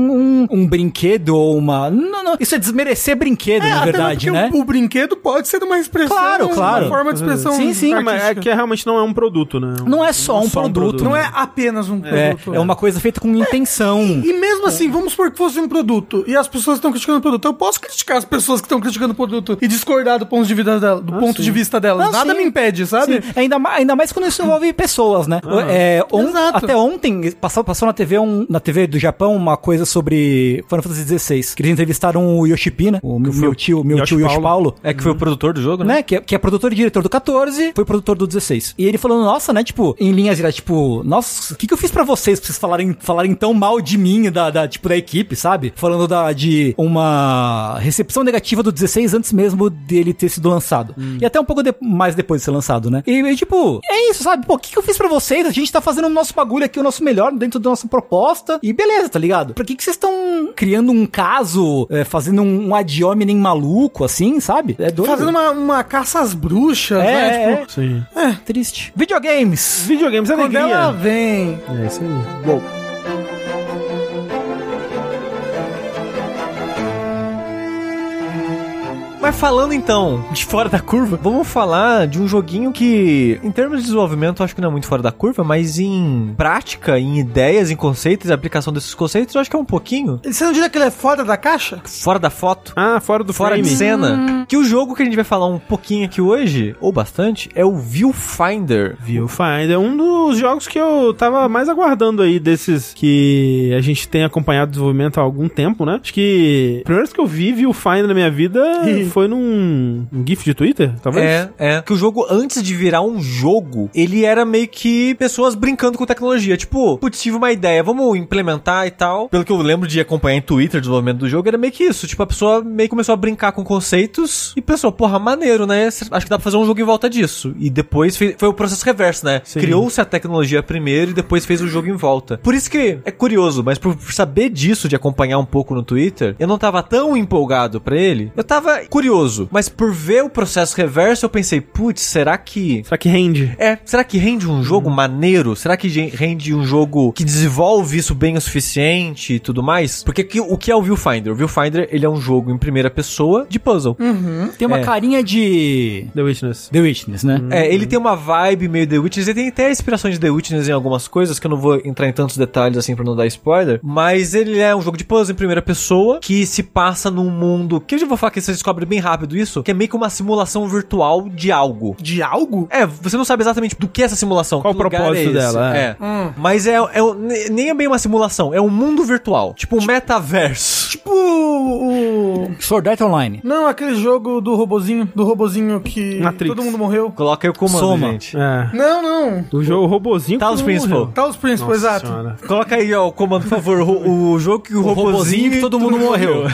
S4: um, um brinquedo ou uma. Não, não. Isso é desmerecer brinquedo,
S3: É,
S4: na
S3: até
S4: verdade,
S3: porque
S4: né?
S3: O, o brinquedo pode ser uma expressão,
S4: Claro, claro.
S3: uma forma de expressão.
S4: Sim, sim,
S1: Não, mas é
S3: artística.
S1: que realmente não é um produto, né?
S4: Não é só
S1: Não
S4: um produto.
S3: Não é apenas um
S4: É,
S3: produto.
S4: é uma coisa feita com intenção.
S3: E mesmo assim, vamos supor que fosse um produto e as pessoas estão criticando o produto. Eu posso criticar as pessoas que estão criticando o produto e discordar do ponto de, vida dela, do ponto de vista delas.
S4: Não,
S3: Nada
S4: Ah, sim.
S3: me impede, sabe?
S4: Sim, ainda, ma- ainda mais quando isso envolve pessoas, né? É, on-
S3: Exato.
S4: até ontem passou, passou na TV um- na TV do Japão uma coisa sobre Final Fantasy XVI, que eles entrevistaram o Yoshipina, o meu, meu tio, meu
S1: Yoshi
S4: tio Yoshi
S1: Paulo.
S4: Paulo,
S2: É que foi o produtor do jogo, né?
S4: né? Que é, que é produtor e diretor do 14, foi produtor do 16. E ele falando, nossa, né? Tipo, em linhas gerais, tipo, nossa, o que, que eu fiz pra vocês pra vocês falarem, falarem tão mal de mim, e da, da, tipo, da equipe, sabe? Falando da, de uma recepção negativa do 16 antes mesmo dele ter sido lançado.
S2: Hum.
S4: E até um pouco de- mais depois de ser lançado, né? E, e, tipo, é isso, sabe? Pô, o que, que eu fiz pra vocês? A gente tá fazendo o nosso bagulho aqui, o nosso melhor dentro da nossa proposta. E beleza, tá ligado? Pra que, que vocês estão criando um caso, é, fazendo um, um ad hominem maluco, assim, sabe? É doido.
S3: Fazendo uma, uma caça às bruxas,
S4: É,
S3: né?
S4: é,
S3: Tipo,
S4: é.
S1: Sim.
S4: Triste. Videogames!
S1: Videogames é
S3: quando ela
S1: alegria.
S3: vem.
S1: É isso aí.
S2: Mas falando então de fora da curva, vamos falar de um joguinho que, em termos de desenvolvimento, eu acho que não é muito fora da curva, mas em prática, em ideias, em conceitos, e aplicação desses conceitos, eu acho que é um pouquinho
S3: Você não diria que ele é fora da caixa?
S2: fora da foto.
S1: Ah, fora do
S2: Fora
S1: frame.
S2: de cena, que o jogo que a gente vai falar um pouquinho aqui hoje, ou bastante, é o Viewfinder.
S1: Viewfinder é um dos jogos que eu tava mais aguardando aí, desses que a gente tem acompanhado o desenvolvimento há algum tempo, né? Acho que a primeira vez que eu vi Viewfinder na minha vida foi num um GIF de Twitter, talvez?
S2: É, é. Que o jogo, antes de virar um jogo, ele era meio que pessoas brincando com tecnologia. Tipo, putz, tive uma ideia, vamos implementar e tal. Pelo que eu lembro de acompanhar em Twitter o desenvolvimento do jogo, era meio que isso. Tipo, a pessoa meio que começou a brincar com conceitos e pensou, porra, maneiro, né? Acho que dá pra fazer um jogo em volta disso. E depois fe- foi o processo reverso, né?
S1: Sim.
S2: Criou-se a tecnologia primeiro e depois fez o jogo em volta. Por isso que é curioso, mas por saber disso, de acompanhar um pouco no Twitter, eu não tava tão empolgado pra ele. Eu tava curioso, mas por ver o processo reverso, eu pensei, putz, será que
S1: Será que rende?
S2: é, será que rende um jogo maneiro? Será que gen- rende um jogo que desenvolve isso bem o suficiente e tudo mais? Porque que- o que é o Viewfinder? O Viewfinder, ele é um jogo em primeira pessoa de puzzle.
S4: Tem uma
S2: É.
S4: carinha de
S1: The Witness.
S4: The Witness, né?
S2: É,
S1: Uhum.
S2: ele tem uma vibe meio The Witness, ele tem até inspirações de The Witness em algumas coisas, que eu não vou entrar em tantos detalhes assim pra não dar spoiler, mas ele é um jogo de puzzle em primeira pessoa, que se passa num mundo, que eu já vou falar que você descobre bem rápido isso, que é meio que uma simulação virtual de algo.
S3: De algo?
S2: É, você não sabe exatamente do que é essa simulação.
S1: Qual
S2: que
S1: o
S2: lugar
S1: propósito
S2: é esse.
S1: dela, é.
S2: É.
S3: Hum.
S2: Mas é, é o- ne- nem é bem uma simulação, é um mundo virtual. Tipo um metaverso.
S3: Tipo o...
S4: É, Sword Art Online.
S3: Não, aquele jogo do robozinho, do robozinho que
S1: Matrix.
S3: todo mundo morreu.
S2: Coloca aí o comando,
S4: Soma.
S2: gente.
S1: É.
S3: Não, não.
S1: Do jogo robozinho.
S2: Talos Principle.
S3: Tá os Principal, exato.
S2: Coloca aí, ó, o comando, por favor. O, o jogo que o, robozinho,
S4: robozinho que
S2: e
S4: todo
S2: tudo
S4: mundo morreu.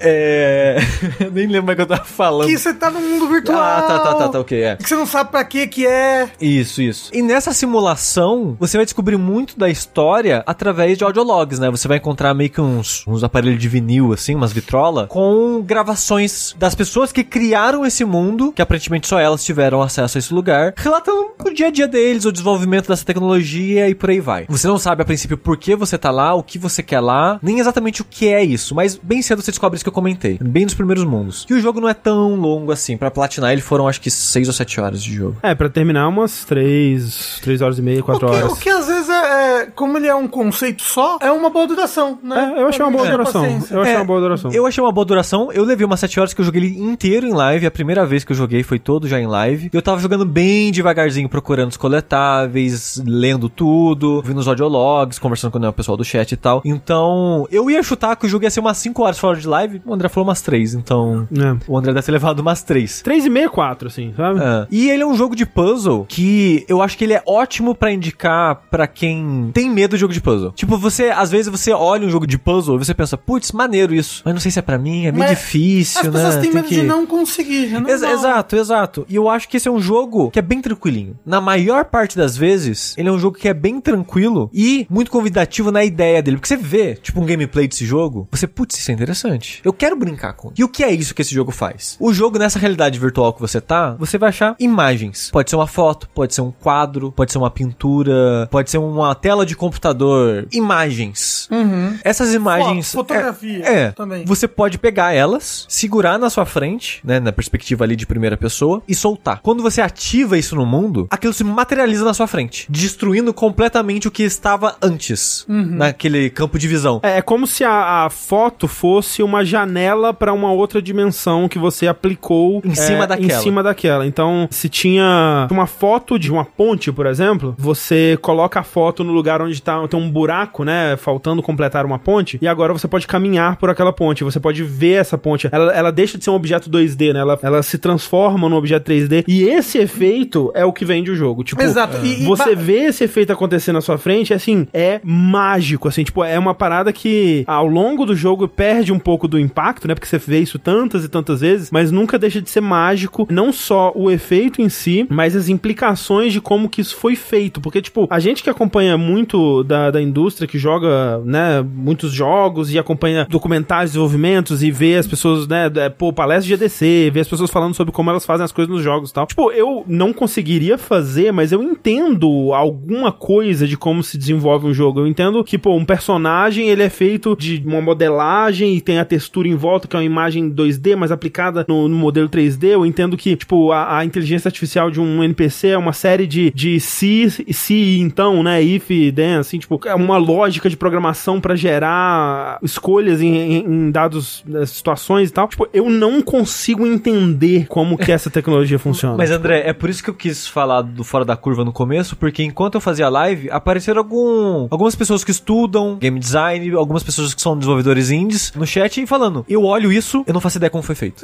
S2: é. Nem lembro mais o que eu tava falando.
S3: Que você tá no mundo virtual.
S2: Ah, tá, tá, tá, tá, ok, é.
S3: Que você não sabe pra que que é.
S2: Isso, isso. E nessa simulação, você vai descobrir muito da história através de audiologs, né? Você vai encontrar meio que uns, uns aparelhos de vinil, assim, umas vitrola, com gravações das pessoas que criaram esse mundo, que aparentemente só elas tiveram acesso a esse lugar, relatando o dia a dia deles, o desenvolvimento dessa tecnologia e por aí vai. Você não sabe a princípio por que você tá lá, o que você quer lá, nem exatamente o que é isso, mas bem cedo você descobre isso que eu comentei, bem nos primeiros mundos. E o jogo não é tão longo assim, pra platinar ele foram acho que 6 ou 7 horas de jogo.
S1: É, pra terminar umas 3, 3 horas e meia, 4
S3: O que, o
S1: horas.
S3: que às vezes é, é- Como ele é um conceito só, é uma boa duração, né?
S1: É, eu achei uma boa
S3: É,
S1: duração.
S3: paciência.
S1: Eu achei
S2: É,
S1: uma boa duração.
S2: Eu achei uma boa duração. Eu levei umas 7 horas que eu joguei ele inteiro em live. A primeira vez que eu joguei foi todo já em live. Eu tava jogando bem devagarzinho, procurando os coletáveis, lendo tudo, vendo os audiologs, conversando com o pessoal do chat e tal. Então, eu ia chutar que o jogo ia ser umas 5 horas fora de live. O André falou umas 3, então.
S1: É.
S2: O André deve ter levado umas 3.
S1: 3 e meia, 4, assim, sabe?
S3: Ah.
S2: É. E ele é um jogo de puzzle que eu acho que ele é ótimo pra indicar pra quem tem medo de jogo de puzzle. Tipo, você, às vezes você olha um jogo de puzzle e você pensa, putz, maneiro isso. Mas não sei se é pra mim, é meio
S3: Mas
S2: difícil,
S3: As
S2: né?
S3: pessoas têm
S2: Tem
S3: medo
S2: que-
S3: de não conseguir. É
S2: Ex-
S3: normal.
S2: exato, exato. E eu acho que esse é um jogo que é bem tranquilinho. Na maior parte das vezes, ele é um jogo que é bem tranquilo e muito convidativo na ideia dele. Porque você vê, tipo, um gameplay desse jogo, você, putz, isso é interessante. Eu quero brincar com. E o que é isso que esse jogo faz? O jogo, nessa realidade virtual que você tá, você vai achar imagens. Pode ser uma foto, pode ser um quadro, pode ser uma pintura, pode ser uma tela de computador. Imagens.
S3: Uhum.
S2: Essas imagens.
S3: Foto, fotografia
S2: É. é.
S3: também.
S2: Você pode pegar elas, segurar na sua frente, né? Na perspectiva ali de primeira pessoa, e soltar. Quando você ativa isso no mundo, aquilo se materializa na sua frente, destruindo completamente o que estava antes,
S3: Uhum.
S2: naquele campo de visão.
S1: É, é como se a, a foto fosse uma janela pra uma outra dimensão que você aplicou
S2: Em
S1: é,
S2: cima daquela.
S1: Em cima daquela. Então, se tinha uma foto de uma ponte, por exemplo, você coloca a foto no lugar onde tá, tem um buraco, né? Faltando completar uma ponte. E agora você pode caminhar por aquela ponte. Você pode ver essa ponte. Ela, ela deixa de ser um objeto 2D, né? Ela, ela se transforma num objeto 3D. E esse efeito é o que vende o jogo. Tipo,
S3: Exato. E- e
S1: você
S3: ba-
S1: ver esse efeito acontecer na sua frente, assim, é mágico, assim, tipo, é uma parada que ao longo do jogo perde um pouco do impacto, né, porque você vê isso tantas e tantas vezes, mas nunca deixa de ser mágico, não só o efeito em si, mas as implicações de como que isso foi feito, porque, tipo, a gente que acompanha muito da, da indústria, que joga, né, muitos jogos e acompanha documentários, desenvolvimentos e vê as pessoas, né, é, pô, palestra de EDC, vê as pessoas falando sobre como elas fazem as coisas nos jogos e tal. Tipo, eu não conseguiria fazer, mas eu entendo alguma coisa de como se desenvolve um jogo. Eu entendo que, pô, um personagem, ele é feito de uma modelagem e tem a textura em volta, que é uma imagem 2D, mas aplicada no, no modelo 3D. Eu entendo que, tipo, a, a inteligência artificial de um NPC é uma série de, de se, se, então, né, if, then, assim, tipo, é uma lógica de programação pra gerar escolhas em, em- em dados, né, situações e tal. Tipo, eu não consigo entender como que essa tecnologia funciona.
S2: Mas André, é por isso que eu quis falar do fora da curva no começo, porque enquanto eu fazia live, apareceram algum, algumas pessoas que estudam game design, algumas pessoas que são desenvolvedores indies no chat e falando: "Eu olho isso, eu não faço ideia como foi feito.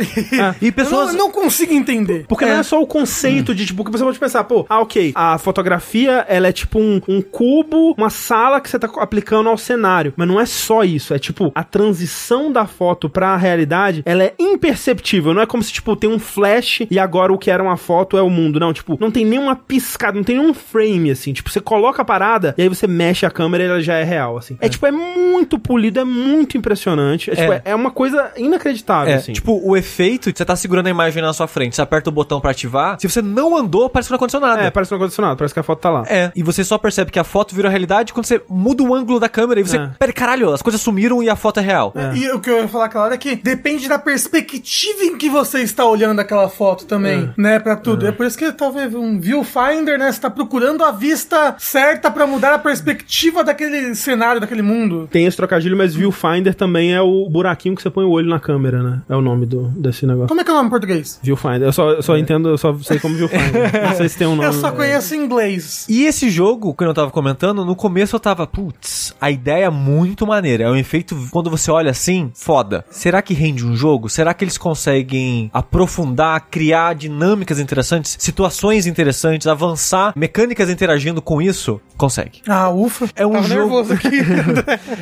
S2: E pessoas.
S3: Eu não, eu não consigo entender.
S1: Porque não é só o conceito de, tipo, que você pode pensar, pô, ah, ok, a fotografia, ela é tipo um, um cubo, uma sala que você tá co- aplicando ao cenário. Mas não é só isso, é tipo, a transição da foto pra realidade, ela é imperceptível. Não é como se, tipo, tem um flash e agora o que era uma foto é o mundo. Não, tipo, não tem nenhuma piscada, não tem nenhum frame, assim. Tipo, você coloca a parada e aí você mexe a câmera e ela já é real, assim. É, tipo, é muito polido, é muito impressionante. É, tipo, é, é uma coisa inacreditável,
S2: É,
S1: assim.
S2: tipo, o efeito, você tá segurando a imagem na sua frente, você aperta o botão pra ativar, se você não andou, parece que não aconteceu nada.
S1: é, parece um condicionado, parece que a foto tá lá.
S2: É, e você só percebe que a foto virou realidade quando você muda o ângulo da câmera e você.
S1: É.
S2: Pera, caralho, as coisas sumiram e a foto é real.
S3: E o que eu ia falar, claro, é que depende da perspectiva em que você está olhando aquela foto também, né? Pra tudo. É. por isso que talvez um viewfinder, né? Você tá procurando a vista certa pra mudar a perspectiva daquele cenário, daquele mundo.
S1: Tem esse trocadilho, mas viewfinder também é o buraquinho que você põe o olho na câmera, né? É o nome do, desse negócio.
S3: Como é que é o nome em português?
S1: Viewfinder. Eu só, eu só entendo, eu só sei como viewfinder. Não sei se tem um nome.
S3: É. Eu
S2: é.
S3: só conheço em inglês.
S2: E esse jogo, que eu não tava comentando, no começo eu tava, putz, a ideia é muito maneira. É um efeito, quando você olha assim, foda. Será que rende um jogo? Será que eles conseguem aprofundar, criar dinâmicas interessantes, situações interessantes, avançar, mecânicas interagindo com isso? Consegue.
S3: Ah, ufa.
S2: É um
S3: Tava
S2: jogo-
S3: nervoso aqui.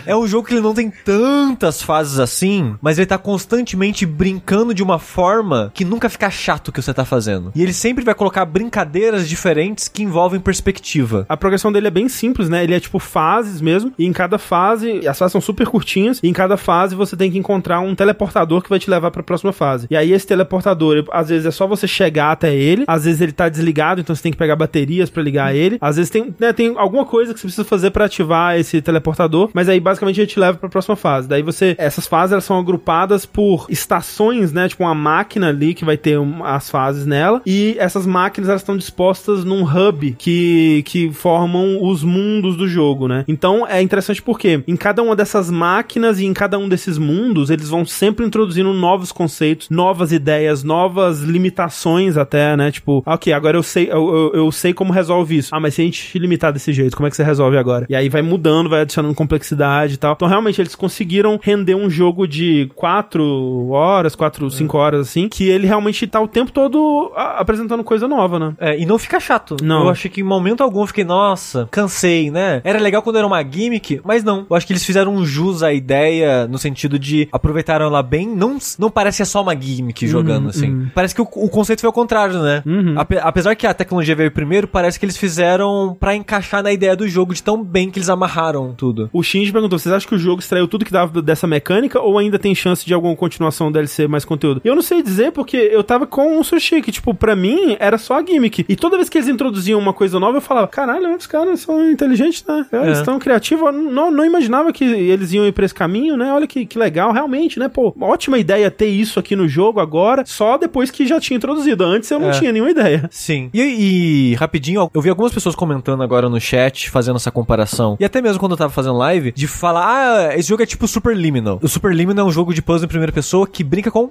S2: É um jogo que ele não tem tantas fases assim, mas ele tá constantemente brincando de uma forma que nunca fica chato o que você tá fazendo. E ele sempre vai colocar brincadeiras diferentes que envolvem perspectiva.
S1: A progressão dele é bem simples, né? Ele é tipo fases mesmo, e em cada fase, as fases são super curtinhas, e em cada fase você tem que encontrar um teleportador que vai te levar pra próxima fase. E aí esse teleportador, ele- às vezes é só você chegar até ele, às vezes ele tá desligado, então você tem que pegar baterias pra ligar ele, às vezes tem, né, tem alguma coisa que você precisa fazer pra ativar esse teleportador, mas aí basicamente ele te leva pra próxima fase. Daí você, essas fases elas são agrupadas por estações, né? Tipo uma máquina ali que vai ter um- as fases nela, e essas máquinas elas estão dispostas num hub que, que formam os mundos do jogo, né? Então é interessante porque em cada uma dessas máquinas e em cada um desses mundos, eles vão sempre introduzindo novos conceitos, novas ideias, novas limitações até, né? Tipo, ah, ok, agora eu sei, eu, eu, eu sei como resolve isso. Ah, mas se a gente te limitar desse jeito, como é que você resolve agora? E aí vai mudando, vai adicionando complexidade e tal. Então realmente eles conseguiram render um jogo de quatro horas, quatro, cinco horas assim, que ele realmente tá o tempo todo a- apresentando coisa nova, né?
S2: É, e não fica chato.
S1: Não.
S2: Eu achei que em momento algum eu fiquei, nossa, cansei, né? Era legal quando era uma gimmick, mas não. Eu acho que eles fizeram um jus à ideia no sentido de aproveitaram ela bem. Não, não parece que é só uma gimmick jogando, assim. Parece que o, o conceito foi ao contrário, né? Ape- apesar que a tecnologia veio primeiro, parece que eles fizeram pra encaixar na ideia do jogo de tão bem que eles amarraram tudo.
S1: O Shinji perguntou: vocês acham que o jogo extraiu tudo que dava dessa mecânica ou ainda tem chance de alguma continuação DLC mais conteúdo? Eu não sei dizer porque eu tava com o sushi, que, tipo, pra mim era só a gimmick. E toda vez que eles introduziam uma coisa nova, eu falava: caralho, os caras são inteligentes, né? Eles
S2: É.
S1: tão criativos. Eu não, não imaginava que eles iam ir pra esse caminho, né? Olha que, que legal, realmente, né? Pô, ótima ideia ter isso aqui no jogo agora, só depois que já tinha introduzido. Antes eu não
S2: É.
S1: tinha nenhuma ideia.
S2: Sim. E, e, rapidinho, eu vi algumas pessoas comentando agora no chat, fazendo essa comparação. E até mesmo quando eu tava fazendo live, de falar, ah, esse jogo é tipo Superliminal. O Superliminal é um jogo de puzzle em primeira pessoa que brinca com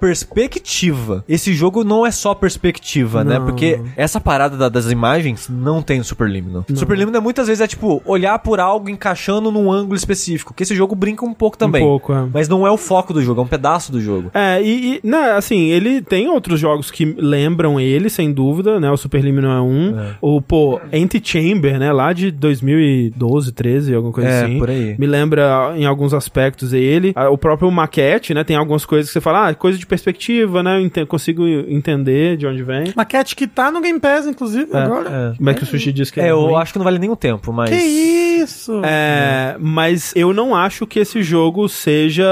S2: perspectiva. Esse jogo não é só perspectiva, né? Porque essa parada da- das imagens não tem no Superliminal. Superliminal muitas vezes é tipo olhar por algo encaixando num ângulo específico, que esse jogo brinca um pouco também.
S1: pouco, é.
S2: Mas não é o foco do jogo, é um pedaço do jogo.
S1: É, e, e, né, assim, ele tem outros jogos que lembram ele, sem dúvida, né? O Superliminal é um. O, pô, Antichamber, né? Lá de 2012, 13, alguma coisa
S2: É,
S1: assim.
S2: por aí.
S1: Me lembra em alguns aspectos ele. Ah, O próprio Maquete, né? Tem algumas coisas que você fala, ah, coisa de perspectiva, né? Eu ente- consigo entender de onde vem.
S3: Maquete que tá no Game Pass, inclusive, agora.
S2: É,
S1: Como é que o Sushi diz que é,
S2: É, eu
S1: ruim?
S2: acho que não vale nem o tempo, mas.
S3: Que isso?
S1: É, mas eu não acho que esse jogo seja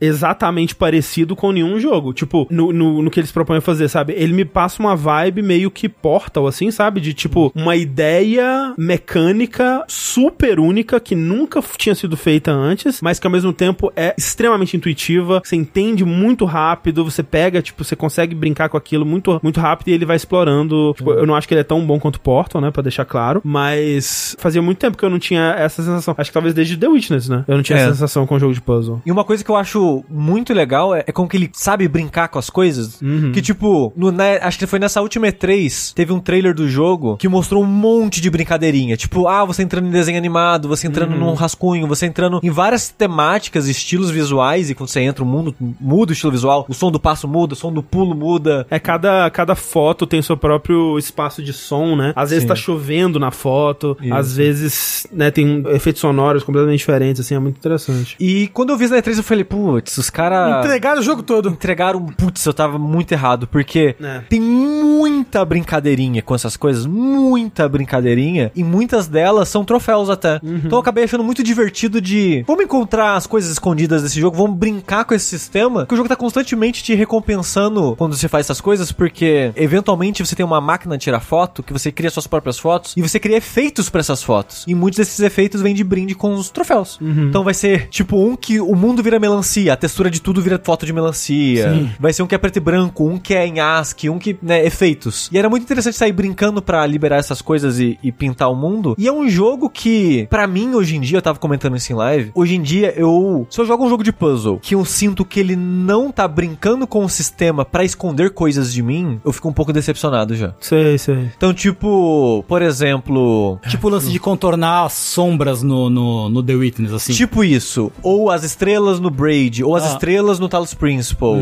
S1: exatamente parecido com nenhum jogo. Tipo, no, no, no que eles propõem fazer, sabe? Ele me passa uma vibe meio que Portal, assim, sabe? De tipo, uma ideia mecânica super única que nunca f- tinha sido feita antes, mas que ao mesmo tempo é extremamente intuitiva. Você entende muito rápido, você pega, tipo, você consegue brincar com aquilo muito, muito rápido e ele vai explorando. Tipo, eu não acho que ele é tão bom quanto Portal, né? Pra deixar claro, mas fazia muito tempo que eu não tinha essa sensação. Acho que talvez desde The Witness, né? Eu não tinha
S2: É.
S1: essa sensação com jogo de puzzle.
S2: E uma coisa que eu acho muito legal é, é como que ele sabe brincar com as coisas. Que, tipo, no- na- acho que foi nessa última E3, teve um trailer do jogo que mostrou um monte de brincadeirinha. Tipo, ah, você entrando em desenho animado, você entrando num rascunho, você entrando em várias temáticas, estilos visuais, e quando você entra, o mundo muda o estilo visual, o som do passo muda, o som do pulo muda.
S1: É, cada, cada foto tem seu próprio espaço de som, né? Às vezes
S2: Sim.
S1: tá chovendo na foto,
S2: Isso.
S1: às vezes, né, tem efeitos sonoros completamente diferentes, assim, é muito interessante.
S2: E quando eu vi isso na E3, eu falei, putz, os caras.
S3: Entregaram o jogo todo.
S2: entregaram. Putz, eu tava muito errado, porque
S1: É.
S2: tem muita brincadeirinha com essas coisas, muita brincadeirinha, e muitas delas são troféus até. Então eu acabei achando muito divertido de. Vamos encontrar as coisas escondidas desse jogo, vamos brincar com esse sistema, que o jogo tá constantemente te recompensando quando você faz essas coisas, porque eventualmente você tem uma máquina de tirar foto, que você cria suas próprias fotos, e você cria efeitos pra essas fotos. E muitos desses efeitos vêm de brinde com os troféus. Então vai ser tipo um que o mundo vira melancia, a textura de tudo vira foto de melancia. Vai ser um que é preto e branco, um que é em ASCII, um que, né, efeitos. E era muito interessante sair brincando pra liberar essas coisas e, e pintar o mundo. E é um jogo que, pra mim, hoje em dia, eu tava comentando isso em live, hoje em dia eu. Se eu jogo um jogo de puzzle que eu sinto que ele não tá brincando com o sistema pra esconder coisas de mim, eu fico um pouco decepcionado já.
S1: Sei, sei.
S2: Então, tipo, por exemplo,
S4: Tipo o lance de contornar as sombras no, no, no The Witness, assim.
S2: Tipo isso. Ou as estrelas no Braid, ou as
S4: Ah. Uhum.
S2: estrelas no Talos Principal.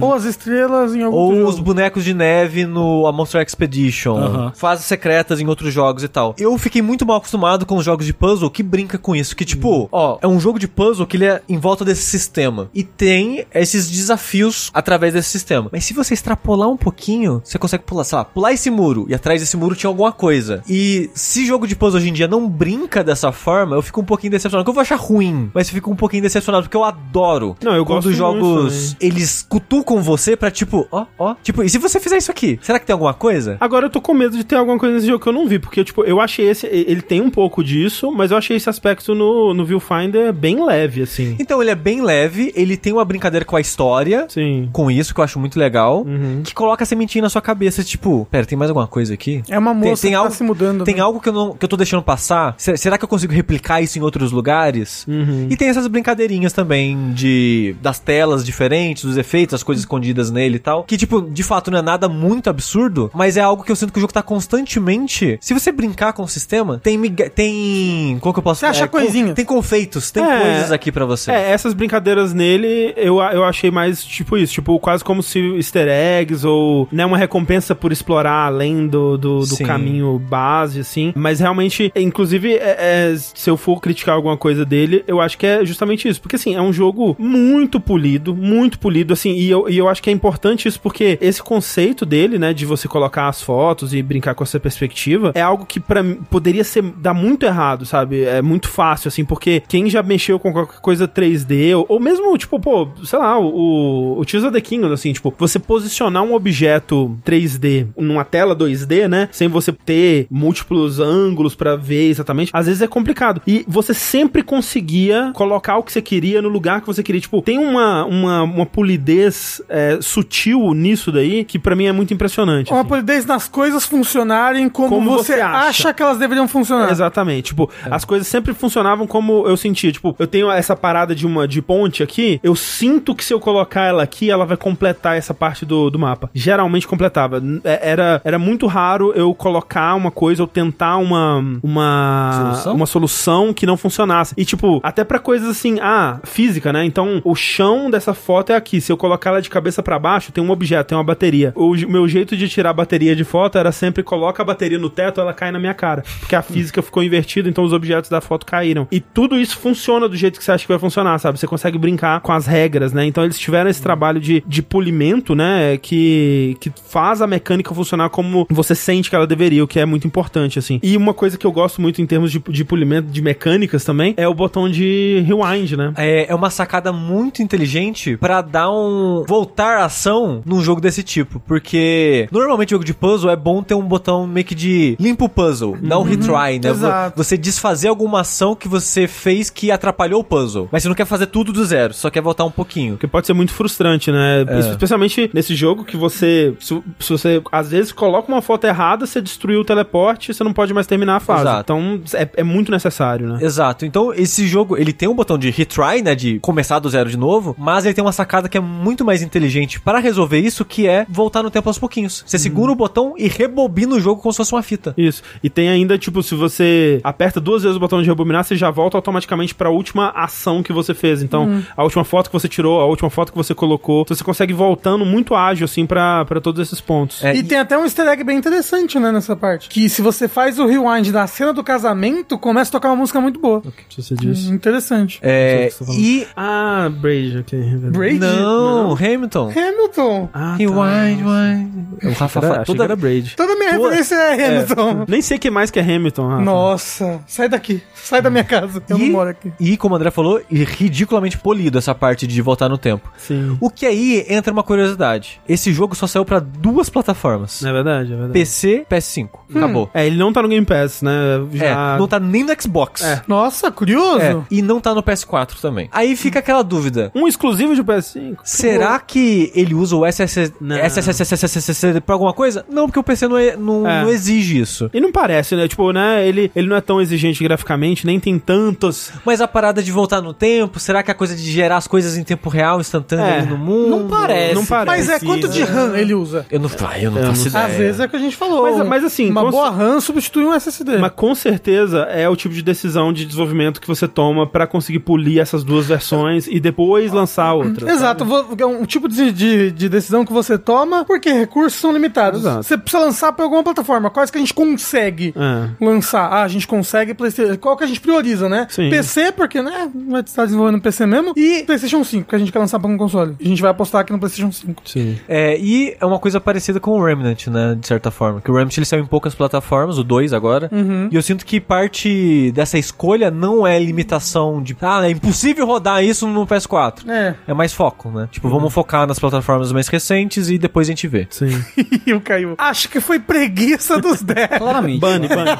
S3: Ou as estrelas em algum
S2: Uhum. Ou
S3: jogo.
S2: os bonecos de neve no A Monster Expedition.
S4: Aham.
S2: Fases secretas em outros jogos e tal. Eu fiquei muito mal acostumado com os jogos de puzzle que brinca com isso. Que tipo,
S1: Uhum.
S2: ó, é um jogo de puzzle que ele é em volta desse sistema. E tem esses desafios através desse sistema. Mas se você extrapolar um pouquinho, você consegue pular, sei lá, pular esse muro. E atrás desse muro tinha alguma coisa. E se jogo de puzzle hoje em dia não brinca dessa forma, eu fico um pouquinho decepcionado. Que eu vou achar ruim, mas eu fico um pouquinho decepcionado porque eu adoro
S1: Não, eu
S2: quando
S1: gosto
S2: os
S1: muito,
S2: jogos
S1: né?
S2: eles cutucam você pra tipo, ó, ó, tipo, e se você fizer isso aqui, será que tem alguma coisa?
S1: Agora eu tô com medo de ter alguma coisa nesse jogo que eu não vi, porque, tipo, eu achei esse. Ele tem um pouco disso, mas eu achei esse aspecto no, no Viewfinder bem leve, assim.
S2: Então ele é bem leve, ele tem uma brincadeira com a história,
S1: Sim.
S2: com isso que eu acho muito legal,
S1: Uhum.
S2: que coloca a sementinha na sua cabeça, tipo, pera, tem mais alguma coisa aqui?
S3: É uma
S2: Tem-
S3: moça
S2: tem
S3: que
S2: algo-
S3: tá se mudando.
S2: Tem
S3: né?
S2: algo que eu, não, que eu tô deixando passar? Se- será que eu consigo replicar isso em outros lugares?
S1: Uhum.
S2: E tem essas brincadeirinhas também de das telas diferentes, dos efeitos, as coisas escondidas nele e tal. Que, tipo, de fato não é nada muito absurdo, mas é algo que eu sinto que o jogo tá constantemente. Se você brincar com o sistema, tem. miga- Tem. Como que eu posso É,
S3: Você acha
S2: con-
S3: coisinha.
S2: Tem confeitos, tem
S1: É.
S2: coisas aqui pra você.
S1: É, essas brincadeiras nele eu, eu achei mais tipo isso, tipo, quase como se easter eggs ou, né, uma recompensa por explorar além do, do, do
S2: Sim.
S1: caminho base, assim. Mas realmente, é, inclusive, é- é, se eu for criticar alguma coisa dele, eu acho que é justamente isso. Porque, assim, é um jogo muito polido, muito polido, assim, e eu, e eu acho que é importante isso porque esse conceito dele, né, de você colocar as fotos e brincar com essa perspectiva, é algo que para poderia ser, dar muito errado, sabe? É muito fácil, assim, porque quem já mexeu com qualquer coisa 3D, ou, ou mesmo, tipo, pô, sei lá, o, o Tears of the Kingdom, assim, tipo, você posicionar um objeto 3D numa tela 2D, né, sem você ter múltiplos ângulos pra ver exatamente, às vezes é complicado. E você sempre conseguia colocar o que você queria no lugar que você queria. Tipo, tem uma, uma, uma polidez é, sutil nisso daí que pra mim é muito impressionante.
S3: Uma
S1: assim.
S3: polidez nas coisas funcionarem como,
S1: Como
S3: você,
S1: você acha.
S3: acha. que elas deveriam funcionar.
S1: Exatamente. Tipo, as coisas sempre funcionavam como eu sentia. Tipo, eu tenho essa parada de uma de ponte aqui, eu sinto que se eu colocar ela aqui, ela vai completar essa parte do, do mapa. Geralmente completava. N- é- Era, era muito raro eu colocar uma coisa ou tentar uma uma
S4: Solução?
S1: uma solução que não funcionasse. E tipo, até pra coisas assim, ah, física, né? Então, o chão dessa foto é aqui. Se eu colocar ela de cabeça pra baixo, tem um objeto, tem uma bateria. O j- meu jeito de tirar a bateria de foto era sempre coloca a bateria no teto, ela cai na minha cara, porque a física ficou invertida, então os objetos da foto caíram. E tudo isso funciona do jeito que você acha que vai funcionar, sabe? Você consegue brincar com as regras, né? Então, eles tiveram esse trabalho de, de polimento, né, que que faz a mecânica funcionar como você sente que ela deveria, o que é muito importante assim. E uma coisa que eu gosto muito em termos de, de polimento de mecânicas também é o botão de rewind, né?
S2: É, é uma sacada muito inteligente pra dar um. voltar a ação num jogo desse tipo. Porque normalmente jogo de puzzle é bom ter um botão meio que de limpa o puzzle, dá um retry, né?
S3: Uhum, exato.
S2: Você desfazer alguma ação que você fez que atrapalhou o puzzle. Mas você não quer fazer tudo do zero, só quer voltar um pouquinho.
S1: Porque pode ser muito frustrante, né? Especialmente nesse jogo que você. Se, se você às vezes coloca uma foto errada, você destruiu o teleporte você não pode mais terminar a fase.
S2: Exato.
S1: Então é, é muito necessário, né?
S2: Exato. Então, esse jogo, ele tem um botão de retry, né, de começar do zero de novo, mas ele tem uma sacada que é muito mais inteligente pra resolver isso, que é voltar no tempo aos pouquinhos.
S3: Uhum.
S2: Você segura o botão e rebobina o jogo como se fosse uma fita.
S1: Isso. E tem ainda, tipo, se você aperta duas vezes o
S2: Uhum.
S1: botão de rebobinar, você já volta automaticamente pra última ação que você fez. Então, a última foto que você tirou, a última última foto que você colocou. Então você consegue ir voltando muito ágil, assim, pra, pra todos esses pontos.
S2: É,
S3: e, tem até um easter egg bem interessante, né, nessa parte. Que se você faz o rewind na cena do casamento, começa a tocar uma música muito boa.
S1: Se você diz.
S3: Interessante.
S2: É,
S1: Não sei o que você tá falando.
S2: e.
S1: Uhum. Ah, Brage, ok. é verdade.
S3: Brady?
S2: Não, Hamilton.
S3: Hamilton.
S1: Ah, tá.
S2: Rewind, rewind. O Rafa
S1: Era,
S2: fala.
S1: achei que era
S2: Toda...
S1: Brage.
S3: Toda minha
S2: Boa.
S3: referência é Hamilton.
S1: Nem sei o que mais que é Hamilton, Rafa.
S3: Nossa, sai daqui. Sai da minha casa. Eu não
S2: E-
S3: moro aqui.
S2: E, como o André falou, e ridiculamente polido essa parte de voltar no tempo.
S1: Sim.
S2: O que aí entra uma curiosidade. Esse jogo só saiu pra duas plataformas.
S1: É verdade, é verdade.
S2: PC, PS5. Acabou.
S1: É, ele não tá no Game Pass, né? Já...
S2: É, não tá nem no Xbox.
S1: É.
S3: Nossa, curioso.
S2: É, e não tá no PS4 também. Aí fica aquela dúvida.
S1: Um exclusivo de PS5?
S2: Será que ele usa o SSS
S1: Não.
S2: SSSSSSSS pra alguma coisa? Não, porque o PC não, é- não-
S1: É.
S2: não exige isso.
S1: E não parece, né? Tipo, né? Ele, ele não é tão exigente graficamente, nem tem tantos.
S2: Mas a parada de voltar no tempo, será que é a coisa de gerar as coisas em tempo real, instantâneo
S1: É.
S2: ali no mundo?
S4: Não parece.
S1: Não parece.
S3: Mas é quanto de
S1: né?
S3: RAM ele usa?
S2: Eu não, ah, eu não
S1: Eu
S2: faço
S1: não-
S2: ideia.
S3: Às vezes é o que a gente falou.
S1: Mas- mas assim,
S3: uma
S1: cons-
S3: boa RAM substitui um SSD.
S1: Mas com certeza é o tipo de decisão de desenvolvimento que você toma pra conseguir polir essas duas versões e depois lançar outra.
S3: Exato, vou- é um tipo de, de- de decisão que você toma, porque recursos são limitados.
S1: Exato.
S3: Você precisa lançar pra alguma plataforma. Quais que a gente consegue
S1: É.
S3: lançar? Ah, a gente consegue PlayStation. Qual que a gente prioriza, né?
S1: Sim.
S3: PC, porque, né? Vai estar desenvolvendo PC mesmo. E PlayStation 5, que a gente quer lançar pra um console. A gente vai apostar aqui no PlayStation 5.
S1: Sim.
S2: É, e é uma coisa parecida com o Remnant, né? De certa forma. Que o Remnant ele saiu em poucas plataformas, o 2 agora.
S1: Uhum.
S2: E eu sinto que parte dessa escolha não é limitação de. Ah, é impossível rodar isso no PS4.
S3: É.
S2: É mais foco, né?
S1: Uhum.
S2: Tipo, vamos focar nas plataformas mais recentes e depois a gente vê.
S1: Sim.
S3: Rio caiu. Acho que foi preguiça dos 10.
S4: Claramente.
S1: Bunny, Bunny.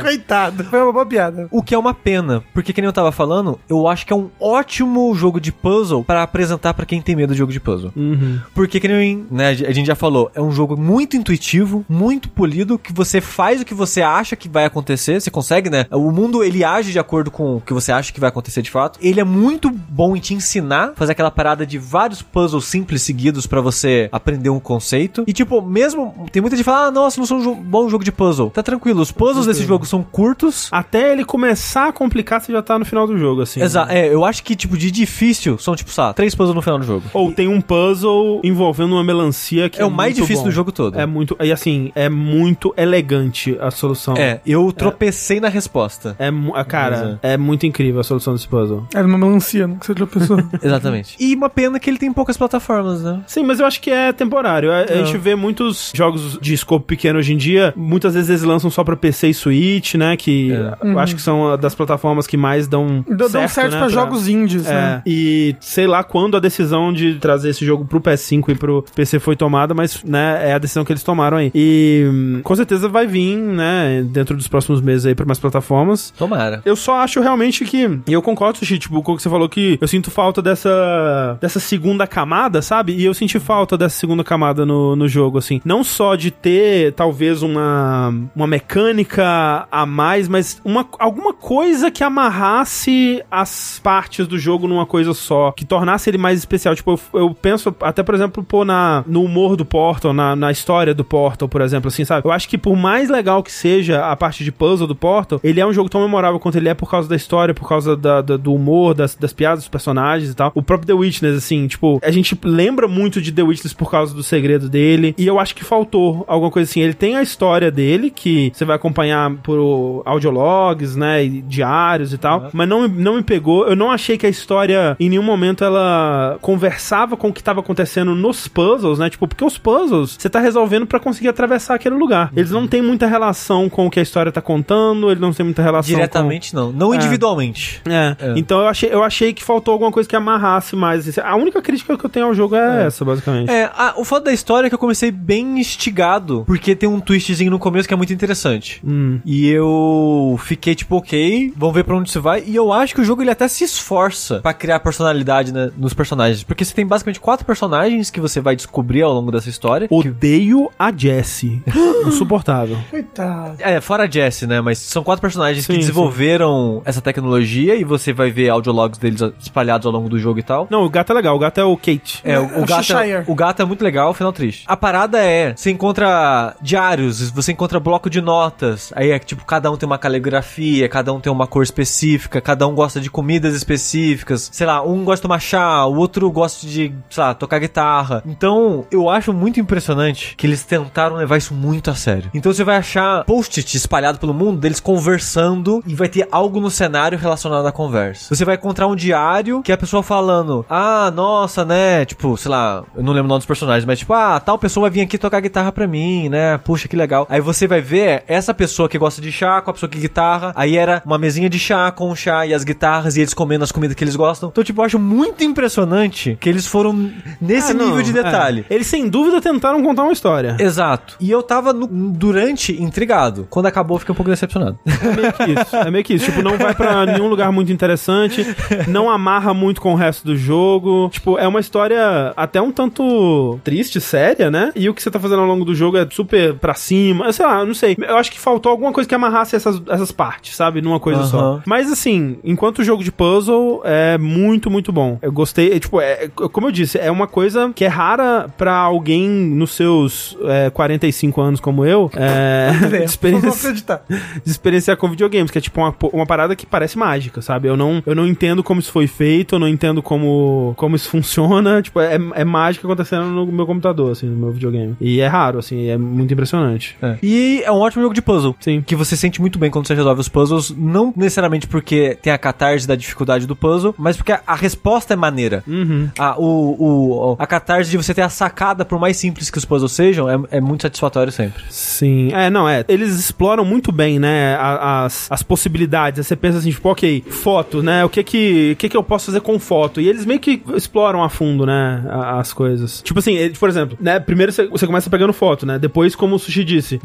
S3: Coitado. Foi uma boa piada.
S2: O que é uma pena, porque que nem eu tava falando, eu acho que é um ótimo jogo de puzzle pra apresentar pra quem tem medo de jogo de puzzle.
S1: Uhum.
S2: Porque que nem, né, a gente já falou, é um jogo muito intuitivo, muito polido, que você faz o que você acha que vai acontecer, você consegue, né? O mundo ele age de acordo com o que você acha que vai acontecer de fato. Ele é muito bom em te ensinar, fazer aquela parada de vários puzzles simples seguidos pra você aprender um conceito. E tipo, mesmo tem muita gente que fala: "Ah, nossa, não sou um jo- bom jogo de puzzle". Tá tranquilo, os puzzles desse jogo são curtos.
S1: Até ele começar a complicar, você já tá no final do jogo, assim.
S2: Exato, é, eu acho que tipo de difícil são tipo, sabe, três puzzles no final do jogo.
S1: Ou tem um puzzle envolvendo uma melancia que
S2: É, o mais
S1: muito
S2: difícil
S1: bom.
S2: do jogo todo.
S1: É muito. E assim, é muito elegante a solução.
S2: É, eu tropecei na resposta.
S1: É, mu- ah, cara, é. muito incrível a solução desse puzzle.
S3: Era uma melancia, não sei de outra pessoa.
S2: Exatamente. E uma pena que ele tem poucas plataformas, né?
S1: Sim, mas eu acho que é temporário. A, a gente vê muitos jogos de escopo pequeno hoje em dia. Muitas vezes eles lançam só pra PC e Switch, né? Que eu acho que são ah, das plataformas que mais dão
S3: Deu certo, certo
S1: né,
S3: pra jogos indies, né?
S1: É, e sei lá quando a decisão de trazer esse jogo pro PS5 e pro PC foi tomada, mas né, é a decisão que eles tomaram aí. E hum, com certeza vai vir, né, dentro dos próximos meses aí pra mais plataformas.
S2: Tomara.
S1: Eu só acho realmente que. E eu concordo, Sushi, tipo, com o que você falou que eu sinto falta dessa. dessa segunda camada, sabe? E eu senti falta dessa segunda camada no, no jogo, assim. Não só de ter, talvez, uma. uma mecânica a mais, mas uma, alguma coisa que amarrasse as partes do jogo numa coisa só. Que tornasse ele mais especial. Tipo, eu, eu penso, até, por exemplo, pô, na, no humor do Portal, na, na história do Portal, por exemplo, assim, sabe? Eu acho que por mais legal que seja a parte de puzzle do Portal, ele é um jogo tão memorável quanto ele é por causa da história, por causa da- da- do humor, das, das piadas dos personagens e tal. O próprio The Witness, assim, tipo, a gente lembra muito de The Witness por causa do segredo dele, e eu acho que faltou alguma coisa assim. Ele tem a história dele, que você vai acompanhar por audiologs, né, e diários e tal, mas não, não me pegou. Eu não achei que a história, em nenhum momento, ela conversava com o que tava acontecendo nos puzzles, né? Tipo, porque os puzzles você tá resolvendo pra conseguir atravessar aquele lugar. Eles não têm muita relação com o que a história tá contando, eles não têm muita relação com...
S2: Diretamente não. Não
S1: É.
S2: individualmente.
S1: É.
S2: É.
S1: Então eu achei, eu achei que faltou alguma coisa que amarrasse mais. assim. A única crítica que eu tenho ao jogo é, essa, basicamente.
S2: É, ah, o fato da história é que eu comecei bem instigado, porque tem um twistzinho no começo que é muito interessante.
S1: Hum.
S2: E eu fiquei tipo, ok, vamos ver pra onde isso vai. E eu acho que o jogo ele até se esforça pra criar personalidade né, nos personagens. Porque você tem basicamente quatro personagens que você vai descobrir ao longo dessa história.
S1: Odeio a Jessie. Insuportável.
S3: Coitado.
S2: É, fora a Jess, né? Mas são quatro personagens que
S1: Sim,
S2: desenvolveram essa tecnologia e você vai ver audiologs deles espalhados ao longo do jogo e tal.
S1: Não, o gato é legal, o gato é o Kate.
S2: É, o,
S3: O
S2: o, gato,
S3: Cheshire.
S2: o gato é muito legal, final triste. A parada é, você encontra diários, você encontra bloco de notas, aí é que, tipo, cada um tem uma caligrafia, cada um tem uma cor específica, cada um gosta de comidas específicas, sei lá, um gosta de tomar chá, cantar, o outro gosta de, sei lá, tocar guitarra. Então, eu acho muito impressionante que eles tentaram levar isso muito a sério. Então, você vai achar post-it espalhado pelo mundo deles conversando e vai ter algo no cenário relacionado à conversa. Você vai encontrar um diário que é a pessoa falando: "Ah, nossa, né, tipo, sei lá, eu não lembro o nome dos personagens, mas tipo, ah, tal pessoa vai vir aqui tocar guitarra pra mim, né? Puxa, que legal". Aí você vai ver essa pessoa que gosta de chá com a pessoa que guitarra, aí era uma mesinha de chá com o chá e as guitarras e eles comendo as comidas que eles gostam. Então, tipo, eu acho muito impressionante que eles foram nesse
S1: Ah, não,
S2: nível de
S1: é.
S2: detalhe.
S1: Eles sem dúvida tentaram contar uma história.
S2: Exato. E eu tava no- durante intrigado. Quando acabou, eu fiquei um pouco decepcionado.
S1: É meio que isso. É meio que isso. Tipo, não vai pra nenhum lugar muito interessante, não amarra muito com o resto do jogo. Tipo, é uma história até um tanto triste, séria, né? E o que você tá fazendo ao longo do jogo é super pra cima. Eu Sei lá, eu não sei. Eu acho que faltou alguma coisa que amarrasse essas, essas partes, sabe? Numa coisa só.
S2: Aham.
S1: Mas assim, enquanto jogo de puzzle é muito, muito bom. Eu gostei. É, tipo, é, como eu disse, é uma coisa que é rara pra alguém nos seus é, 45 anos como eu. É,
S3: Não vou
S1: experiência
S3: acreditar.
S1: de experienciar com videogames, que é tipo uma, po- uma parada que parece mágica, sabe? Eu não, eu não entendo como isso foi feito, eu não entendo como, como isso funciona. Tipo, é, é mágica acontecendo no meu computador, assim, no meu videogame. E é raro, assim, é muito impressionante.
S2: E é um ótimo jogo de puzzle.
S1: Sim.
S2: Que você sente muito bem quando você resolve os puzzles. Não necessariamente porque tem a catarse da dificuldade do puzzle, mas porque a, a resposta é maneira.
S1: Uhum.
S2: A, o, o- a catarse de você ter a sacada, por mais simples que os puzzles sejam, é, é muito satisfatório sempre.
S1: Sim. É, não, é. Eles exploram muito bem, né, a- as, as possibilidades. Aí você pensa assim, tipo, ok, foto, né? O que que, o que que eu posso fazer com foto? E eles meio que exploram a fundo, né, a- as coisas. Tipo assim, ele- por exemplo, né, primeiro você, você começa pegando foto, né? Depois, como o Sushi disse,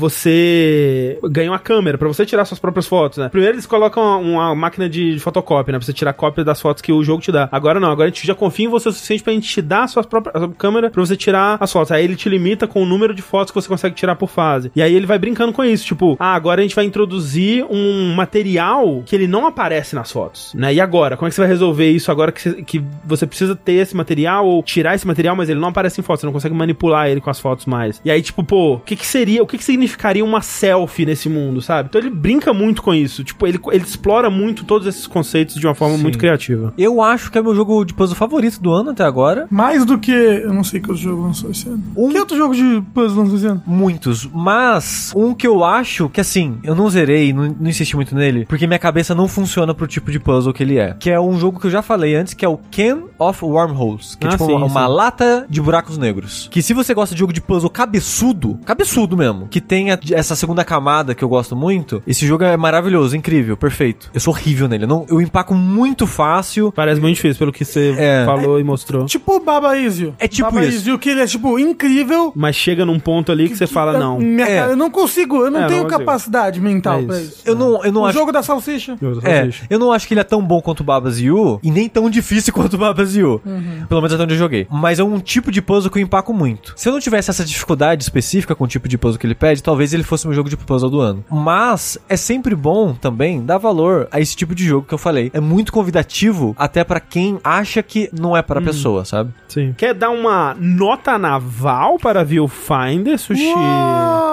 S1: você ganha uma câmera pra você tirar suas próprias fotos, né? Primeiro eles colocam uma máquina de fotocópia, né? Pra você tirar cópia das fotos que o jogo te dá. Agora não, agora a gente já confia em você o suficiente pra gente te dar a sua própria a sua câmera pra você tirar as fotos. Aí ele te limita com o número de fotos que você consegue tirar por fase. E aí ele vai brincando com isso, tipo, ah, agora a gente vai introduzir um material que ele não aparece nas fotos, né? E agora? Como é que você vai resolver isso agora que você, que você precisa ter esse material ou tirar esse material, mas ele não aparece em fotos, você não consegue manipular ele com as fotos mais. E aí, tipo, pô, o que que seria, o que que significaria uma selfie nesse mundo, sabe? Então ele brinca muito com isso, tipo, ele, ele explora muito todos esses conceitos de uma forma muito criativa.
S2: Eu acho que é meu jogo de puzzle favorito do ano até agora.
S3: Mais do que. Eu não sei que outro jogo lançou esse ano.
S2: Um-
S3: Que outro jogo de puzzle lançou esse ano?
S2: Muitos, mas um que eu acho que assim, eu não zerei, não, não insisti muito nele, porque minha cabeça não funciona pro tipo de puzzle que ele é. Que é um jogo que eu já falei antes, que é o Can of Wormholes, que
S1: Ah,
S2: é tipo
S1: sim,
S2: uma, uma
S1: sim.
S2: lata de buracos negros. Que se você gosta de jogo de puzzle cabeçudo, cabeçudo mesmo, que tenha essa segunda camada que eu gosto muito, esse jogo é maravilhoso, incrível, perfeito. Eu sou horrível nele, eu, não, eu empaco muito fácil.
S1: Parece muito difícil pelo que você
S2: É.
S1: falou e mostrou.
S3: Tipo o Baba Isio.
S2: É tipo
S3: Baba
S2: isso.
S3: Isio, que ele é, tipo, incrível.
S1: Mas chega num ponto ali que tá você fala,
S3: Eu-
S1: não.
S3: Minha
S2: É.
S3: cara, eu não consigo, eu não
S1: É,
S3: tenho
S1: não consigo.
S3: capacidade mental
S1: É
S3: pra
S1: isso.
S3: isso.
S2: Eu não, eu não
S3: o
S2: acho
S3: jogo da salsicha.
S2: É, eu não acho que ele é tão bom quanto o Babas Yu e nem tão difícil quanto o Babas Yu. Pelo menos até onde eu joguei. Mas é um tipo de puzzle que eu empaco muito. Se eu não tivesse essa dificuldade específica com o tipo de puzzle que ele pede, talvez ele fosse o meu jogo de puzzle do ano. Mas é sempre bom também dar valor a esse tipo de jogo que eu falei. É muito convidativo até pra quem acha que não é pra pessoa, sabe?
S1: Sim. Quer dar uma nota naval para Viewfinder, Sushi?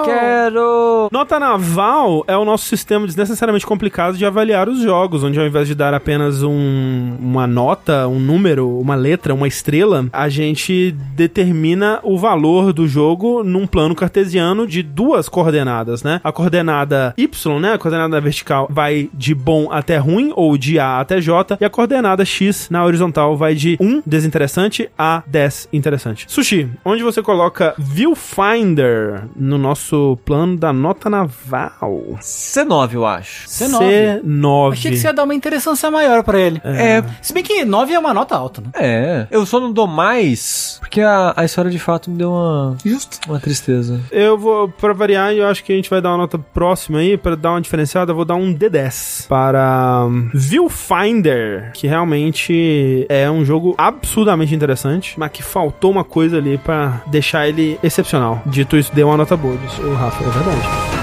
S2: Quero!
S1: Nota naval é o nosso sistema desnecessariamente complicado de avaliar os jogos, onde ao invés de dar apenas um- uma nota, um número, uma letra, uma estrela, a gente determina o valor do jogo num plano cartesiano de duas coordenadas, né? A coordenada Y, né? A coordenada vertical vai de bom até ruim, ou de A até J, e a coordenada X na horizontal vai de 1 desinteressante a 10 interessante. Sushi, onde você coloca Viewfinder no nosso plano da nota naval?
S2: C9, eu acho.
S4: C9.
S1: C9.
S4: Achei que você ia dar uma interessância maior pra ele.
S2: É.
S4: Se bem que 9 é uma nota alta, né?
S2: É. Eu só não dou mais porque a, a história de fato me deu uma, uma tristeza.
S1: Eu vou, pra variar, eu acho que a gente vai dar uma nota próxima aí, pra dar uma diferenciada, eu vou dar um D10 para hum, Viewfinder, que realmente é um jogo absurdamente interessante, mas que faltou uma coisa ali pra deixar ele excepcional. Dito isso, deu uma nota boa, disse o Rafa, é verdade.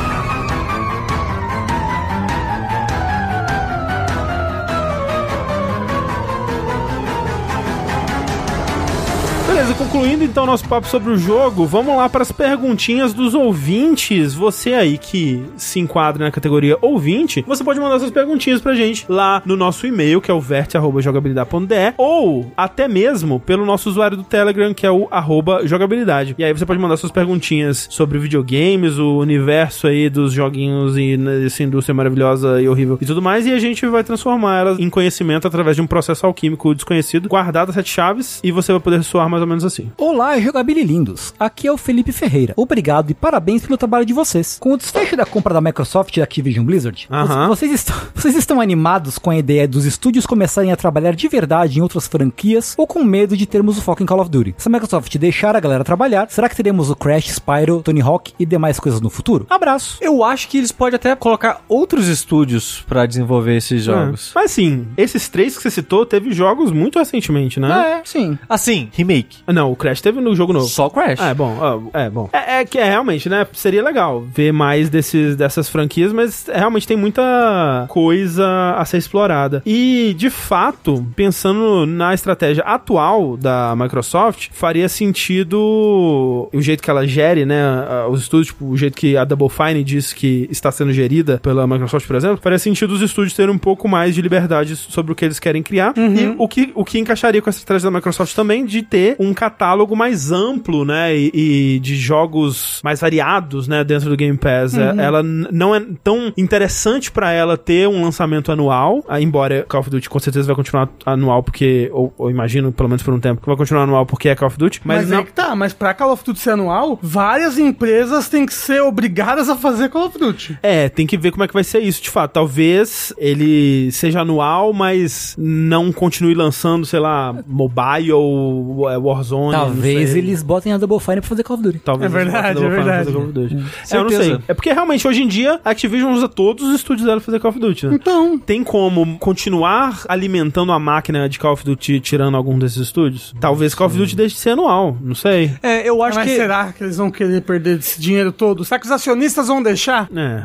S1: Beleza, Beleza, concluindo então nosso papo sobre o jogo, vamos lá para as perguntinhas dos ouvintes. Você aí que se enquadra na categoria ouvinte, você pode mandar suas perguntinhas pra gente lá no nosso e-mail, que é o verte@jogabilidade.de, é, ou até mesmo pelo nosso usuário do Telegram, que é o arroba jogabilidade. E aí você pode mandar suas perguntinhas sobre videogames, o universo aí dos joguinhos e essa indústria maravilhosa e horrível e tudo mais, e a gente vai transformar elas em conhecimento através de um processo alquímico desconhecido, guardado a sete chaves, e você vai poder soar mais ou menos assim.
S4: Olá, jogabililindos. Aqui é o Felipe Ferreira. Obrigado e parabéns pelo trabalho de vocês. Com o desfecho da compra da Microsoft e da Activision Blizzard,
S1: Aham.
S4: vocês, estão, vocês estão animados com a ideia dos estúdios começarem a trabalhar de verdade em outras franquias ou com medo de termos o foco em Call of Duty? Se a Microsoft deixar a galera trabalhar, será que teremos o Crash, Spyro, Tony Hawk e demais coisas no futuro? Abraço.
S2: Eu acho que eles podem até colocar outros estúdios pra desenvolver esses jogos.
S1: É. Mas assim, esses três que você citou teve jogos muito recentemente, né?
S4: É, sim.
S2: Assim, remake.
S1: Não, o Crash teve no jogo novo.
S2: Só Crash.
S1: Ah, é bom, ah, é bom. É, é que é realmente, né? Seria legal ver mais desses, dessas franquias, mas realmente tem muita coisa a ser explorada. E, de fato, pensando na estratégia atual da Microsoft, faria sentido o jeito que ela gere, né? a- Os estúdios, tipo, o jeito que a Double Fine diz que está sendo gerida pela Microsoft, por exemplo, faria sentido os estúdios terem um pouco mais de liberdade sobre o que eles querem criar.
S3: Uhum.
S1: E o que, o que encaixaria com essa estratégia da Microsoft também de ter um catálogo mais amplo, né? E, e de jogos mais variados, né? Dentro do Game Pass. É,
S3: Uhum.
S1: Ela n- não é tão interessante pra ela ter um lançamento anual, ah, embora Call of Duty com certeza vai continuar anual, porque, ou, ou imagino, pelo menos por um tempo, que vai continuar anual porque é Call of Duty, mas,
S3: Mas,
S1: não.
S3: é que tá, mas pra Call of Duty ser anual, várias empresas têm que ser obrigadas a fazer Call of Duty.
S1: É, tem que ver como é que vai ser isso, de fato. Talvez ele seja anual, mas não continue lançando, sei lá, mobile ou é, Warzone. não
S4: Talvez
S1: sei.
S4: eles botem a Double Fine pra fazer Call of Duty.
S1: Talvez
S3: É
S1: eles
S3: verdade,
S1: façam
S3: é
S1: Double Fine
S3: verdade.
S1: pra fazer Call of Duty. É, eu não
S2: Certeza.
S1: sei. É porque realmente hoje em dia a Activision usa todos os estúdios dela pra fazer Call of Duty, né?
S3: Então,
S1: Tem como continuar alimentando a máquina de Call of Duty tirando algum desses estúdios? Talvez Call of Duty deixe de ser anual, não sei.
S2: É, eu acho
S3: mas
S2: que.
S3: será que eles vão querer perder esse dinheiro todo? Será que os acionistas vão deixar?
S1: É.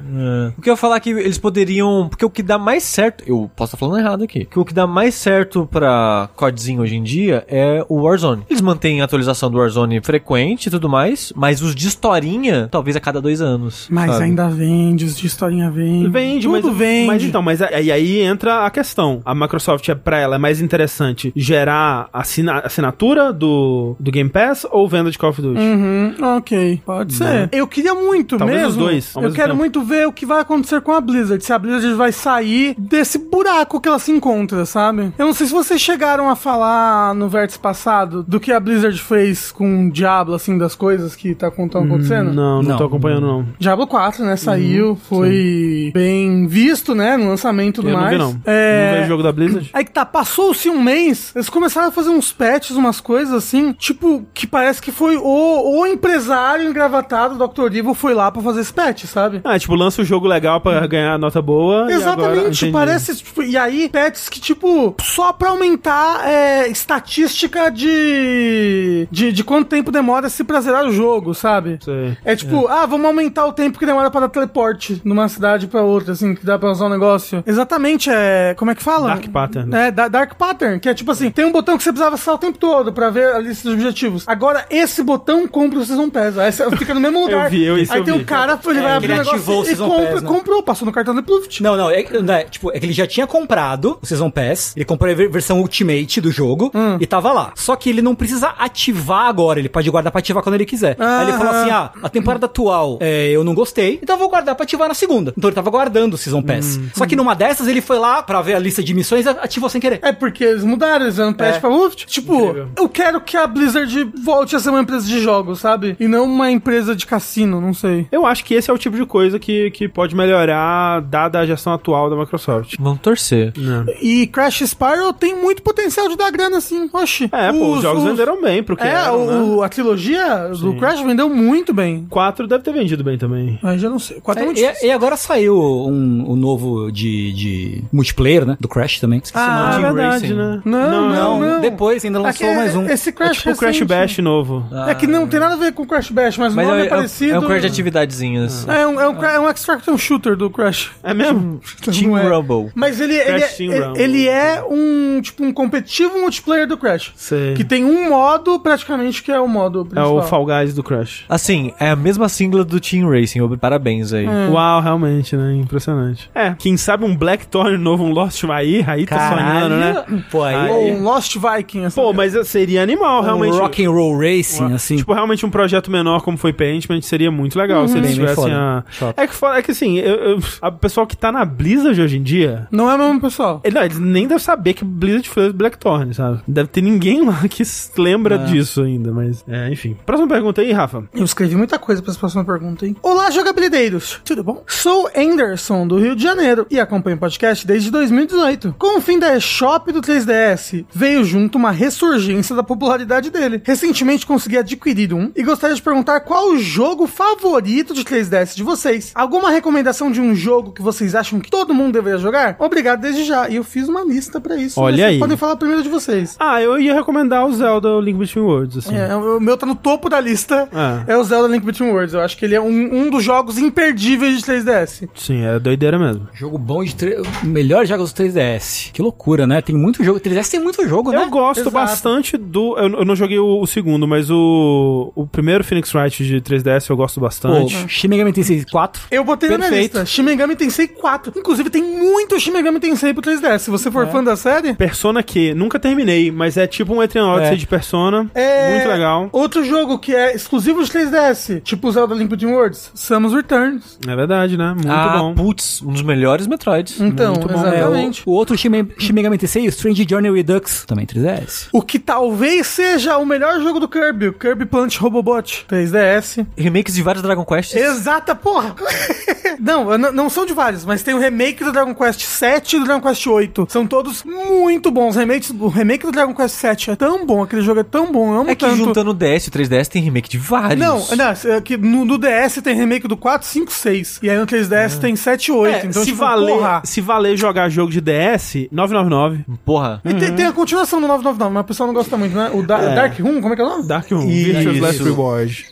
S2: O que eu ia falar que eles poderiam. Porque o que dá mais certo. Eu posso estar falando errado aqui. Que o que dá mais certo pra CODzinho hoje em dia é o Warzone. Eles mantêm a atualização do Warzone frequente e tudo mais, mas os de historinha, talvez a cada dois anos.
S3: Mas
S2: sabe?
S3: ainda vende, os de historinha vende.
S1: Vende,
S3: tudo
S1: mas,
S3: vende.
S1: mas então, mas aí, aí entra a questão. A Microsoft é para ela é mais interessante gerar assina- assinatura do, do Game Pass ou venda de Call of Duty?
S3: Uhum, ok, pode ser. Eu queria muito
S1: Né? Talvez
S3: mesmo.
S1: os dois, ao
S3: eu
S1: mesmo
S3: quero
S1: tempo.
S3: muito ver o que vai acontecer com a Blizzard. Se a Blizzard vai sair desse buraco que ela se encontra, sabe? Eu não sei se vocês chegaram a falar no vértice passado do que a Blizzard fez com o Diablo, assim, das coisas que tá tão acontecendo.
S1: Hum, Não, não,
S4: Não.
S1: tô acompanhando não.
S3: Diablo 4, né? Saiu, foi bem visto, né? No lançamento do
S1: Eu não
S3: mais.
S1: vi não.
S3: É...
S1: Não vejo jogo da Blizzard.
S3: Aí que tá, passou-se um mês, eles começaram a fazer uns patches, umas coisas assim, tipo, que parece que foi o, o empresário engravatado do Dr. Evil foi lá pra fazer esse patch, sabe?
S1: Ah, tipo, lança um jogo legal pra ganhar nota boa. e agora-
S3: Exatamente,
S1: entendi.
S3: parece. tipo, e aí, patches que, tipo, só pra aumentar é, estatística de, de. de quanto tempo demora se pra zerar o jogo, sabe?
S1: Sei.
S3: É tipo, ah, vamos aumentar o tempo que demora pra dar teleporte numa cidade pra outra, assim, que dá pra usar um negócio. Exatamente, é. Como é que fala?
S1: Dark Pattern.
S3: É, da- Dark Pattern, que é tipo assim, tem um botão que você precisava acessar o tempo todo pra ver a lista dos objetivos. Agora, esse botão compra o Season Pass. Aí você fica no mesmo lugar.
S1: vi, eu- isso
S3: Aí
S1: eu
S3: tem
S1: vi.
S3: um cara, ele
S4: É,
S3: vai
S4: ele
S3: abrir o
S4: ativou
S3: negócio
S4: o
S3: e
S4: Season
S3: compra,
S4: Pass, né?
S3: comprou, passou no cartão da Pluft.
S4: Não, não, é, não é, tipo, é que ele já tinha comprado o Season Pass, ele comprou a ver- versão Ultimate do jogo
S3: Hum.
S4: e tava lá. Só que ele não precisa ativar agora, ele pode guardar pra ativar quando ele quiser. Aí ele falou assim: ah, a temporada atual é, eu não gostei, então eu vou guardar pra ativar na segunda. Então ele tava guardando o Season Pass.
S3: Hum,
S4: Só que numa dessas ele foi lá pra ver a lista de missões e ativou sem querer.
S3: É porque eles mudaram, eles dando patch
S4: É.
S3: pra Ubisoft. Tipo, eu quero que a Blizzard volte a ser uma empresa de jogos, sabe? E não uma empresa de cassino, não sei.
S1: Eu acho que esse é o tipo de coisa que, que pode melhorar dada a gestão atual da Microsoft.
S2: Vamos torcer.
S1: É,
S3: E Crash Spiral tem muito potencial de dar grana, assim. Oxi.
S1: É, pô, os, jogos venderam bem pro que
S3: É,
S1: eram, né?
S3: o- a trilogia do Crash vendeu muito bem.
S1: 4 deve ter vendido bem também.
S3: Mas já não sei. Quatro é, muito difícil.
S4: E, e agora saiu um, um novo de, de multiplayer, né? Do Crash também. Esqueci o nome.
S3: Ah,
S1: é
S2: Team
S1: verdade,
S2: Racing.
S1: né?
S3: Não, não, não.
S4: Depois ainda
S3: Aqui
S4: lançou
S3: é-
S4: mais um.
S3: Esse
S1: É
S3: Crash
S1: tipo o Crash
S3: recente.
S1: Bash novo.
S3: É que não tem nada a ver com Crash Bash, mas,
S2: Mas
S3: o nome é,
S2: é, é,
S3: parecido.
S2: é um crash de atividadezinhas.
S3: É um, é um, cra- é um Extraction Shooter do Crash.
S1: É mesmo?
S2: Team
S3: Não é.
S2: Rumble.
S3: Mas ele, ele,
S1: Crash Team
S3: ele,
S1: Rumble.
S3: ele é um, tipo, um competitivo multiplayer do Crash.
S1: Sei.
S3: Que tem um um modo praticamente que é o modo
S1: É
S3: principal.
S1: o Fall Guys do Crash.
S2: Assim, é a mesma sigla do Team Racing, ob- parabéns aí.
S3: É.
S1: Uau, realmente, né? Impressionante. É, quem sabe um Blackthorn novo, um Lost aí, aí tá sonhando, né?
S4: Pô, é aí.
S1: Aí-
S3: Ou um Lost Viking, assim.
S1: Pô, mas seria
S3: é
S1: animal, realmente.
S4: Um rock and roll racing, assim.
S1: Tipo, realmente um projeto menor como foi Paintment seria muito legal se eles
S4: Bem, bem
S1: tivessem a...
S4: foda. Chato.
S1: É que, foda- é que assim, eu, eu- a- o pessoal que tá na Blizzard hoje em dia...
S3: Não é o mesmo pessoal.
S1: Ele, não, eles nem devem saber que Blizzard fez Blackthorn, sabe? Deve ter ninguém lá que s- lembra disso ainda, mas... É, enfim. Próxima pergunta aí, Rafa.
S3: Eu escrevi muita coisa para essa próxima pergunta, hein? Olá, jogabilideiros! Tudo bom? Sou Anderson, do Rio de Janeiro, e acompanho o podcast desde 2018. Com o fim da eShop do 3DS, veio junto uma ressurgência da popularidade dele. Recentemente consegui adquirir um e gostaria de perguntar qual o jogo favorito de 3DS de vocês. Alguma recomendação de um jogo que vocês acham que todo mundo deveria jogar? Obrigado desde já. E eu fiz uma lista para isso.
S1: Olha
S3: mas vocês
S1: aí.
S3: podem falar primeiro de vocês.
S1: Ah, eu ia recomendar o Zelda o Link Between Worlds, assim.
S3: É, o meu tá no topo da lista.
S1: Ah.
S3: É o Zelda Link Between Worlds. Eu acho que ele é um, um dos jogos imperdíveis de 3DS.
S1: Sim, é doideira mesmo.
S4: Jogo bom de. Tre... Melhor jogo dos 3DS. Que loucura, né? Tem muito jogo. 3DS tem muito jogo, né?
S1: Eu gosto
S3: Exato.
S1: bastante do. Eu, eu não joguei o, o segundo, mas o, o primeiro Phoenix Wright de 3DS eu gosto
S4: Pô,
S1: bastante.
S4: Shin Megami Tensei 4.
S3: Eu botei na minha
S1: Perfeito.
S3: lista Shin Megami Tensei 4. Inclusive, tem muito Shin Megami Tensei pro 3DS. Se você
S1: É.
S3: for fã da série...
S1: Persona Q, nunca terminei, mas é tipo um Etrian Odyssey
S4: É.
S1: de Persona. Muito legal.
S3: é Outro jogo que é exclusivo de 3DS, tipo o Zelda Link Between Worlds, Samus Returns.
S1: É verdade, né? Muito
S2: ah,
S1: bom.
S2: putz, um dos melhores Metroids.
S3: Então, exatamente.
S4: é,
S1: É,
S4: O outro Shin Me- Shin Megami Tensei, Strange Journey Redux. Também 3DS.
S3: O que talvez seja o melhor jogo do Kirby, o Kirby Punch Robobot 3DS.
S2: Remakes de vários Dragon Quests.
S3: Exata, porra! não, eu n- não são de vários, mas tem o remake do Dragon Quest 7 e do Dragon Quest 8. São todos muito bons. Remakes, o remake do Dragon Quest 7 é tão bom, aquele jogo é tão bom, eu amo
S2: é que
S3: tanto.
S2: juntando o DS e o 3DS tem remake de vários.
S3: Não, não, é que no, no DS tem remake do 4, 5, 6. E aí no 3DS tem 7 e 8.
S1: É,
S3: então,
S1: se,
S3: tipo,
S1: valer,
S3: porra.
S1: se valer jogar jogo de DS, 999.
S2: Porra.
S3: E
S1: Uhum.
S3: tem, tem a continuação do 999, mas o pessoal não gosta muito, né? O Da- Dark Room, como é que é o nome?
S1: Dark Room,
S2: Isso.
S1: Virtuous Last Reward.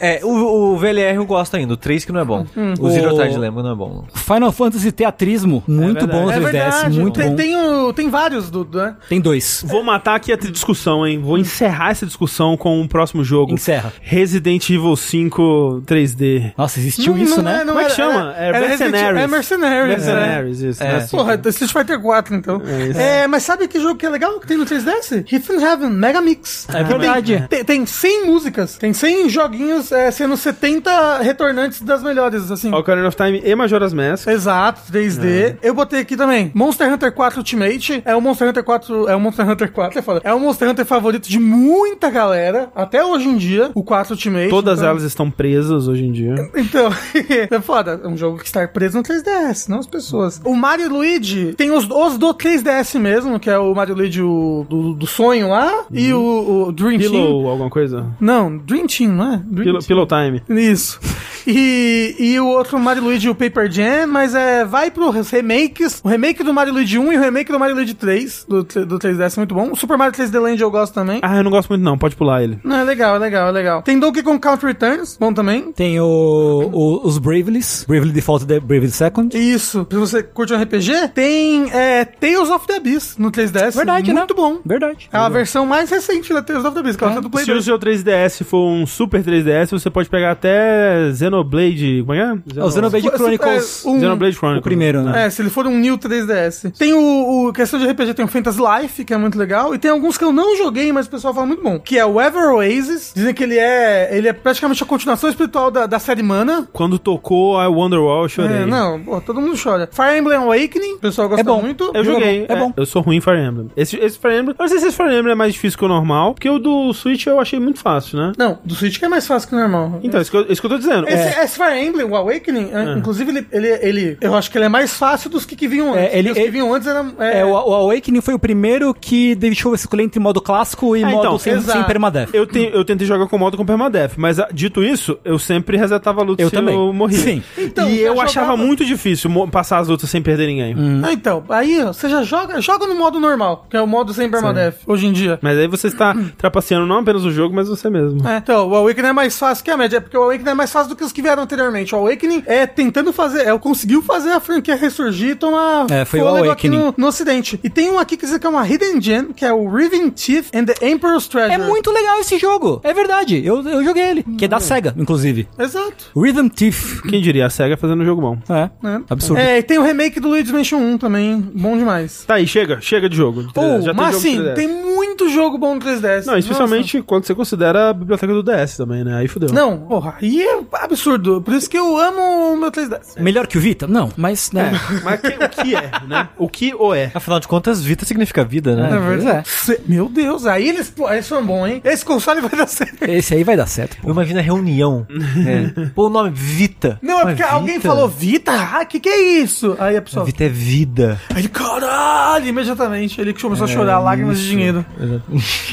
S2: É, o, o VLR eu gosto ainda, o 3 que não é bom. O Zero Tide Dilemma não é bom.
S4: Final Fantasy Teatrismo. Muito bom
S1: verdade.
S4: os 3DS. muito
S3: É tem,
S4: bom. Tem,
S3: tem, o- tem vários do, do- né?
S4: dois.
S1: Vou matar aqui a discussão, hein? Vou encerrar essa discussão com o próximo jogo.
S4: Encerra.
S1: Resident Evil 5 3D.
S4: Nossa, existiu
S3: Não-
S4: isso,
S3: não
S4: né?
S3: é- não
S1: Como é que
S3: era-
S1: chama?
S3: era- era Resident- É Mercenaries. né?
S1: Mercenaries, isso.
S2: É.
S1: né?
S3: Porra, é Street Fighter 4, então. É, mas sabe que jogo que é legal que tem no 3DS? Heaven Heaven, Mega Mix.
S4: É verdade.
S3: Tem, tem 100 músicas, tem 100 joguinhos, é, sendo 70 retornantes das melhores, assim.
S1: Ocarina of Time e Majora's Mask.
S3: Exato, 3D. Eu botei aqui também. Monster Hunter 4 Ultimate é o Monster Hunter 4, é o Monster Hunter 4, é foda. É o Monster Hunter favorito de muita galera até hoje em dia, o 4 Ultimate.
S1: Todas
S3: então-
S1: elas estão presas hoje em dia.
S3: Então, é foda. É um jogo que está preso no 3DS, não as pessoas. O Mario e Luigi tem os, os do 3DS mesmo, que é o Mario e Luigi o, do, do sonho lá e o, o Dream Team.
S1: Pillow, alguma coisa?
S3: Não, Dream Team, não é? Dream
S1: Pillow,
S3: Team.
S1: Pillow Time.
S3: Isso. E, e o outro Mario e Luigi, o Paper Jam, mas é, vai pros remakes. O remake do Mario e Luigi 1 e o remake do Mario e Luigi 3, do, tr- do 3DS, é muito bom. O Super Mario 3D Land eu gosto também.
S1: Ah, eu não gosto muito não, pode pular ele.
S3: Não, é legal, é legal, é legal. Tem Donkey Kong Country Returns, bom também.
S4: Tem o, o- os Bravelies. Bravely Default e Bravely Second.
S3: Isso, se você curte um RPG, tem é, Tales of the Abyss no 3DS.
S4: Verdade, né?
S3: Muito bom.
S4: Verdade.
S3: É a versão mais recente da Tales of the Abyss, que é a do Play
S1: Se o
S3: 2.
S1: seu 3DS for um Super 3DS, você pode pegar até Xenoblade... Como é que é?
S4: É o Xenoblade Chronicles.
S3: É, um-
S1: Xenoblade Chronicles.
S4: o primeiro, né?
S3: É, se ele for um New 3DS. Tem o, o- questão de RPG, tem o Fantasy Life, que é muito legal, e tem alguns que eu não joguei, mas o pessoal fala muito bom, que é o Ever Oasis. Dizem que ele é, ele é praticamente a continuação espiritual da, da série Mana.
S1: Quando tocou a Wonderwall, eu chorei.
S3: É, não, pô, todo mundo chora. Fire Emblem Awakening, o pessoal gosta
S4: É bom.
S3: muito.
S1: Eu joguei.
S4: é bom.
S1: Eu sou ruim em Fire Emblem. Esse, esse Fire Emblem... Eu não sei se esse Fire Emblem é mais difícil que o normal, porque o do Switch eu achei muito fácil, né?
S3: Não, do Switch que é mais fácil que o normal.
S1: Então, isso que eu, isso que eu tô dizendo. É,
S3: Esse,
S4: É.
S3: esse Fire Emblem, o Awakening, é,
S4: Ah.
S3: inclusive, ele, ele, ele- Eu acho que ele é mais fácil dos que, que vinham antes.
S4: É, ele-
S3: Porque os que
S4: ele-
S3: vinham antes era.
S4: É, o, o Awakening foi o primeiro que deixou você escolher entre modo clássico e
S1: Ah,
S4: modo
S1: então,
S4: sem, sem
S3: exato.
S4: permadeath.
S1: Eu, te- eu tentei jogar com modo com permadeath, mas ah, dito isso, eu sempre resetava a luta
S4: Eu
S1: se
S4: também.
S1: eu morria.
S4: Sim.
S3: Então,
S1: e
S3: eu
S1: eu achava
S3: jogava-
S1: muito difícil mo- passar as lutas sem perder ninguém.
S3: Ah, então, aí ó, você já joga, joga no modo normal, que é o modo sem permadeath, hoje em dia.
S1: Mas aí você está trapaceando não apenas o jogo, mas você mesmo.
S3: Ah. É, então, o Awakening é mais fácil que a média, é porque o Awakening é mais fácil do que os jogos que vieram anteriormente. O Awakening é tentando fazer, é, conseguiu fazer a franquia ressurgir e tomar
S4: É, foi o
S3: fôlego aqui
S4: Awakening.
S3: no, no ocidente. E tem um aqui que diz que é uma Hidden Gem, que é o Riven Thief and the Emperor's Treasure.
S4: É muito legal esse jogo. É verdade. Eu, eu joguei ele. Que é da SEGA, inclusive.
S3: Exato.
S4: Rhythm Thief.
S1: Quem diria? A SEGA fazendo um jogo bom.
S4: É.
S3: né?
S4: Absurdo.
S3: É, e tem o remake do Luigi's Mansion 1 também, bom demais.
S1: Tá aí, chega, chega de jogo. de 3DS.
S3: Ou, mas
S1: jogo de
S3: sim,
S1: 3DS.
S3: tem muito jogo bom no 3DS.
S1: Não, especialmente quando você considera a biblioteca do DS também, né? Aí fudeu.
S3: Nossa. Não, porra, aí é absurdo. Por isso que eu amo o meu 3DS.
S4: Melhor que o Vita? Não, mas, né.
S1: Mas que- o que é, né? O que ou é?
S2: Afinal de contas, vida significa vida, né?
S4: pois é.
S3: Cê- Meu Deus, aí eles, pô, eles foram bons, hein? Esse console vai dar certo.
S4: Esse aí vai dar certo, pô.
S2: Imagina a reunião. É. Pô, o nome Vita.
S3: Não, é
S2: Mas
S3: porque alguém
S2: Vita?
S3: falou, Vita, ah, que que é isso? Aí a pessoa,
S2: Vita é vida.
S3: aí ele, caralho, imediatamente, ele começou
S4: É,
S3: a chorar, lágrimas de dinheiro.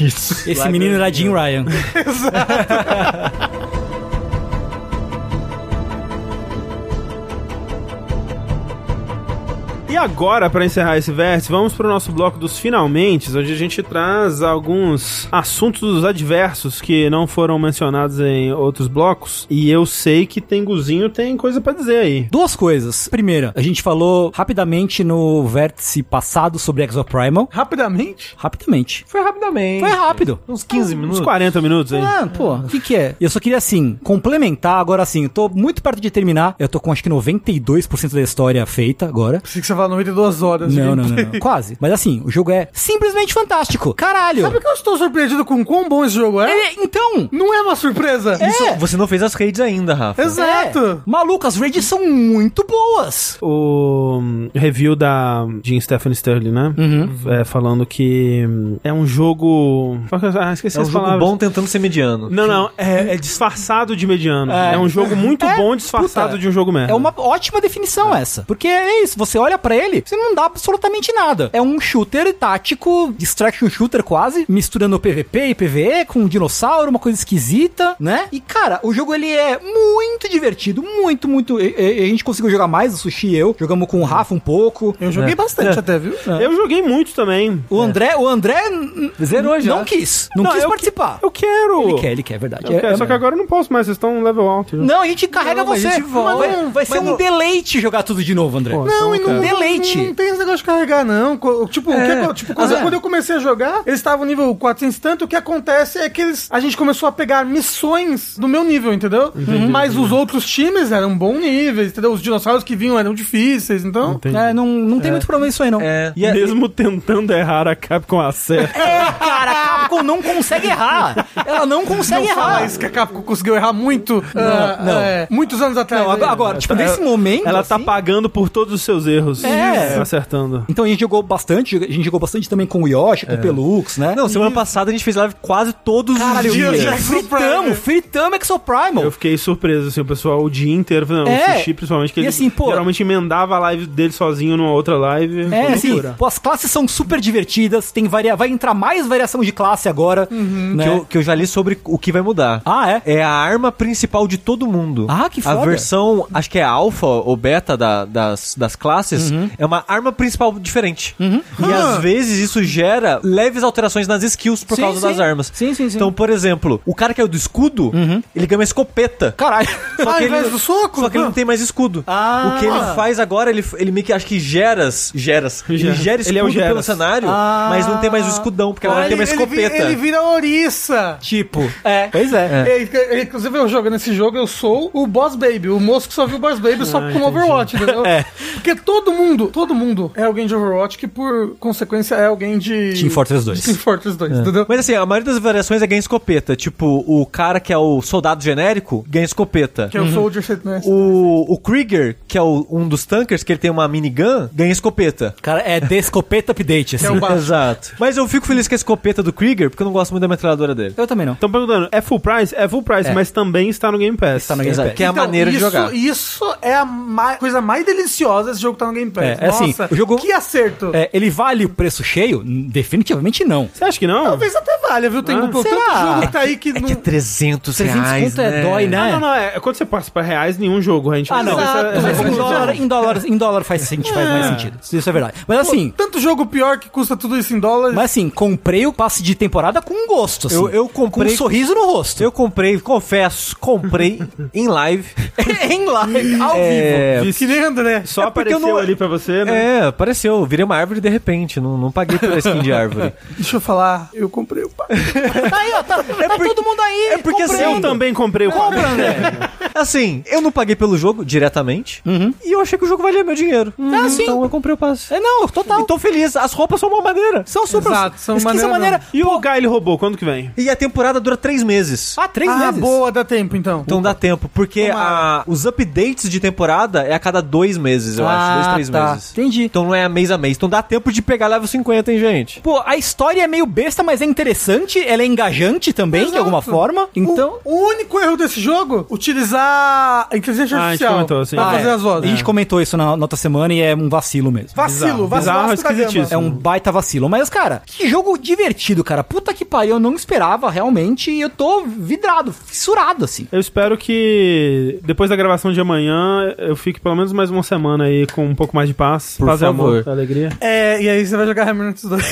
S2: Isso.
S4: Esse menino era Jim Ryan.
S1: E agora, pra encerrar esse vértice, vamos pro nosso bloco dos finalmente, onde a gente traz alguns assuntos adversos que não foram mencionados em outros blocos. E eu sei que Tenguzinho tem coisa pra dizer aí.
S4: Duas coisas. Primeira, a gente falou rapidamente no vértice passado sobre Exoprimal.
S3: Rapidamente?
S4: Rapidamente.
S2: Foi rapidamente.
S4: Foi rápido.
S2: Uns 15 minutos.
S1: Uns 40 minutos aí.
S4: Ah, pô, o que que é? Eu só queria, assim, complementar agora, assim, eu tô muito perto de terminar. Eu tô com, acho que 92% da história feita agora.
S3: Pensei que você falou 92 horas. de
S4: Não, não, não,
S3: gameplay.
S4: não. Quase. Mas assim, o jogo é simplesmente fantástico. Caralho.
S3: Sabe que eu estou surpreendido com quão bom esse jogo é?
S4: É, então...
S3: Não é uma surpresa?
S4: É.
S2: Isso, Você não fez as raids ainda, Rafa.
S3: Exato.
S4: É. Maluco, as raids são muito boas.
S1: o hum, review da Jean Stephanie Sterling, né? É, falando que hum, é um jogo. Ah, esqueci
S2: É um
S1: as
S2: jogo
S1: palavras.
S2: bom tentando ser mediano.
S1: Não, não, é, é disfarçado de mediano. É,
S4: É.
S1: um jogo muito
S4: É,
S1: bom disfarçado
S4: puta,
S1: de um jogo merda.
S4: É uma ótima definição essa. Porque é isso, você olha pra ele, você não dá absolutamente nada. É um shooter tático, distraction shooter quase, misturando PVP e PVE com um dinossauro, uma coisa esquisita, né? E cara, o jogo ele é muito divertido, muito, muito. e- e- A gente conseguiu jogar mais, o Sushi e eu, jogamos com o Rafa um pouco. É.
S3: Eu joguei bastante até, viu?
S1: Eu joguei muito também.
S4: O André, o André n-
S2: Zerou já.
S4: não quis, não,
S1: Não,
S4: quis
S1: eu que-
S4: participar.
S1: Eu quero!
S4: Ele quer, ele quer, é verdade.
S1: Eu
S4: É-
S1: quero,
S4: é-
S1: só que agora eu não posso mais, vocês estão um level né? alto.
S4: Não, a gente carrega
S2: Não, mas
S4: você.
S2: a gente volta.
S4: Mas não, vai ser
S2: Mas
S4: um
S2: não-
S4: deleite jogar tudo de novo, André.
S1: Pô,
S3: Não, e
S1: então,
S3: não,
S1: cara.
S4: Deleite.
S3: não, não tem esse negócio de carregar, não. Co- Tipo, o que, acon- tipo quando,
S4: Ah, é.
S3: quando eu comecei a jogar, eles estavam nível 400 e tanto. O que acontece é que eles, a gente começou a pegar missões do meu nível, entendeu? Uhum. Mas os outros times eram bom níveis, entendeu? Os dinossauros que vinham eram difíceis, então...
S1: Entendi.
S4: É, não, não tem muito problema isso aí, não.
S2: É. E é-
S1: Mesmo tentando errar, a Capcom acerta.
S4: É, cara, a Capcom não consegue errar. Ela não consegue
S3: Não
S4: errar.
S3: fala isso que a Capcom conseguiu errar muito ah,
S4: é não.
S3: é, muitos anos atrás.
S4: Não, agora, agora, tipo, nesse momento.
S1: Ela tá
S4: assim-
S1: pagando por todos os seus erros.
S4: É.
S1: Acertando.
S4: Então a gente jogou bastante, a gente jogou bastante também com o Yoshi, com o Pelux, né?
S2: Não, semana passada a gente fez live quase todos
S4: Caralho, é
S2: os dias.
S3: já-
S4: fritamos, fritamos é Exoprimal.
S1: Eu fiquei surpreso, assim, o pessoal o dia inteiro, falando,
S4: É.
S1: o sushi principalmente, que
S4: E
S1: ele
S4: assim, pô-
S1: geralmente emendava a live dele sozinho numa outra live.
S4: É,
S1: Foi
S4: assim,
S1: loucura.
S4: pô, as classes são super divertidas, tem varia... vai entrar mais variação de classe agora, né?
S2: Uhum. que, eu, que eu já li sobre o que vai mudar.
S4: Ah, é?
S2: É a arma principal de todo mundo.
S4: Ah, que foda.
S2: A versão, acho que é alfa ou beta da- das, das classes,
S4: Uhum.
S2: é uma arma principal diferente. E às vezes isso gera leves alterações nas skills por
S4: Ah. Sim,
S2: causa das
S4: sim.
S2: armas.
S4: Sim, sim, Uhum. sim.
S2: Então, por exemplo, o cara que é o do escudo, ele ganha uma escopeta.
S4: Caralho.
S2: Só
S3: Ao
S2: que
S3: invés
S2: ele-
S3: do soco?
S2: Só que ele não tem mais escudo.
S4: Ah.
S2: O que ele faz agora, ele, ele meio que acho que geras. Geras. Ele
S1: Geras.
S2: gera
S1: Ele
S2: escudo
S1: é o
S2: pelo
S1: Geras.
S2: cenário,
S4: Ah.
S2: mas não tem mais o escudão, porque agora
S3: ele,
S2: ele tem uma
S3: ele vi-
S2: escopeta.
S3: Ele, vira ouriça.
S4: tipo, é. Pois é.
S3: É, Inclusive, eu jogo nesse jogo, eu sou o Boss Baby, o moço que só viu o Boss Baby
S4: Ah,
S3: só com Overwatch, entendeu?
S4: É.
S3: Porque todo mundo, todo mundo é alguém de Overwatch que, por consequência, é alguém de.
S4: Team Fortress É. 2.
S3: de Team Fortress 2, entendeu?
S2: Mas assim, a maioria das variações é ganha escopeta. Tipo, o cara que é o soldado genérico ganha escopeta.
S4: Uhum.
S3: Que é o Soldier Setness.
S2: O, o Krieger, que é o- um dos tankers, que ele tem uma minigun, ganha escopeta.
S4: Cara, é descopeta update, assim.
S3: é o baixo.
S2: Exato. Mas eu fico feliz com a escopeta do Krieger, porque eu não gosto muito da metralhadora dele.
S4: Eu também não.
S1: Estão perguntando, é full price? É full price,
S4: É.
S1: mas também está no Game Pass.
S4: Está no Game Pass.
S2: Que é a maneira de
S3: Então, isso-
S2: jogar.
S3: Isso é a ma- coisa mais deliciosa esse jogo tá no Game Pass.
S4: É, é assim,
S3: Nossa,
S4: o jogo-
S3: que acerto.
S4: É, ele vale o preço cheio? N- Definitivamente não.
S1: Você acha que não?
S3: Talvez até valha, viu? Tem
S1: Ah,
S3: um tanto
S4: será?
S3: jogo que tá aí
S4: É
S3: que, não...
S2: 300
S4: conto é dói, né?
S1: Ah, não, não, é, quando você passa pra reais, nenhum jogo a gente é-
S4: Ah, não.
S1: Essa-
S3: Exato.
S1: essa-
S4: Mas
S1: essa-
S4: em dólar, em dólar, em dólar faz, sentido, faz
S2: Ah.
S4: mais sentido. Isso é verdade. Mas assim,
S3: Tanto jogo pior que custa tudo isso em dólares.
S4: mas assim, comprei o passe de temporada com gosto, assim.
S2: Eu- eu comprei-
S4: Com um sorriso no rosto.
S2: Eu comprei, confesso, comprei em live.
S4: em live, ao
S2: É,
S3: Que nem André.
S1: Só
S2: É porque eu
S1: apareceu
S2: não-
S1: ali pra você, né?
S2: É, apareceu. Virei uma árvore de repente. Não, não paguei pela skin de árvore.
S3: Deixa eu falar, eu comprei o par.
S4: vivo. Tá aí, ó, tá, tá todo mundo aí.
S2: é porque
S4: comprando.
S2: assim,
S1: Eu também comprei o
S4: Compra, André.
S2: Assim, eu não paguei pelo jogo diretamente. E eu achei que o jogo valia meu dinheiro.
S4: Ah, sim.
S2: Então eu comprei o passe.
S4: É, não, total.
S2: E tô feliz. As roupas são uma maneira.
S4: são super.
S3: Exato, são
S4: skins
S3: maneira
S4: maneira.
S1: E o Guy ele roubou, quando que vem?
S2: E a temporada dura três meses.
S4: Ah, três
S3: Ah,
S4: meses.
S3: boa, dá tempo então.
S2: Então dá tempo, porque a- os updates de temporada é a cada dois meses, eu acho. Dois, três
S4: tá.
S2: meses.
S4: Entendi.
S2: Então não é mês a mês. Então dá tempo de pegar level 50, hein, gente?
S4: Pô, a história é meio besta, mas é interessante, ela é engajante também, de
S3: Exato.
S4: alguma forma. Então.
S3: O, o único erro desse jogo, utilizar a inteligência
S1: Ah, a gente
S3: artificial
S1: comentou, sim.
S3: pra
S1: Ah,
S3: fazer
S1: é.
S3: as
S4: A
S3: vozes.
S4: gente comentou isso na nota semana e é um vacilo mesmo.
S3: Vacilo,
S1: Bizarro,
S3: vacilo.
S1: bizarro,
S3: vacilo da gama.
S1: esquisitíssimo.
S4: É um baita vacilo. Mas, cara, que jogo divertido, cara. Puta que pariu, eu não esperava realmente. E eu tô vidrado, fissurado, assim.
S1: Eu espero que depois da gravação de amanhã eu fique pelo menos mais uma semana aí com um pouco mais de paz.
S2: Por
S1: paz e amor,
S2: favor.
S1: alegria.
S3: É, e aí você vai jogar Remnants 2.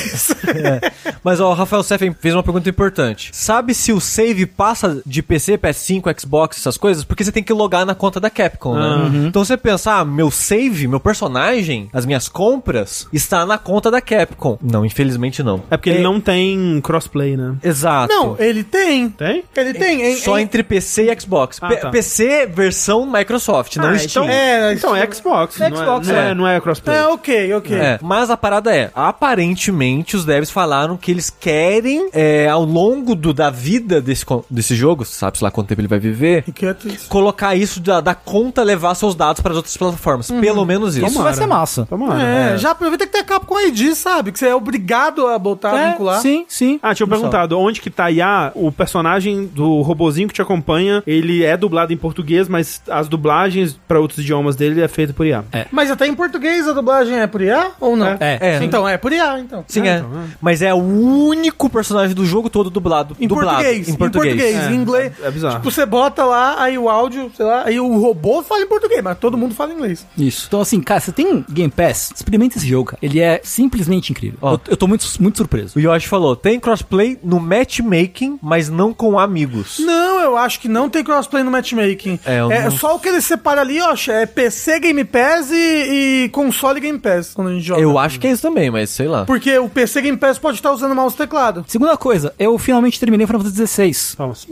S2: Mas ó, o Rafael Seffen fez uma pergunta importante. Sabe se o save passa de PC, PS5, Xbox, essas coisas? Porque você tem que logar na conta da Capcom, né?
S1: Uhum.
S2: Então você pensar, ah, meu save, meu personagem, as minhas compras, está na conta da Capcom. Não, infelizmente não.
S1: É porque ele não tem crossplay, né?
S2: Exato.
S3: Não, ele tem.
S1: Tem?
S3: Ele tem. em-
S2: Só
S3: em-
S2: entre PC e Xbox.
S1: é, Ah,
S2: P-
S1: tá.
S2: PC versão Microsoft, não
S1: Ah,
S2: Steam.
S1: então,
S3: É,
S1: é, então é Xbox. não é-
S2: Xbox,
S1: não é,
S2: é.
S1: não é crossplay.
S3: É, ok, ok.
S2: É, mas a parada é, aparentemente os devs falaram que eles querem, é, ao longo do, da vida desse, co- desse jogo, sabe-se lá quanto tempo ele vai viver,
S3: E que é isso.
S2: colocar isso da, da conta levar seus dados para as outras plataformas. Pelo menos isso.
S4: Isso vai ser massa.
S1: Tomara.
S3: É, já aproveita que tem a Capcom ID, sabe? Que você é obrigado a botar,
S4: É,
S3: vincular.
S4: sim, sim.
S1: Ah, tinha perguntado, onde que tá Iá, o personagem do robozinho que te acompanha, ele é dublado em português, mas as dublagens pra outros idiomas dele é feito por IA.
S3: Mas até em português a dublagem é por IA ou não?
S1: É.
S2: É.
S3: Então, é por IA, então.
S2: Sim, é. Mas é o único personagem do jogo todo dublado.
S3: Em
S2: dublado,
S3: português,
S2: Em português.
S3: Em,
S1: É,
S3: inglês.
S1: é bizarro.
S3: Tipo, você bota lá, aí o áudio, sei lá, aí o robô fala em português, mas todo mundo fala em inglês.
S4: Isso. Então, assim, cara, você tem Game Pass? Experimenta esse jogo, cara. Ele é simplesmente incrível.
S2: Ó.
S4: Eu, eu tô muito, muito surpreso.
S2: O Yoshi falou, tem crossplay no matchmaking, mas não com amigos.
S3: Não, eu acho que não tem crossplay no matchmaking.
S2: É,
S3: É,
S2: eu não-
S3: só o que ele separa ali, ó, é PC Game Pass e, e console Game Pass quando a gente joga.
S2: Eu acho que é isso também, mas sei lá.
S3: Porque o PC Game Pass pode estar usando mouse e teclado.
S4: Segunda coisa, eu finalmente terminei o Final Fantasy XVI.
S1: Vamos.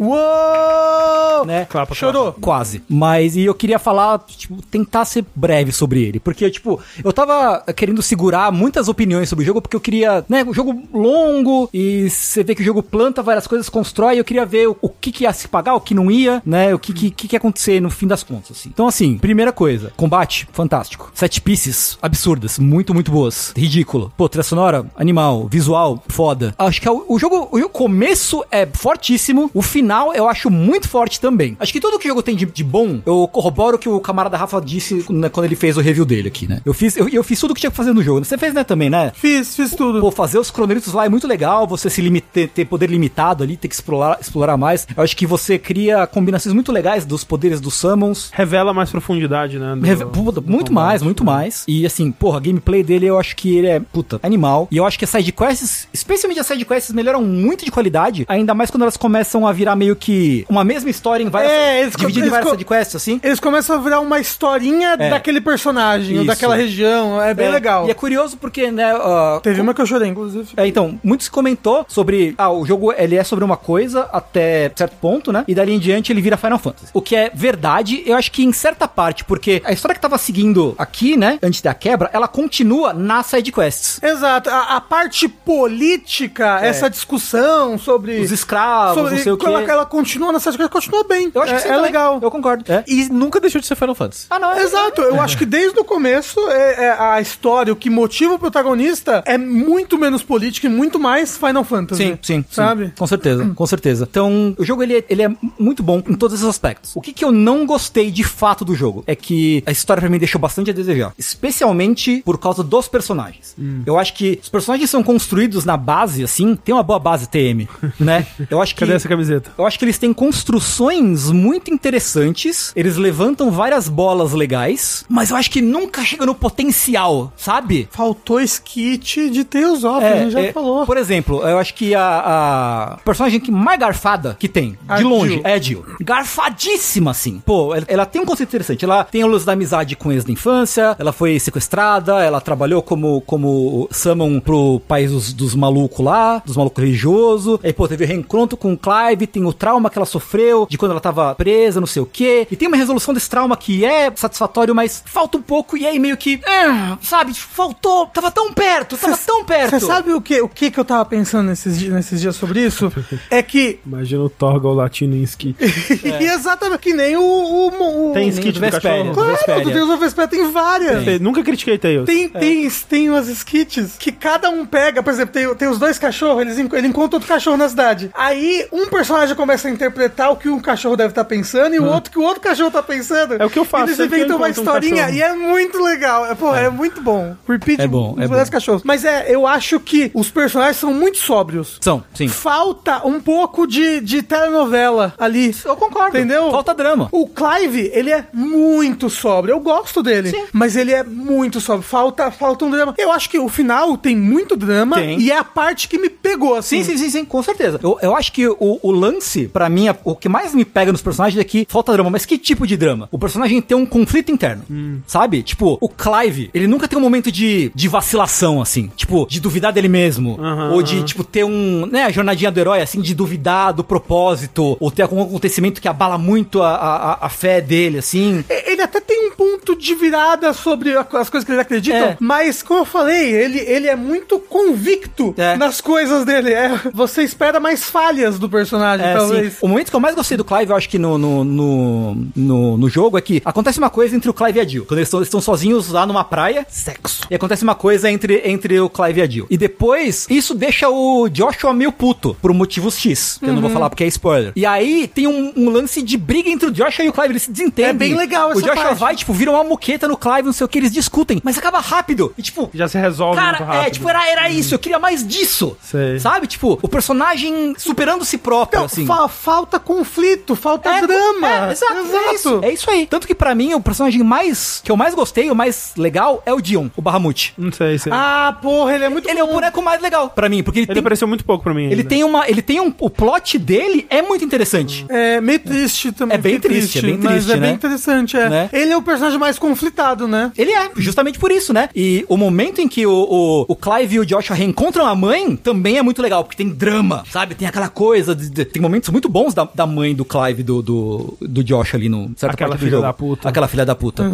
S3: Uou!
S4: Né?
S1: Clapa,
S3: Chorou.
S4: Quase. Mas e eu queria falar, tipo, tentar ser breve sobre ele. Porque, tipo, eu tava querendo segurar muitas opiniões sobre o jogo, porque eu queria, né, um jogo longo, e você vê que o jogo planta várias coisas, constrói, e eu queria ver o, o que, que ia se pagar, o que não ia, né? O que, que, que que ia acontecer no fim das contas. assim. Então, assim, primeira coisa, combate, fantástico. Sete pieces absurdas, muito, muito boas. Ridículo. Pô, trilha sonora, animal, visual, foda. Acho que é o, o jogo, o começo é fortíssimo, o final eu acho muito forte também. Acho que tudo que o jogo tem de, de bom, eu corroboro o que o camarada Rafa disse né, quando ele fez o review dele aqui, né? Eu fiz, eu, eu fiz tudo que tinha que fazer no jogo. Você fez, né, também, né?
S3: Fiz, fiz tudo.
S4: Pô, fazer os cronoritos lá é muito legal, você se limite, ter- ter poder limitado ali, ter que explorar, explorar mais. Eu acho que você cria combinações muito legais dos poderes dos summons.
S1: Revela mais profundidade, né? do-
S4: Reve- puta,
S1: do
S4: muito
S1: combate.
S4: mais, muito mais. E assim, porra, a gameplay dele eu acho que ele é, puta, animal. E eu acho que as sidequests, especialmente as sidequests, melhoram muito de qualidade, ainda mais quando elas começam a virar meio que uma mesma história em várias.
S3: É, eles co-
S4: dividida em
S3: eles
S4: várias
S3: co-
S4: sidequests, assim.
S3: Eles começam a virar uma historinha
S4: É.
S3: daquele personagem, ou
S4: Isso.
S3: daquela região. É bem
S4: É,
S3: legal.
S4: E é curioso porque, né, ah,
S3: Teve uma que eu chorei, inclusive.
S4: É, então, muito se comentou sobre. Ah, o jogo ele é sobre uma coisa até certo ponto, né? E dali em diante ele vira Final Fantasy. O que é verdade, eu acho que em certa parte, porque a história que tava seguindo aqui, né? Antes da quebra, ela continua nas sidequests.
S3: Exato. A, a parte política, essa discussão sobre.
S4: É. Os escravos,
S3: sobre-
S4: não sei o quê.
S3: Ela, ela continua nessas coisas, continua bem.
S4: Eu acho
S3: é,
S4: que sim
S3: é
S4: também.
S3: legal.
S4: Eu concordo. É.
S2: E nunca deixou de ser Final Fantasy.
S4: Ah, não, é
S3: Exato, eu acho que desde o começo é, é a história, o que motiva o protagonista é muito menos político e muito mais Final Fantasy.
S4: Sim, sim, sim.
S3: Sabe?
S4: Com certeza, com certeza. Então, o jogo ele é, ele é muito bom em todos esses aspectos. O que, que eu não gostei de fato do jogo é que a história pra mim deixou bastante a desejar, especialmente por causa dos personagens. Eu acho que os personagens são construídos na base assim, tem uma boa base TM, né? Eu acho que
S1: Cadê essa camiseta?
S4: eu acho que eles têm construções muito interessantes. Eles levantam várias bolas legais, mas eu acho que nunca chega no potencial, sabe?
S3: Faltou skit de Tales of, a gente É, já falou.
S4: Por exemplo, é, eu acho que a, a personagem que mais garfada que tem, de
S3: A Jill.
S4: longe, é a Jill. Garfadíssima, assim. Pô, ela, ela tem um conceito interessante. Ela tem o lance da amizade com eles da infância, ela foi sequestrada, ela trabalhou como, como summon pro país dos, dos malucos lá, dos malucos religiosos. Aí, pô, teve o reencontro com o Clive, tem o trauma que ela sofreu de quando ela tava presa, não sei o quê. E tem uma resolução desse trauma que é satisfatório, mas falta um pouco e aí meio que, ah, sabe, faltou, tava tão perto, tava tão perto.
S3: Você sabe o que, o que que eu tava pensando nesses, di- nesses dias sobre isso? É que.
S1: Imagina o Torgal latindo em esqui.
S4: É.
S3: e exatamente que nem o. o, o
S1: Tem
S4: Nem
S1: skit
S4: do
S1: do
S4: Vespéria.
S1: cachorro?
S3: Claro,
S4: Vesperia.
S3: do Deus da Vesperia tem várias.
S1: Eu Nunca critiquei Tails.
S3: Tem, tem, tem umas skits que cada um pega, por exemplo, tem, tem os dois cachorros, eles, enco- ele encontra outro cachorro na cidade. Aí um personagem começa a interpretar o que um cachorro deve estar pensando e o outro que o outro cachorro tá pensando.
S1: É o que eu faço,
S3: Eles
S1: sempre que eu
S3: inventam uma
S1: encontro um
S3: historinha
S1: cachorro.
S3: e é muito legal. É, Pô, é. muito bom. Repeat
S4: É bom, é
S3: os
S4: bom.
S3: dois cachorros. Mas é, eu acho que os personagens são muito sóbrios.
S4: São, sim.
S3: Falta um pouco de, de telenovela ali.
S4: Eu concordo.
S3: Entendeu?
S4: Falta drama.
S3: O Clive, ele é muito sóbrio. Eu gosto dele, mas ele é muito sóbrio. Falta, falta um drama. Eu acho que o final tem muito drama
S4: Tem.
S3: e é a parte que me pegou, assim.
S4: Sim, sim, sim, sim, com certeza. Eu, eu acho que o, o lance, pra mim, a- o que mais me pega nos personagens é que falta drama. Mas que tipo de drama? O personagem tem um conflito interno, sabe? Tipo, o Clive, ele nunca tem um momento de, de vacilação, assim. Tipo, de duvidar dele mesmo. ou de, tipo, ter um, né, a jornadinha do herói, assim, de duvidar do propósito. Ou ter algum acontecimento que abala muito a, a, a- a fé dele, assim.
S3: E- Ele até tem um ponto de virada sobre a- as coisas que eles acreditam,
S4: É.
S3: mas como eu falei, ele, ele é muito convicto
S4: É.
S3: nas coisas dele. É, você espera mais falhas do personagem,
S4: É,
S3: talvez.
S4: sim. O momento que eu mais gostei do Clive, eu acho que no, no, no, no, no jogo, é que acontece uma coisa entre o Clive e a Jill. Quando eles estão, eles estão sozinhos lá numa praia. Sexo. E acontece uma coisa entre, entre o Clive e a Jill. E depois, isso deixa o Joshua meio puto, por motivos X. Que eu não
S3: Uhum.
S4: vou falar porque é spoiler. E aí tem um, um lance de briga entre o Joshua e o Clive. Eles se desentendem.
S3: É bem legal
S4: O
S3: essa
S4: Joshua
S3: parte.
S4: vai, tipo, vira uma moqueta no Clive, não sei o que, eles discutem. Mas acaba rápido. E tipo,
S1: Já se resolve muito
S4: Cara,
S1: rápido.
S4: é, tipo, era, era
S3: Uhum.
S4: isso, eu queria mais disso.
S1: Sei.
S4: Sabe? Tipo, o personagem superando-se próprio,
S3: Então,
S4: assim.
S3: fa- falta conflito, falta
S4: É,
S3: drama.
S4: é, exato, É isso, é isso aí. Tanto que pra mim, o personagem mais que eu mais gostei, o mais legal, é o Dion, o Bahamut.
S1: Não sei se...
S3: Ah, porra, ele é muito
S4: Ele é o boneco mais legal pra né? mim, porque ele,
S1: ele
S4: tem.
S1: apareceu muito pouco pra mim
S4: Ele
S1: ainda.
S4: tem uma. Ele tem um. O plot dele é muito interessante.
S3: É meio triste também.
S4: É bem
S3: fiquei
S4: triste, é bem
S3: Mas
S4: triste,
S3: é bem
S4: né?
S3: interessante, é.
S4: Né?
S3: Ele é o personagem mais conflitado, né?
S4: Ele é, justamente por isso, né? E o momento em que o, o, o Clive e o Joshua reencontram a mãe também é muito legal, porque tem drama, sabe? Tem aquela coisa, de- de- tem momentos muito bons da, da mãe do Clive e do, do, do Joshua ali no certa
S1: Aquela
S4: parte do
S1: filha
S4: jogo.
S1: da puta. Uhum.
S4: Aquela filha da puta,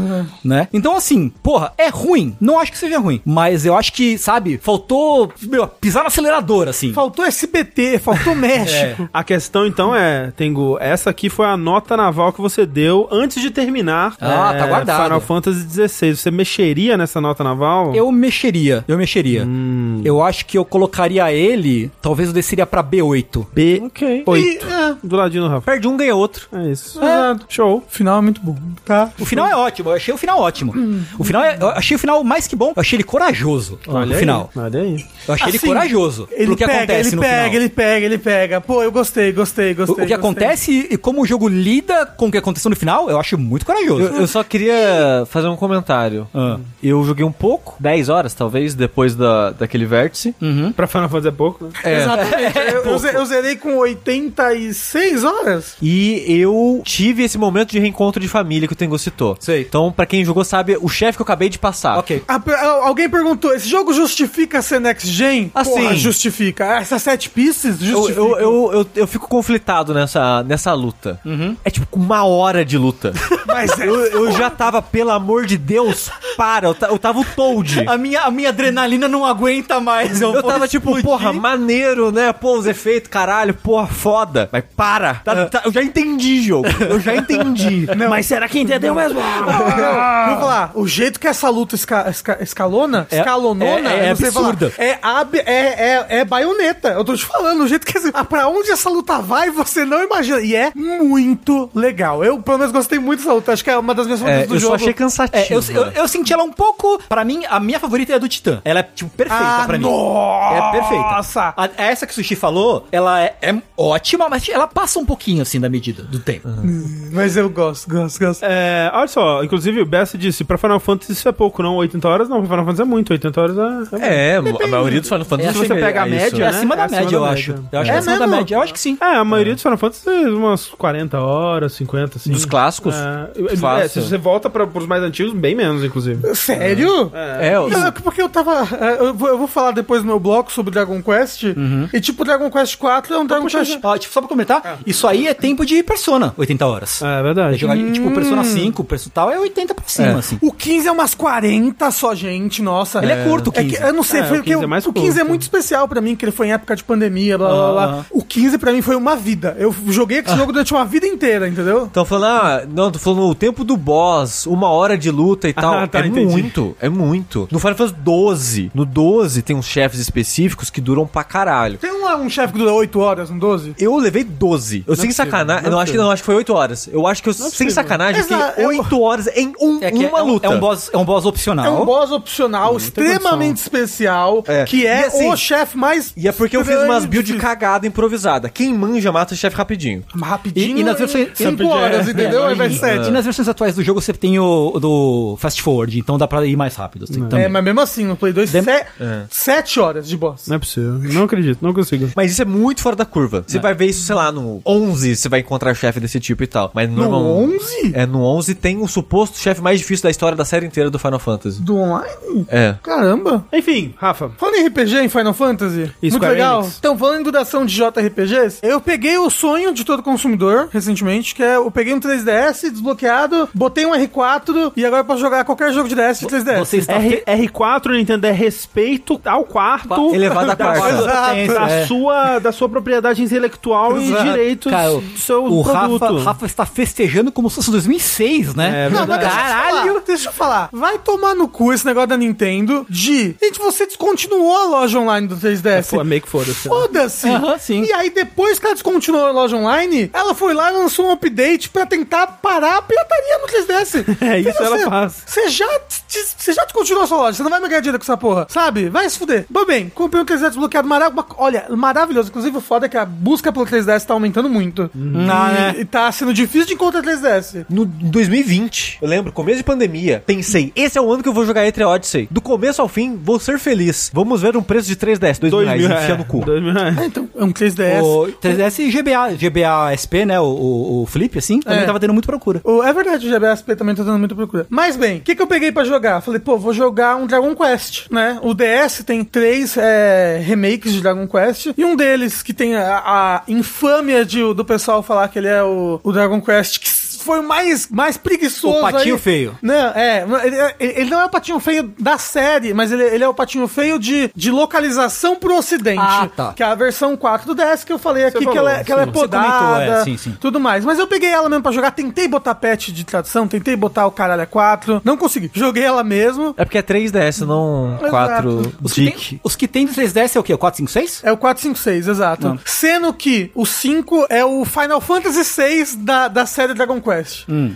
S4: né? Então, assim, porra, é ruim. Não acho que seja ruim, mas eu acho que, sabe, faltou meu, pisar no acelerador, assim.
S3: Faltou SBT, faltou México.
S1: A questão então é, Tengu, essa aqui foi a nota naval que você deu antes de terminar é,
S4: Ah, tá guardado.
S1: Final Fantasy XVI. Você mexeria nessa nota naval?
S4: Eu mexeria, eu mexeria.
S1: Hum.
S4: Eu acho que eu colocaria ele, talvez eu desceria pra B8.
S1: B.
S3: Ok.
S1: Oito.
S3: E, é,
S1: Do ladinho do Rafa.
S4: Perde um, ganha outro.
S1: É isso.
S3: Exato.
S1: Show.
S3: O final é muito bom, tá?
S4: O final é ótimo, eu achei o final ótimo. O final é- eu achei o final mais que bom, eu achei ele corajoso.
S1: Olha
S4: no
S1: aí.
S4: final.
S1: Olha aí.
S4: Eu achei ele
S3: Assim,
S4: corajoso.
S3: Ele
S4: pro que
S3: pega,
S4: acontece
S3: ele
S4: no
S3: pega,
S4: final.
S3: ele pega, ele pega. Pô, eu gostei, gostei,
S4: O-
S3: gostei.
S4: o que
S3: gostei.
S4: acontece e como o jogo lida com o que aconteceu no final, eu acho muito corajoso.
S2: Eu, eu só queria fazer um comentário.
S4: Ah.
S2: Eu joguei um pouco, 10 horas talvez, depois da, daquele vértice.
S1: Pra Final Fantasy é pouco, né?
S4: é
S3: Exatamente. eu, eu ze- eu zerei com 86 horas.
S2: E eu tive esse momento de reencontro de família que o Tengu citou.
S4: Sei.
S2: Então, pra quem jogou, sabe o chefe que eu acabei de passar.
S4: Ok.
S3: Ah, per- al- alguém perguntou, esse jogo justifica ser next gen?
S4: Ah,
S2: Assim.
S3: Porra, justifica. Essas sete pieces
S2: Eu,
S3: justifica.
S2: eu, eu, eu, eu fico conflitado nessa, nessa luta.
S4: Uhum.
S2: É tipo uma hora de luta.
S3: Mas é-
S2: Eu, eu já tava, pelo amor de Deus, para. Eu, ta- eu tava o Toad.
S4: A minha, a minha adrenalina não aguenta mais. Eu,
S2: Eu
S4: vou
S2: tava tipo,
S4: explodir.
S2: porra, maneiro, né? Pô, os efeitos, caralho, porra, foda. Mas para. Tá-
S4: Ah.
S2: tá- eu já entendi, jogo. Eu já entendi.
S4: Mas será que entendeu mesmo?
S3: Não, vou falar, o jeito que essa luta esca- esca- escalona, escalonona,
S2: Ah. é- é
S3: eu não sei falar,
S2: absurda.
S3: é, ab- é, é, é baioneta. Eu tô te falando, o jeito que. esse- ah, Pra onde essa luta vai, você não imagina. E é muito legal. Eu, pelo menos, gostei muito dessa luta. Acho que é uma das minhas favoritas
S2: É,
S3: do
S2: eu
S3: jogo.
S2: só achei cansativo.
S4: É, eu, eu, eu senti ela um pouco. Pra mim, a minha favorita é a do Titã. Ela é, tipo, perfeita
S3: ah,
S4: pra mim.
S3: nossa!
S4: É perfeita.
S3: Nossa!
S4: A- essa que o Sushi falou, ela é, é ótima, mas ela passa um pouquinho, assim, da medida do tempo.
S3: Mas eu gosto, gosto, gosto.
S2: É.
S1: É, olha só, inclusive o Bessa disse, pra pra Final Fantasy isso é pouco, não. 80 horas não, pra Final Fantasy é muito. 80 80 horas é...
S2: É, a maioria dos Final Fantasy
S1: Se você
S2: chega
S1: pega a
S2: isso,
S1: média,
S4: É
S2: né?
S1: né?
S4: acima da
S1: É acima
S4: média,
S1: da
S4: eu
S1: média.
S4: acho. Eu acho que
S1: É
S4: é acima da
S1: mesmo?
S4: média. Eu acho que sim.
S1: É, a maioria dos Final Fantasy é umas 40 horas, 50, assim.
S2: Dos clássicos?
S1: É, É,
S2: Fácil.
S1: se você volta pra, pros mais antigos, bem menos, inclusive.
S3: Sério?
S2: É, os-
S3: Não, é que porque eu tava. é, Eu vou, eu vou falar depois no meu bloco sobre Dragon Quest.
S2: Uhum.
S3: E tipo, Dragon Quest 4 é um Dragon Quest.
S4: Ó, tipo, só pra comentar, isso aí é tempo de Persona, 80 horas.
S1: É
S4: É
S1: verdade.
S4: jogar, tipo, Persona 5, Persona tal, é 80 pra cima,
S2: É.
S4: assim.
S3: O 15 é umas 40 só, gente, nossa.
S4: Ele é curto, o 15.
S3: que- eu não sei,
S1: É,
S3: foi
S1: o 15
S3: porque
S1: é mais
S3: o 15 é
S1: curto.
S3: muito especial pra mim, que ele foi em época de pandemia, blá blá blá.
S4: Aham.
S3: O 15 pra mim foi uma vida. Eu joguei
S2: Ah.
S3: esse jogo durante uma vida inteira, entendeu?
S2: Tão falando, ah, não, tô falando o tempo do boss, uma hora de luta e tal.
S1: Ah, tá,
S2: é
S1: entendi.
S2: muito, é muito. No Final Fantasy 12, no 12 tem uns chefes específicos que duram pra caralho.
S3: Tem um, um chefe que dura 8 horas, um 12?
S2: Eu levei 12.
S1: é
S2: Eu sem sacanagem. Não, acho que não, acho que foi 8 horas. Eu acho que eu, sem
S1: possível.
S2: sacanagem, fiquei
S3: Exato, eu-
S2: 8 horas em um,
S4: que
S2: uma
S4: é, um-
S2: luta.
S4: É um boss, é um boss opcional.
S3: É um boss opcional extremamente especial,
S2: É.
S3: que é
S2: E assim-
S3: o chefe mais.
S2: E é porque eu fiz umas build
S3: grande.
S2: cagada improvisada. Quem manja mata o chefe rapidinho.
S3: rapidinho.
S4: E, e nas
S3: em
S4: versões.
S3: cinco horas,
S2: É,
S3: entendeu? Ao invés de
S4: e,
S3: sete.
S4: e nas versões atuais do jogo você tem o, o do Fast Forward, então dá pra ir mais rápido. Assim, também.
S3: É, mas mesmo assim, no Play 2,
S4: Dem-
S3: 7 horas de boss.
S2: Né?
S1: Não é possível. Não acredito, não consigo.
S2: Mas isso é muito fora da curva. Você vai ver isso, sei lá, no 11 você vai encontrar chefe desse tipo e tal. Mas
S3: No
S2: normal-
S3: 11?
S2: É, no 11 tem o suposto chefe mais difícil da história da série inteira do Final Fantasy.
S3: Do online?
S2: É.
S3: Caramba.
S1: Enfim, Rafa.
S3: Falando em RPG em Final Fantasy,
S1: E
S3: muito
S1: Square
S3: legal.
S1: Enix?
S3: Então, falando em duração de JRPGs, eu peguei o sonho de todo consumidor recentemente, que é eu peguei um 3DS desbloqueado, botei um R4 e agora eu posso jogar qualquer jogo de DS de 3DS.
S4: Você está
S1: R, R4, Nintendo, é respeito ao quarto.
S2: Elevado a
S1: da
S2: quarta.
S1: sua-
S4: Exato,
S1: da,
S4: é.
S1: sua, da sua propriedade intelectual
S4: Exato.
S1: e direitos
S4: Cara, o-
S1: do seu
S2: um
S4: o
S1: produto.
S4: Rafa, Rafa está festejando como se fosse 2006, né?
S1: É
S3: Não, mas deixa eu te falar,
S4: Caralho!
S3: Deixa eu falar. Vai tomar no cu esse negócio da Nintendo de. Gente, você descontinuou a loja online do 3DS.
S1: É, Pô, meio que foda-se.
S3: Foda-se!
S4: Aham, sim.
S3: E aí, depois que ela descontinuou a loja online, ela foi lá e lançou um update pra tentar parar a pirataria no 3DS.
S1: É,
S3: Então,
S1: isso ela
S3: você-
S1: faz.
S3: Você já, des- você já descontinuou a sua loja, você não vai me ganhar dinheiro com essa porra, sabe? Vai se fuder. Bom, bem, comprei um 3DS bloqueado, mara uma- olha, maravilhoso. Inclusive, o foda é que a busca pelo 3DS tá aumentando muito.
S1: Uhum.
S4: Ah,
S3: E-
S1: é.
S3: E tá sendo difícil de encontrar 3DS.
S2: No em 2020, eu lembro, começo de pandemia, pensei, esse é o ano que eu vou jogar Etre Odyssey. Do começo ao fim, vou ser feliz. Vamos ver um preço de 3DS, 2 mil reais, enfia no cu.
S1: Dois mil reais.
S3: Ah, então, é um 3DS.
S4: O 3DS e GBA, GBA SP, né? O, o, o Flip, assim, também
S3: É.
S4: tava tendo muita procura.
S3: O- é verdade, o GBSP também tá dando muita procura. Mas bem, o que, que eu peguei pra jogar? Falei, pô, vou jogar um Dragon Quest, né? O DS tem três é, remakes de Dragon Quest. E um deles, que tem a, a infâmia de- do pessoal falar que ele é o, o Dragon Quest, que foi o mais, mais preguiçoso.
S4: O patinho
S3: aí.
S4: feio.
S3: Não, é. Ele, ele- ele não é o patinho feio da série, mas ele, ele é o patinho feio de, de localização pro ocidente.
S4: Ah, tá.
S3: Que é a versão 4 do DS que eu falei aqui, que,
S1: falou,
S3: ela, é- que ela é
S4: sim. Você comentou,
S3: podada.
S4: é, sim, sim.
S3: Tudo mais. Mas eu peguei ela mesmo pra jogar, tentei botar patch de tradução, tentei botar o caralho a 4, não consegui. Joguei ela mesmo.
S2: É porque é 3DS, não
S3: Exato.
S2: 4
S4: Os que, tem,
S2: Dick.
S4: os que tem do 3DS é o quê? O 4, 5, 6?
S3: É o 456, exato.
S4: Hum.
S3: Sendo que o 5 é o Final Fantasy VI da, da série Dragon Quest.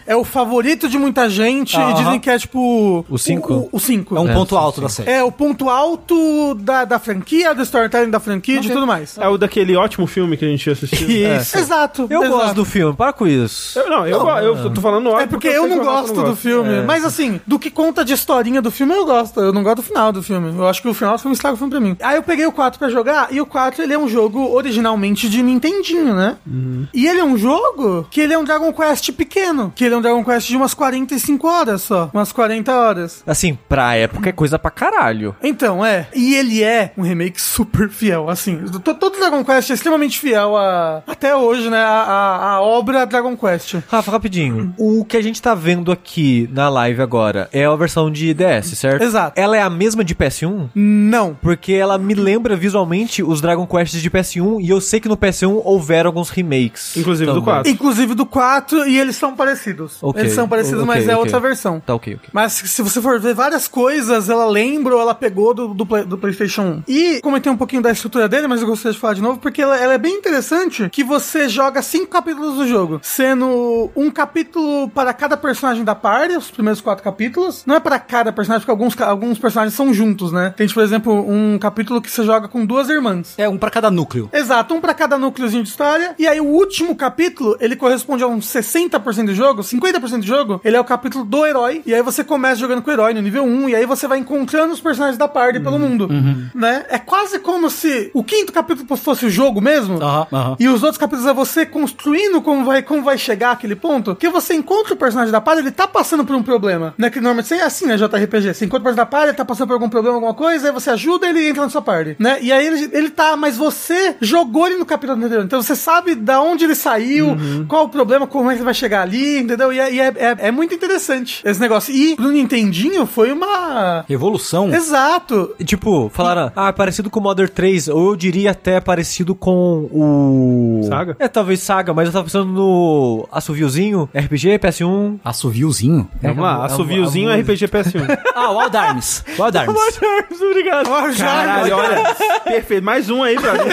S3: É o favorito de muita gente e
S4: Hum. Aham.
S3: dizem que é tipo.
S2: O cinco?
S3: O 5.
S4: É um ponto
S2: sim,
S4: alto da série.
S3: É o ponto alto da, da franquia, do storytelling da franquia e de tudo mais.
S2: Ah,
S1: É o daquele ótimo filme que a gente assistiu.
S4: Isso.
S3: Exato.
S2: é, Eu
S3: exato.
S2: gosto do filme, para com isso.
S1: Eu, não, eu, go- eu tô falando ótimo.
S3: É porque eu
S1: sei
S3: não
S1: que o Rafa
S3: gosto do filme.
S2: é.
S3: Mas assim, do que conta de historinha do filme, eu gosto. Eu não gosto do final do filme. Eu acho que o final do filme estraga o filme pra mim. Aí eu peguei o 4 pra jogar, e o 4 ele é um jogo originalmente de Nintendinho, né?
S2: Uhum.
S3: E ele é um jogo que ele é um Dragon Quest pequeno. Que ele é um Dragon Quest de umas 45 horas só. Umas 40 horas.
S2: Assim, pra época é coisa pra caralho.
S3: Então, é. E ele é um remake super fiel, assim. to- Todo Dragon Quest é extremamente fiel a. Até hoje, né? A, a- a obra Dragon Quest.
S2: Rafa, rapidinho. O que a gente tá vendo aqui na live agora é a versão de DS, certo?
S3: Exato.
S2: Ela é a mesma de PS1?
S3: Não.
S2: Porque ela me lembra visualmente os Dragon Quests de PS1 e eu sei que no PS1 houveram alguns remakes.
S1: Inclusive do
S2: também.
S1: 4.
S3: Inclusive do 4, e eles são parecidos.
S2: Ok,
S3: Eles são parecidos,
S2: ok,
S3: mas é
S2: ok.
S3: outra versão.
S2: Tá ok, ok.
S3: Mas se se você for ver várias coisas, ela lembra ou ela pegou do, do, Play- do PlayStation 1. E comentei um pouquinho da estrutura dele, mas eu gostaria de falar de novo, porque ela, ela é bem interessante que você joga cinco capítulos do jogo, sendo um capítulo para cada personagem da party, os primeiros quatro capítulos. Não é para cada personagem, porque alguns, ca- alguns personagens são juntos, né? Tem, tipo, por exemplo, um capítulo que você joga com duas irmãs.
S4: É um pra cada núcleo.
S3: Exato, um pra cada núcleozinho de história. E aí o último capítulo, ele corresponde a uns 60 40% do jogo, 50% do jogo, ele é o capítulo do herói. E aí você começa jogando com o herói no nível 1, e aí você vai encontrando os personagens da party
S4: Uhum.
S3: pelo mundo. Né? É quase como se o quinto capítulo fosse o jogo mesmo.
S4: Aham, aham.
S3: E os outros capítulos é você construindo como vai, como vai chegar aquele ponto. Que você encontra o personagem da party, ele tá passando por um problema. Né? Que normalmente é assim, né? JRPG. Você encontra o personagem da party, ele tá passando por algum problema, alguma coisa, aí você ajuda ele entra na sua party. Né? E aí ele, ele tá, mas você jogou ele no capítulo anterior. Então você sabe da onde ele saiu,
S4: Uhum.
S3: qual o problema, como é que ele vai chegar ali, entendeu? E, é- e é, é- é muito interessante esse negócio. E pro Nintendinho foi uma.
S4: Revolução.
S3: Exato.
S2: E, Tipo,
S1: Hum.
S2: falaram, ah, é parecido com Mother 3, ou eu diria até parecido com o.
S1: Saga?
S2: É, talvez Saga, mas eu tava pensando no Assoviozinho, RPG, PS1.
S4: Assoviozinho.
S1: Vamos lá, assoviozinho RPG PS1.
S4: Ah, Wild Arms. Wild Arms.
S1: Obrigado.
S3: Ah,
S1: Caralho, olha. Perfeito. Mais um aí pra mim.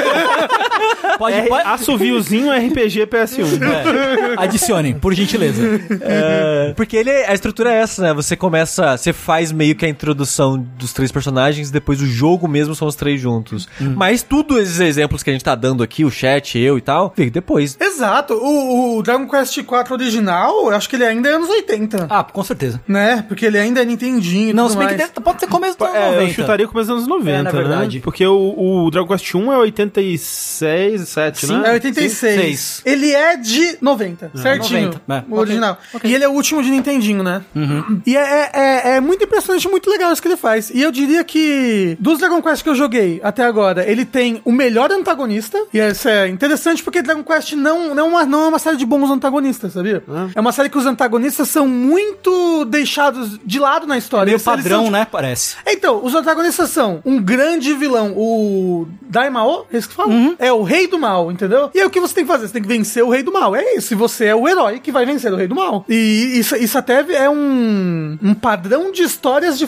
S4: Pode,
S1: R...
S4: pode.
S1: Assoviozinho RPG PS1.
S4: Adicione, por gentileza.
S2: É, Porque ele, é- a estrutura é essa, né? Você começa, você faz meio que a introdução dos três personagens, depois o jogo mesmo são os três juntos. Mas tudo esses exemplos que a gente tá dando aqui, o chat, eu e tal, fica depois.
S3: Exato. O, o Dragon Quest IV original, eu acho que ele ainda é anos 80.
S4: Ah, com certeza.
S3: Né? Porque ele ainda é Nintendinho. e
S4: Não,
S3: tudo
S4: se bem que
S3: mais.
S4: deve- pode ser começo do
S1: É, eu
S4: 90.
S1: chutaria começo dos anos 90,
S4: É, na verdade.
S1: né? Porque o, o Dragon Quest 1 é 86, 7,
S4: Sim,
S1: né?
S3: É 86.
S4: Seis.
S3: Ele é de 90, certinho.
S4: 90, é.
S3: O original. E ele é o último de Nintendinho, né?
S4: Uhum.
S3: E é, é- é- é muito impressionante, muito legal isso que ele faz. E eu diria que, dos Dragon Quest que eu joguei até agora, ele tem o melhor antagonista. E isso é interessante porque Dragon Quest não, não, é, uma, não é uma série de bons antagonistas, sabia?
S4: Ah.
S3: É uma série que os antagonistas são muito deixados de lado na história.
S4: Meio
S3: Eles- eles são,
S4: padrão, né? Parece.
S3: então, os antagonistas são um grande vilão, o Daimao, é isso que fala? É o rei do mal, entendeu? E aí o que você tem que fazer? Você tem que vencer o rei do mal. É isso, e você é o herói que vai vencer o rei do mal. E isso, isso até é um, um padrão de histórias de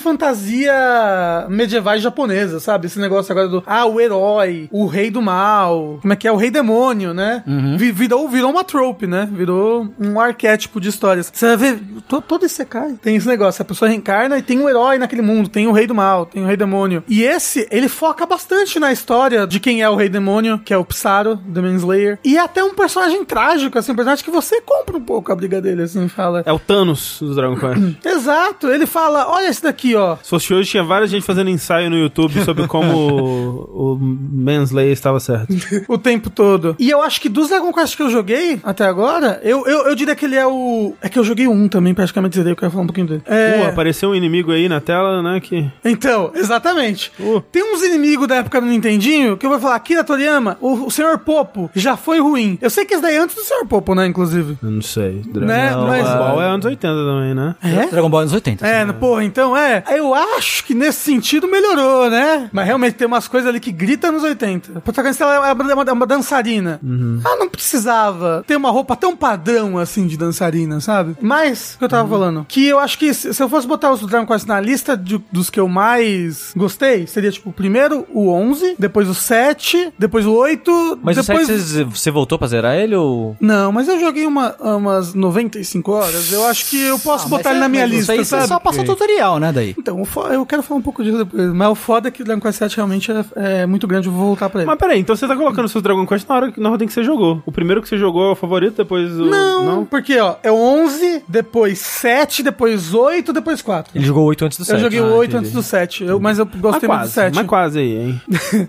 S3: fantasia medievais japonesa, sabe? Esse negócio agora do, ah, o herói, o rei do mal, como é que é? O rei demônio, né? Vi- Virou, virou uma trope, né? Virou um arquétipo de histórias. Você vai ver, to- todo esse cara tem esse negócio, a pessoa reencarna e tem um herói naquele mundo, tem o rei do mal, tem o rei demônio. E esse, ele foca bastante na história de quem é o rei demônio, que é o Psaro, Demon Slayer. E é até um personagem trágico, assim, um personagem que você compra um pouco a briga dele, assim, fala.
S1: É o Thanos dos Dragon Quest.
S3: Exato, ele fala, olha esse daqui, ó.
S1: Se fosse hoje, tinha várias gente fazendo ensaio no YouTube sobre como o, o Manslayer estava certo.
S3: o tempo todo. E eu acho que dos Dragon Quest que eu joguei até agora, eu, eu, eu diria que ele é o. É que eu joguei um também, praticamente zerei, eu quero falar um pouquinho dele. É...
S1: Uh, apareceu um inimigo aí na tela, né? Que...
S3: Então, exatamente.
S1: Uh.
S3: Tem uns inimigos da época do Nintendinho que eu vou falar, Akira Toriyama, o, o Senhor Popo já foi ruim. Eu sei que esse daí é antes do Senhor Popo, né, inclusive.
S1: Eu não sei. Dragon
S3: Né, mas-
S1: Ball é anos 80 também, né?
S3: É?
S4: Dragon Ball nos
S2: Tá
S4: 80.
S3: É, no- porra, então é. Eu acho que nesse sentido melhorou, né? Mas realmente tem umas coisas ali que gritam nos 80. O protagonista ela é uma, é uma dançarina.
S2: Uhum.
S3: Ah, não precisava ter uma roupa tão padrão assim de dançarina, sabe? Mas, o que eu
S2: Uhum.
S3: tava falando? Que eu acho que se, se eu fosse botar os Dragon Quest na lista de- dos que eu mais gostei, seria tipo, primeiro o 11, depois o 7, depois o 8,
S2: Mas
S3: depois.
S2: o 7, você voltou pra zerar ele ou.
S3: Não, mas eu joguei uma, umas 95 horas. Eu acho que eu
S2: Ah,
S3: posso botar ele
S2: é,
S3: na minha lista,
S4: Isso aí
S3: sabe?
S4: você só passou o tutorial, né, daí?
S3: Então, o fo- eu quero falar um pouco disso depois, mas o foda é que o Dragon Quest 7 realmente é, é muito grande, eu vou voltar pra ele.
S1: Mas peraí, então você tá colocando seus Dragon Quest na, hora, na ordem que você jogou. O primeiro que você jogou é o favorito, depois o.
S3: não, porque, ó, é 11, depois 7, depois 8, depois 4.
S2: Ele jogou 8 antes do 7.
S3: Eu joguei
S1: ah,
S3: o 8
S1: entendi.
S3: antes do 7, eu- mas eu
S1: Mas
S3: gostei muito do
S1: quase,
S3: 7.
S1: mas quase aí, hein?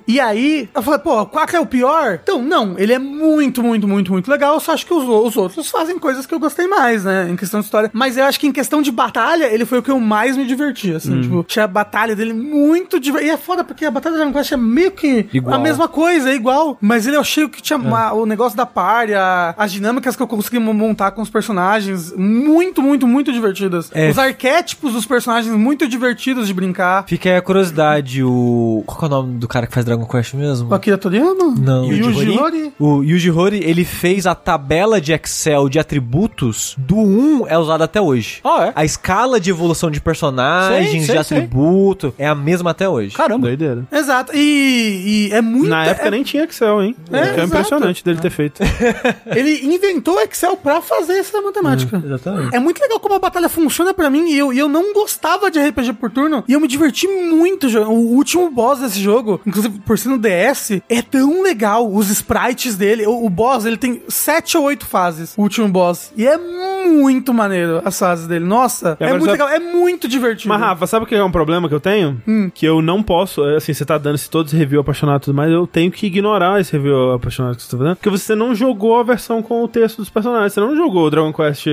S3: E aí, eu falei, pô, o 4 é o pior? Então, não, ele é muito, muito, muito, muito legal. Eu só acho que os, os outros fazem coisas que eu gostei mais, né? Em questão de história. Mas eu acho que em questão de batalha, ele foi o que eu mais me diverti, assim. Tipo, tinha a batalha dele muito divertida. E é foda, porque a batalha do Dragon Quest é meio que
S2: Igual.
S3: a mesma coisa, é igual. Mas ele eu achei que tinha ma- o negócio da party, a- as dinâmicas que eu consegui mo- montar com os personagens, muito, muito, muito divertidas.
S2: É.
S3: Os arquétipos dos personagens muito divertidos de
S4: É.
S3: brincar.
S2: Fica aí a curiosidade, o. Qual que é o nome do cara que faz Dragon Quest mesmo?
S3: O Akira Toriyama?
S2: Não.
S3: E o Jihori?
S2: O Yuji Horii, ele fez a tabela de Excel de atributos do 1 é usada até hoje.
S4: Ah, é?
S2: A escala de evolução de personagens,
S4: Sei, sei,
S2: de
S4: sei.
S2: atributo, é a mesma até hoje.
S4: Caramba.
S1: Doideira.
S3: Exato. E, e é muito.
S1: Na época
S3: é-
S1: nem tinha Excel, hein?
S3: É,
S1: É, é
S3: exato.
S1: impressionante dele ter feito.
S3: Ele inventou Excel pra fazer essa matemática.
S1: Hum.
S2: Exatamente.
S3: É muito legal como a batalha funciona pra mim e eu, e eu não gostava de RPG por turno e eu me diverti muito. jogando. O último boss desse jogo, inclusive por ser no DS, é tão legal. Os sprites dele, o, o boss, ele tem sete ou oito fases, o último boss. E é muito maneiro as fases dele. Nossa,
S1: E
S3: é
S1: agora
S3: muito
S1: já-
S3: legal, é muito divertido.
S1: Mas, Rafa, sabe o que é um problema que eu tenho?
S3: Hum.
S1: Que eu não posso, é, assim, você tá dando esse todos review apaixonado e tudo mais, eu tenho que ignorar esse review apaixonado que você tá fazendo, porque você não jogou a versão com o texto dos personagens, você não jogou o Dragon Quest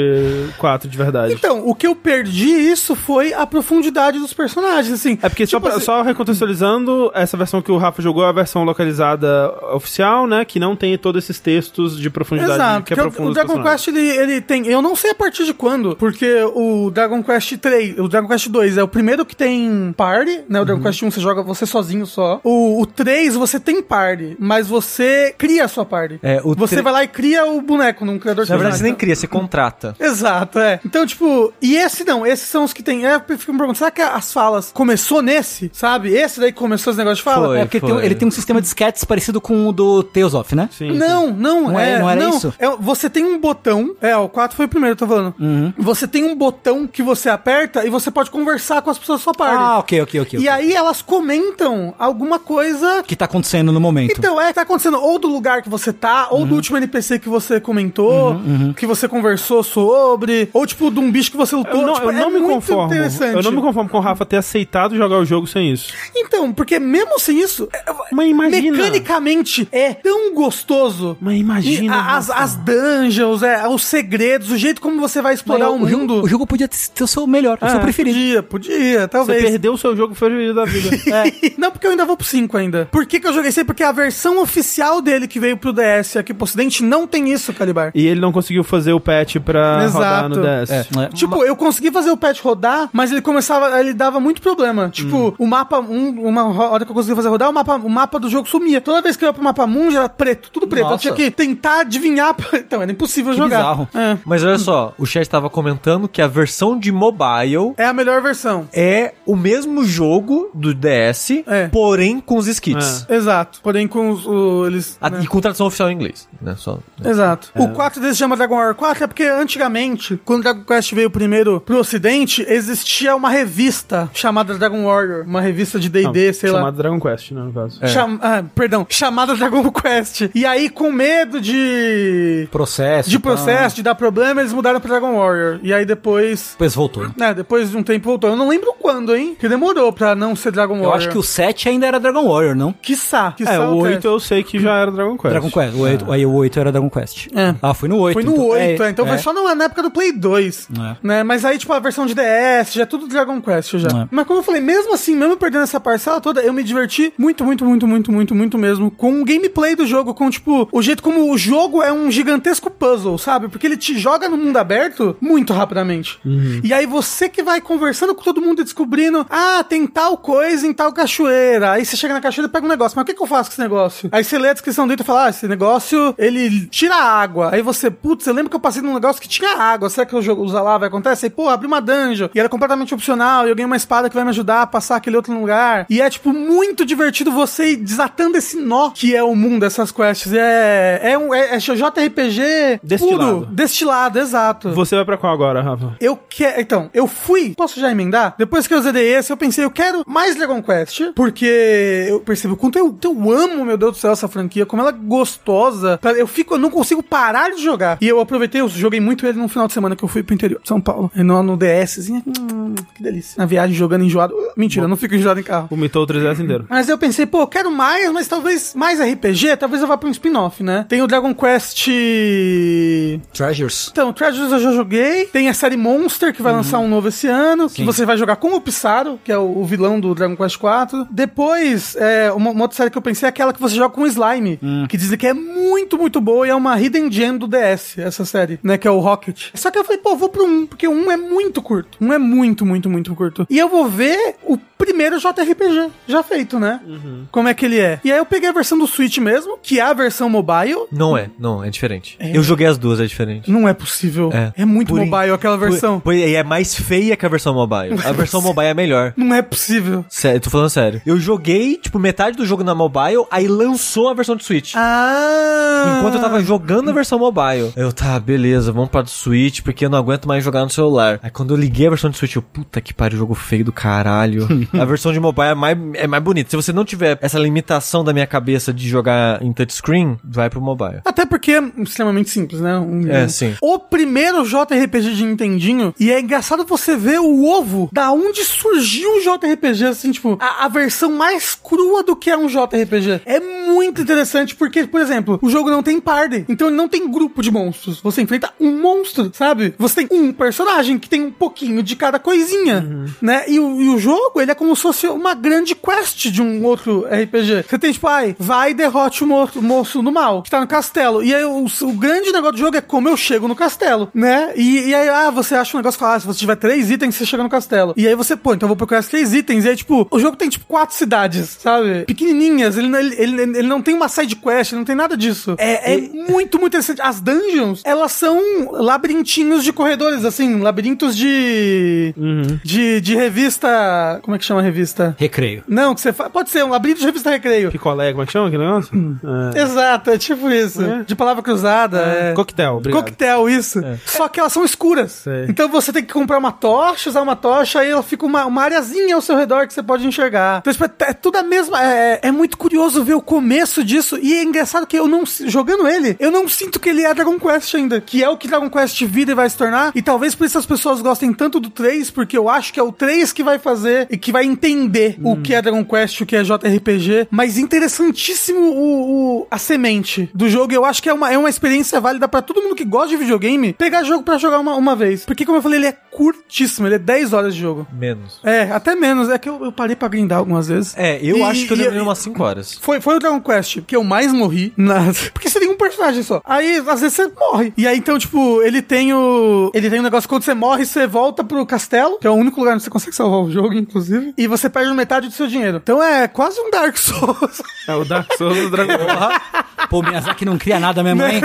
S1: 4 de verdade.
S3: Então, o que eu perdi isso foi a profundidade dos personagens, assim.
S1: É porque só,
S3: Tipo
S1: pra-
S3: assim-
S1: só recontextualizando, essa versão que o Rafa jogou é a versão localizada oficial, né? Que não tem todos esses textos de profundidade
S3: Exato,
S1: que é
S3: porque
S1: profundo.
S3: o
S1: dos
S3: Dragon
S1: personagens.
S3: Quest ele, ele tem. Eu não sei a partir de quando, porque o Dragon Quest 3, o Dragon Quest 2 é o primeiro que tem party, né? O
S2: Uhum.
S3: Dragon Quest 1 você joga você sozinho só. O, o 3 você tem party, mas você cria a sua party.
S2: É, o
S3: você
S2: tre-
S3: vai lá e cria o boneco num criador de
S2: Na verdade, você nem
S3: personagem.
S2: cria, você contrata.
S3: Exato, é. Então, tipo, e esse não, esses são os que tem. É, eu fico me perguntando, será que as falas começou nesse? Sabe? Esse daí que começou esse negócio de fala?
S2: Foi.
S4: É porque tem- ele tem um sistema de sketches parecido com o do Tales of, né?
S1: Sim, sim.
S3: Não, não,
S4: Não
S3: é,
S4: era-
S3: não
S4: não era isso?
S3: É, você tem um botão. É, o 4 foi o primeiro, eu tô falando.
S1: Uhum.
S3: Você tem um botão que você aperta e você pode conversar com as pessoas da sua party.
S4: Ah, ok, ok, ok.
S3: e
S4: ok.
S3: aí elas comentam alguma coisa.
S4: O que tá acontecendo no momento?
S3: Então, é que tá acontecendo ou do lugar que você tá, ou
S1: Uhum.
S3: do último NPC que você comentou, que você conversou sobre, ou tipo de um bicho que você lutou.
S1: Eu não,
S3: Tipo,
S1: eu
S3: é
S1: não me
S3: muito
S1: conformo.
S3: interessante.
S1: Eu não me conformo com o Rafa ter aceitado jogar o jogo sem isso.
S3: Então, porque mesmo sem isso, é-
S1: Mas imagina.
S3: mecanicamente é tão gostoso.
S1: Mas imagina,
S3: E a- as,
S1: Rafa.
S3: as dungeons, é, os segredos, o jeito como você vai
S4: Mas
S3: explorar o,
S4: jogo-
S3: mundo.
S4: O jogo podia ter o seu melhor,
S3: É.
S4: o seu preferido.
S3: Podia, podia,
S1: Você
S3: talvez.
S1: perdeu o seu jogo preferido da vida.
S3: Não, porque eu ainda vou pro 5 ainda. Por que, que eu joguei 6? Porque a versão oficial dele que veio pro DS aqui pro Ocidente não tem isso, Calibar.
S1: E ele não conseguiu fazer o patch pra rodar
S3: Exato.
S1: no DS.
S4: É, não é?
S3: Tipo, eu consegui fazer o patch rodar, mas ele começava, ele dava muito problema.
S4: Hum.
S3: Tipo, o mapa, um, uma hora que eu consegui fazer rodar, o mapa, o mapa do jogo sumia. Toda vez que eu ia pro mapa mundo, era preto, tudo preto.
S4: Nossa.
S3: Eu tinha que tentar adivinhar. Então, era impossível
S4: Que
S3: jogar.
S4: bizarro.
S3: É.
S2: Mas olha só, o chat tava comentando que a versão de mobile
S3: É a melhor versão.
S2: é o mesmo jogo do DS,
S3: É.
S2: porém com os skits.
S3: Exato. Porém, com os, o- eles.
S2: A-
S3: né?
S2: E com tradução oficial em inglês, né? Só,
S3: Exato.
S4: É.
S3: O 4 desse chama Dragon Warrior 4 é porque antigamente, quando Dragon Quest veio primeiro pro ocidente, existia uma revista chamada Dragon Warrior, uma revista de
S1: Não,
S3: D&D, sei lá.
S1: chamado Dragon Quest, né, no caso.
S4: É.
S3: Cham- ah, perdão, chamada Dragon Quest. E aí, com medo de.
S4: Processo.
S3: de
S4: e tal,
S3: processo, de dar problema, eles mudaram pra Dragon Warrior. E aí depois.
S4: Depois voltou.
S3: Né, depois de um tempo voltou. Eu não lembro quando, hein? Que demorou pra não ser Dragon
S4: Eu
S3: Warrior.
S4: acho que o 7 ainda era Dragon Warrior, não?
S3: Quiçá. quiçá
S1: É, o
S3: teste.
S1: 8 eu sei que já era Dragon Quest.
S4: Dragon Quest. O oito- Aí o 8 era Dragon Quest.
S3: Ah. É.
S4: Ah, foi no 8.
S3: Foi no 8, é, então foi só na, na época do Play 2.
S4: É.
S3: Né? Mas aí, tipo, a versão de DS, já é tudo Dragon Quest já.
S4: É.
S3: Mas como eu falei, mesmo assim, mesmo perdendo essa parcela toda, eu me diverti muito, muito, muito, muito, muito, muito mesmo com o gameplay do jogo, com, tipo, o jeito como o jogo é um gigantesco puzzle, sabe? Porque ele te joga no mundo aberto muito rapidamente. E aí você que vai conversando com todo mundo e descobrindo, ah, tem tal coisa em tal cachoeira. Aí você chega na cachoeira e pega um negócio, mas o que, que eu faço com esse negócio? Aí você lê a descrição dele e fala, ah, esse negócio, ele tira a água. Aí você, putz, eu lembro que eu passei num negócio que tinha água. Será que eu jogo usar lá, vai acontecer? Aí, pô, abri uma dungeon. E era completamente opcional. E eu ganhei uma espada que vai me ajudar a passar aquele outro lugar. E é, tipo, muito divertido você ir desatando esse nó que é o mundo, essas quests. É, é um é, é JRPG
S1: Destilado.
S3: puro, destilado, exato.
S1: Você vai pra qual agora, Rafa?
S3: Eu quero. Então, eu fui. Posso já emendar? Depois que eu zerei esse, eu pensei, eu quero mais Dragon Quest. Porque eu percebo o quanto eu, eu amo, meu Deus do céu, essa franquia, como ela é gostosa. Cara, Eu fico, eu não consigo parar de jogar. E eu aproveitei, eu joguei muito ele no final de semana que eu fui pro interior de São Paulo. E No, no DSzinho. Hum, que delícia. Na viagem jogando enjoado. Uh, Mentira, eu não fico enjoado em carro.
S1: Vomitou o 3DS inteiro.
S3: Mas eu pensei, pô, eu quero mais, mas talvez mais RPG, talvez eu vá pra um spin-off, né? Tem o Dragon Quest
S4: Treasures.
S3: então, Treasures eu já joguei. Tem a série Monster, que vai
S2: Uhum.
S3: lançar um novo esse ano. Que você vai jogar com o Pissaro, que é o, o vilão do Dragon Quest IV. Depois, é, uma, uma outra série que eu pensei é aquela que você joga com o Slime.
S2: Hum.
S3: Que dizem que é muito, muito boa e é uma hidden gem do DS, essa série, né? Que é o Rocket. Só que eu falei, pô, vou pro 1, porque o 1 é muito curto. Um é muito, muito, muito curto. E eu vou ver o primeiro JRPG já feito, né?
S2: Uhum.
S3: Como é que ele é. E aí eu peguei a versão do Switch mesmo, que é a versão mobile.
S2: Não é, não, é diferente. Eu joguei as duas, é diferente.
S3: Não é possível. É,
S2: É.
S3: muito
S2: Por in-
S3: mobile aquela versão.
S2: Pois é, e é mais feia que a versão mobile. A versão mobile é melhor.
S3: Não é possível.
S2: Sério, tô falando sério. Eu joguei, tipo, metade do jogo na mobile, aí lançou a versão de Switch.
S3: Ah!
S2: Enquanto eu tava jogando a versão mobile, eu tá, beleza, vamos pra do Switch, porque eu não aguento mais jogar no celular. Aí quando eu liguei a versão de Switch, eu, puta que pariu, jogo feio do caralho. a versão de mobile é mais, é mais bonita. Se você não tiver essa limitação da minha cabeça de jogar em touchscreen, vai pro mobile.
S3: Até porque é extremamente simples, né? Um-
S2: É,
S3: um-
S2: sim.
S3: O primeiro JRPG de Nintendinho, e é engraçado você ver o ovo da onde surgiu o JRPG, assim, tipo, a, a versão mais crua do que é um JRPG. É muito interessante porque, por exemplo, o jogo não tem party, então ele não tem grupo de monstros. Você enfrenta um monstro, sabe? Você tem um personagem que tem um pouquinho de cada coisinha,
S2: Uhum.
S3: né? E o, e o jogo, ele é como se fosse uma grande quest de um outro RPG. Você tem, tipo, ai, vai e derrote o mo- moço do mal, que tá no castelo. E aí o, o grande negócio do jogo é como eu chego no castelo, né? E, e aí, ah, você acha um negócio, fala, ah, se você tiver três itens, você chega no castelo. E aí você, pô, então eu vou procurar esses três itens. E aí, tipo, o jogo tem, tipo, quatro cidades, sabe? Pequenininhas. Ele, não- ele, ele, ele não tem uma side quest, ele não tem nada disso. É, é muito, muito interessante. As dungeons, elas são labirintinhos de corredores, assim, labirintos de... De, de revista... Como é que chama a revista?
S4: Recreio.
S3: Não, que você faz. Pode ser um labirinto de revista Recreio.
S1: Picolé, como é que chama aquele negócio? É.
S3: Exato, é tipo isso.
S1: É.
S3: De palavra cruzada. é.
S1: Coquetel, obrigado. É.
S3: Coquetel, isso. Só que elas são escuras.
S1: Sei.
S3: Então você tem que comprar uma tocha, usar uma tocha, aí ela fica uma, uma areazinha ao seu redor que você pode enxergar. Então, tipo, é, é tudo a mesma. É, é muito curioso ver o começo disso. E é engraçado que eu não. si- Jogando ele, eu não sinto que ele é Dragon Quest ainda. Que é o que Dragon Quest vira e vai se tornar. E talvez por isso as pessoas gostem tanto do 3, porque eu acho que é o 3 que vai fazer e que vai entender
S2: Hum.
S3: o que é Dragon Quest, o que é JRPG. Mas interessantíssimo o, o- a semente do jogo. Eu acho que é uma, é uma experiência válida pra todo mundo que gosta de videogame pegar jogo pra jogar uma, uma vez. Porque, como eu falei, ele é curtíssimo, ele é 10 horas de jogo.
S2: Menos.
S3: É, até menos. É que eu, eu parei pra grindar algumas vezes.
S2: É, eu
S3: E-
S2: acho que eu
S3: e-
S2: demorei
S3: e-
S2: umas 5 horas.
S3: Foi, foi o Dragon Quest que eu mais morri. Na... Porque você tem um personagem só. Aí, às vezes, você morre. E aí, então, tipo, ele tem o. Ele tem um negócio que quando você morre, você volta pro castelo, que é o único lugar onde você consegue salvar o jogo, inclusive. E você perde metade do seu dinheiro. Então é quase um Dark Souls.
S1: É o Dark Souls do Dragon Ball.
S4: Pô, Miyazaki não cria nada mesmo, hein?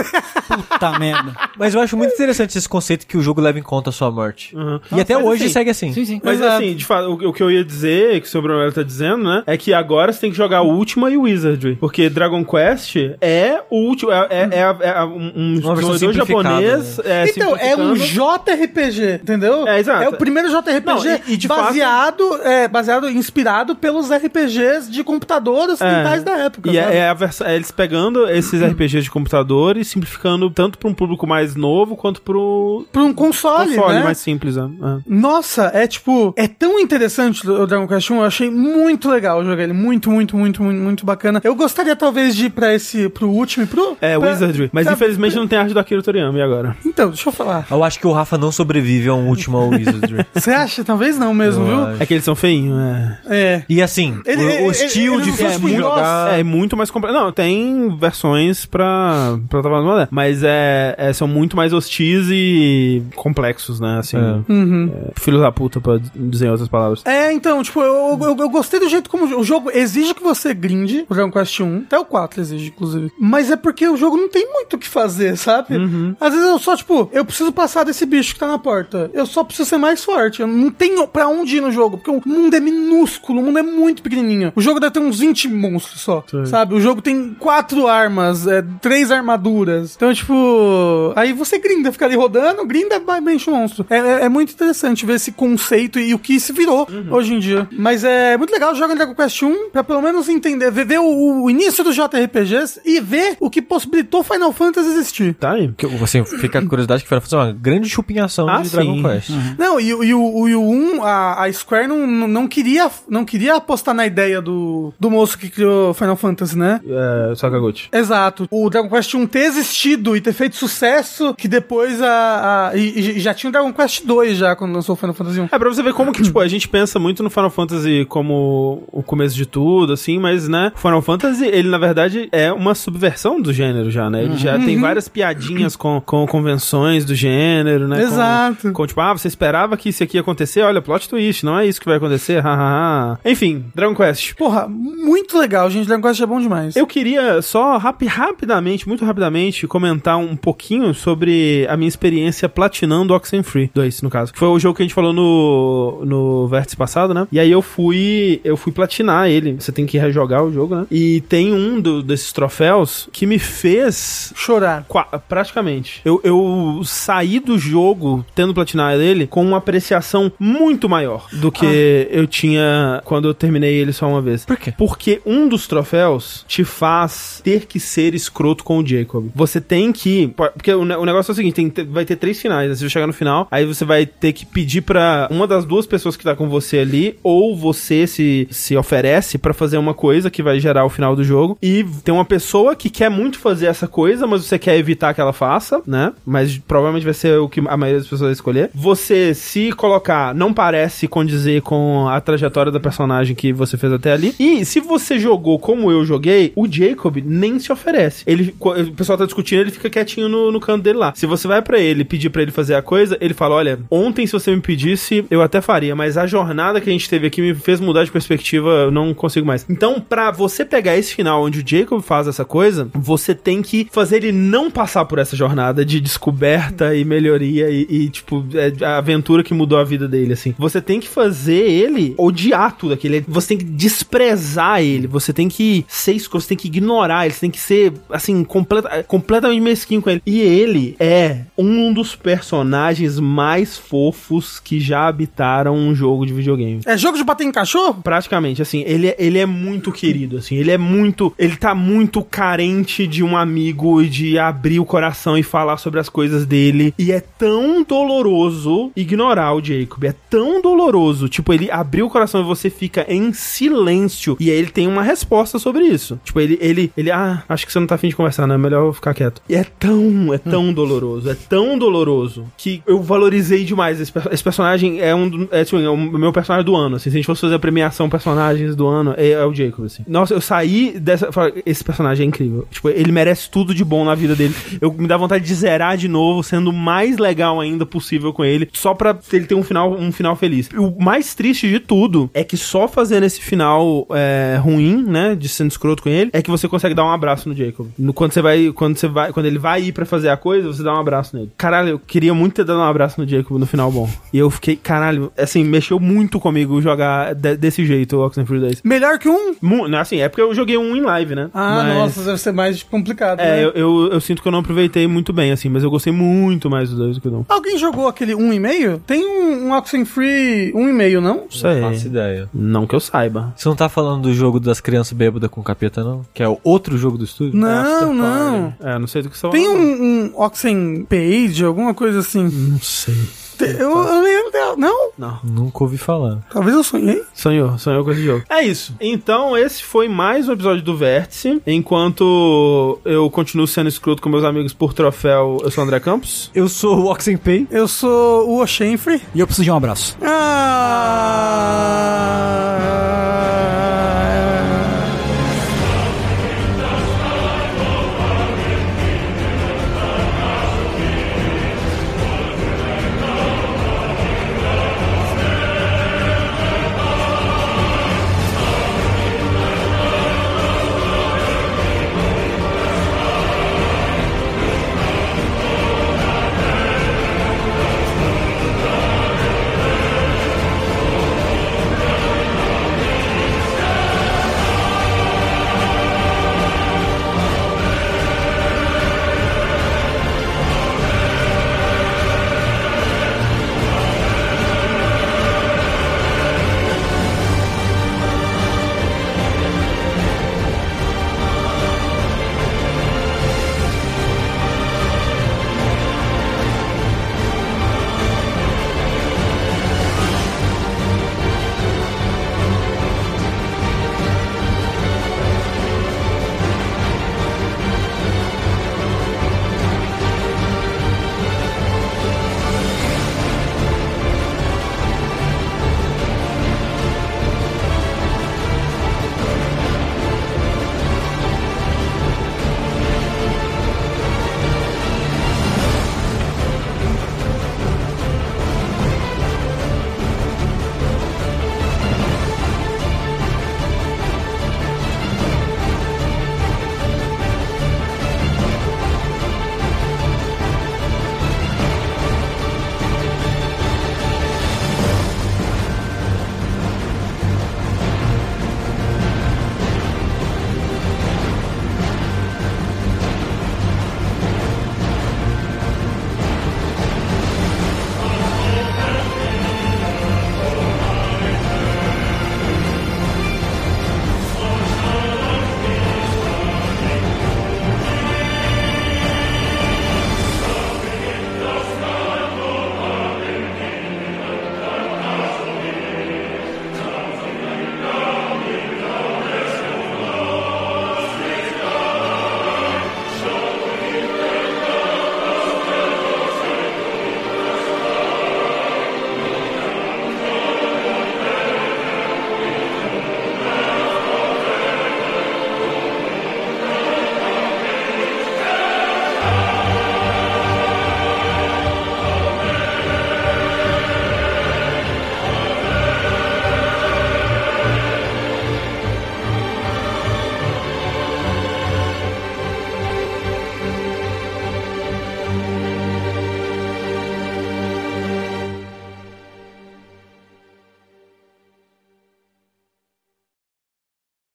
S4: Puta merda.
S2: Mas eu acho muito interessante esse conceito que o jogo leva em conta a sua morte. E
S4: Não,
S2: até
S4: mas
S2: hoje
S4: assim-
S2: segue assim.
S4: Sim, sim.
S1: Mas
S3: Exato.
S1: assim, de fato, o, o que eu ia dizer, que o seu Brunello tá dizendo, né? É que agora você tem que jogar o Ultima e o Wizardry. Porque Dragon Quest é o último. É, é, é, a- é a- um, um
S2: Uma versão
S1: desenvolvedor
S2: simplificada, né?
S1: japonês. é,
S3: então, é um
S1: simplificando.
S3: JRPG, entendeu?
S1: É, exato.
S3: É o primeiro JRPG
S1: Não, e- e de
S3: baseado, é, baseado, inspirado pelos RPGs de computador ocidentais da época.
S1: É. E
S3: sabe?
S1: é, é a versão- é eles pegando esses RPGs de computador e simplificando tanto pra um público mais novo quanto pro
S3: Pra um console,
S1: console
S3: né?
S1: mais simples. né? É.
S3: Nossa, é tipo, é tão interessante o Dragon Quest 1, eu achei muito legal jogar ele, é muito, muito, muito, muito, muito bacana. Eu gostaria talvez de ir pra esse, pro último e pro...
S1: É,
S3: pra-
S1: Wizardry. Mas
S3: pra-
S1: infelizmente não tem arte do Akira Toriyama e agora.
S3: Então, deixa eu falar.
S2: Eu acho que o Rafa não sobrevive a um último Wizardry.
S3: Você acha? Talvez não mesmo,
S2: Eu
S3: viu?
S2: acho.
S1: É que eles são feinhos, é.
S3: É.
S2: E assim,
S3: Ele- é-
S2: o- o,
S3: ele-
S2: estilo
S3: ele não tipo
S2: difícil
S3: foi
S2: de
S3: muito-
S2: jogar.
S1: É muito mais complexo. Não, tem versões pra, pra trabalhar no moderno, mas é, é- são muito mais hostis e complexos, né? Assim,
S3: Uhum.
S1: filhos da puta, pra dizer em outras palavras.
S3: É, então, tipo, eu, eu, eu gostei do jeito como o jogo exige que você grinde, o Dragon Quest 1, até o 4 exige, inclusive. Mas é porque o jogo não tem muito o que fazer, sabe? Às vezes eu só, tipo, eu preciso passar desse bicho que tá na porta. Eu só preciso ser mais forte. Eu não tenho pra onde ir no jogo, porque o mundo é minúsculo, o mundo é muito pequenininho. O jogo deve ter uns 20 monstros só,
S1: Sim.
S3: sabe? O jogo tem quatro armas, é, três armaduras. Então, tipo, aí você grinda, fica ali rodando, grinda, vai, enche o monstro. É, é- é muito interessante ver esse conceito e o que se virou hoje em dia. Mas é muito legal jogar Dragon Quest 1 pra pelo menos entender, ver, ver o, o início dos JRPGs e ver o que possibilitou Final Fantasy existir.
S1: Tá aí.
S2: Que, assim, fica a curiosidade que vai fazer uma grande chupinhação
S1: Ah,
S2: de
S1: sim.
S2: Dragon Quest.
S3: Não, e, o- e o, e o 1, a, a Square não, não, queria, não queria apostar na ideia do, do moço que criou Final Fantasy, né?
S1: É, Sakaguchi.
S3: Exato. O Dragon Quest 1 ter existido e ter feito sucesso, que depois a. a- e, e já tinha o Dragon Quest 2 já quando lançou o Final Fantasy 1.
S1: É, pra você ver como que, tipo, a gente pensa muito no Final Fantasy como o começo de tudo, assim, mas, né, o Final Fantasy, ele, na verdade, é uma subversão do gênero já, né? Ele já tem várias piadinhas com, com convenções do gênero, né? com-
S3: Exato.
S1: Com, tipo, ah, você esperava que isso aqui ia acontecer? Olha, plot twist, não é isso que vai acontecer, hahaha. Enfim, Dragon Quest.
S3: Porra, muito legal, gente. Dragon Quest é bom demais.
S1: Eu queria só rapi- rapidamente, muito rapidamente, comentar um pouquinho sobre a minha experiência platinando Oxenfree 2, no caso. Foi o jogo que a gente falou no, no vértice passado, né? E aí eu fui eu fui platinar ele. Você tem que rejogar o jogo, né? E tem um do- desses troféus que me fez
S3: Chorar.
S1: Qua- praticamente. Eu, eu saí do jogo, tendo platinado ele, com uma apreciação muito maior do que eu tinha quando eu terminei ele só uma vez.
S2: Por quê?
S1: Porque um dos troféus te faz ter que ser escroto com o Jacob. Você tem que. Porque o, ne- o negócio é o seguinte: tem- te- vai ter três finais. Né? Você vai chegar no final, aí você vai ter que pedir pra uma das duas pessoas que tá com você ali, ou você se, se oferece pra fazer uma coisa que vai gerar o final do jogo. E tem uma pessoa que quer muito fazer essa coisa, mas você quer evitar que ela faça, né? Mas provavelmente vai ser o que a maioria das pessoas vai escolher. Você se colocar não parece condizer com a trajetória da personagem que você fez até ali. E se você jogou como eu joguei, o Jacob nem se oferece. Ele, co- o pessoal tá discutindo, ele fica quietinho no, no canto dele lá. Se você vai pra ele pedir pra ele fazer a coisa, ele fala: Olha, ontem se você me pedisse, eu até faria, mas a jornada que a gente teve aqui me fez mudar de perspectiva, eu não consigo mais. Então, pra você pegar esse final onde o Jacob faz essa coisa, você tem que fazer ele não passar por essa jornada de descoberta e melhoria e, e, tipo, é a aventura que mudou a vida dele, assim. Você tem que fazer ele odiar tudo aquele. Você tem que desprezar ele, você tem que ser escroto, você tem que ignorar ele, você tem que ser, assim, completa- completamente mesquinho com ele. E ele é um dos personagens mais fofos que já habitaram um jogo de videogame.
S3: É jogo de bater em cachorro?
S1: Praticamente, assim, ele, é- ele é muito querido, assim, ele é muito, ele tá muito carente de um amigo e de abrir o coração e falar sobre as coisas dele, e é tão doloroso ignorar o Jacob, é tão doloroso, tipo, ele abriu o coração e você fica em silêncio, e aí ele tem uma resposta sobre isso, tipo, ele, ele, ele, ah, acho que você não tá afim de conversar, né, melhor eu ficar quieto, e é tão, é tão doloroso, é tão doloroso, que eu valorizei demais esse, per- esse personagem, é um, do- é, tipo, é o meu personagem do ano, assim, se a gente fosse fazer a premiação personagens do ano, é, é o Jacob, assim. Nossa, eu saí dessa, falei, esse personagem é incrível, tipo, ele merece tudo de bom na vida dele, eu me dá vontade de zerar de novo, sendo o mais legal ainda possível com ele, só pra ele ter um final, um final feliz. E O mais triste de tudo é que só fazendo esse final é, ruim, né, de sendo escroto com ele, é que você consegue dar um abraço no Jacob. No- Quando você vai, quando você vai, quando ele vai ir pra fazer a coisa, você dá um abraço nele. Caralho, eu queria muito ter dado um abraço no Jacob no final bom. E eu fiquei, caralho, assim, mexeu muito comigo jogar de- desse jeito o Oxenfree 2.
S3: Melhor que um?
S1: Mu- não, Assim, é porque eu joguei um em live, né?
S3: Ah,
S1: Mas-
S3: nossa, deve ser mais complicado. né?
S1: É, eu, eu, eu sinto que eu não aproveitei muito bem, assim, mas eu gostei muito mais dos dois do que do um.
S3: Alguém jogou aquele 1,5? Tem um, um Oxenfree 1,5, não?
S1: Isso aí.
S2: Faço ideia.
S1: Não que eu saiba.
S2: Você não tá falando do jogo das crianças bêbadas com capeta, não? Que é o outro jogo do estúdio?
S3: Não,
S2: After
S3: não.
S2: Party.
S1: É, não sei do que são.
S3: Tem um, um Oxen Page, alguma coisa assim.
S1: Não sei.
S3: Te- Eu, eu lembro dela. Não?
S1: Não.
S2: Nunca ouvi falar.
S3: Talvez eu sonhei.
S1: Sonhou, sonhou com esse jogo. É isso. Então, esse foi mais um episódio do Vértice. Enquanto eu continuo sendo escroto com meus amigos por troféu, eu sou o André Campos.
S2: Eu sou o Oxenpay.
S3: Eu sou o Oxenfree.
S4: E eu preciso de um abraço.
S3: Ah!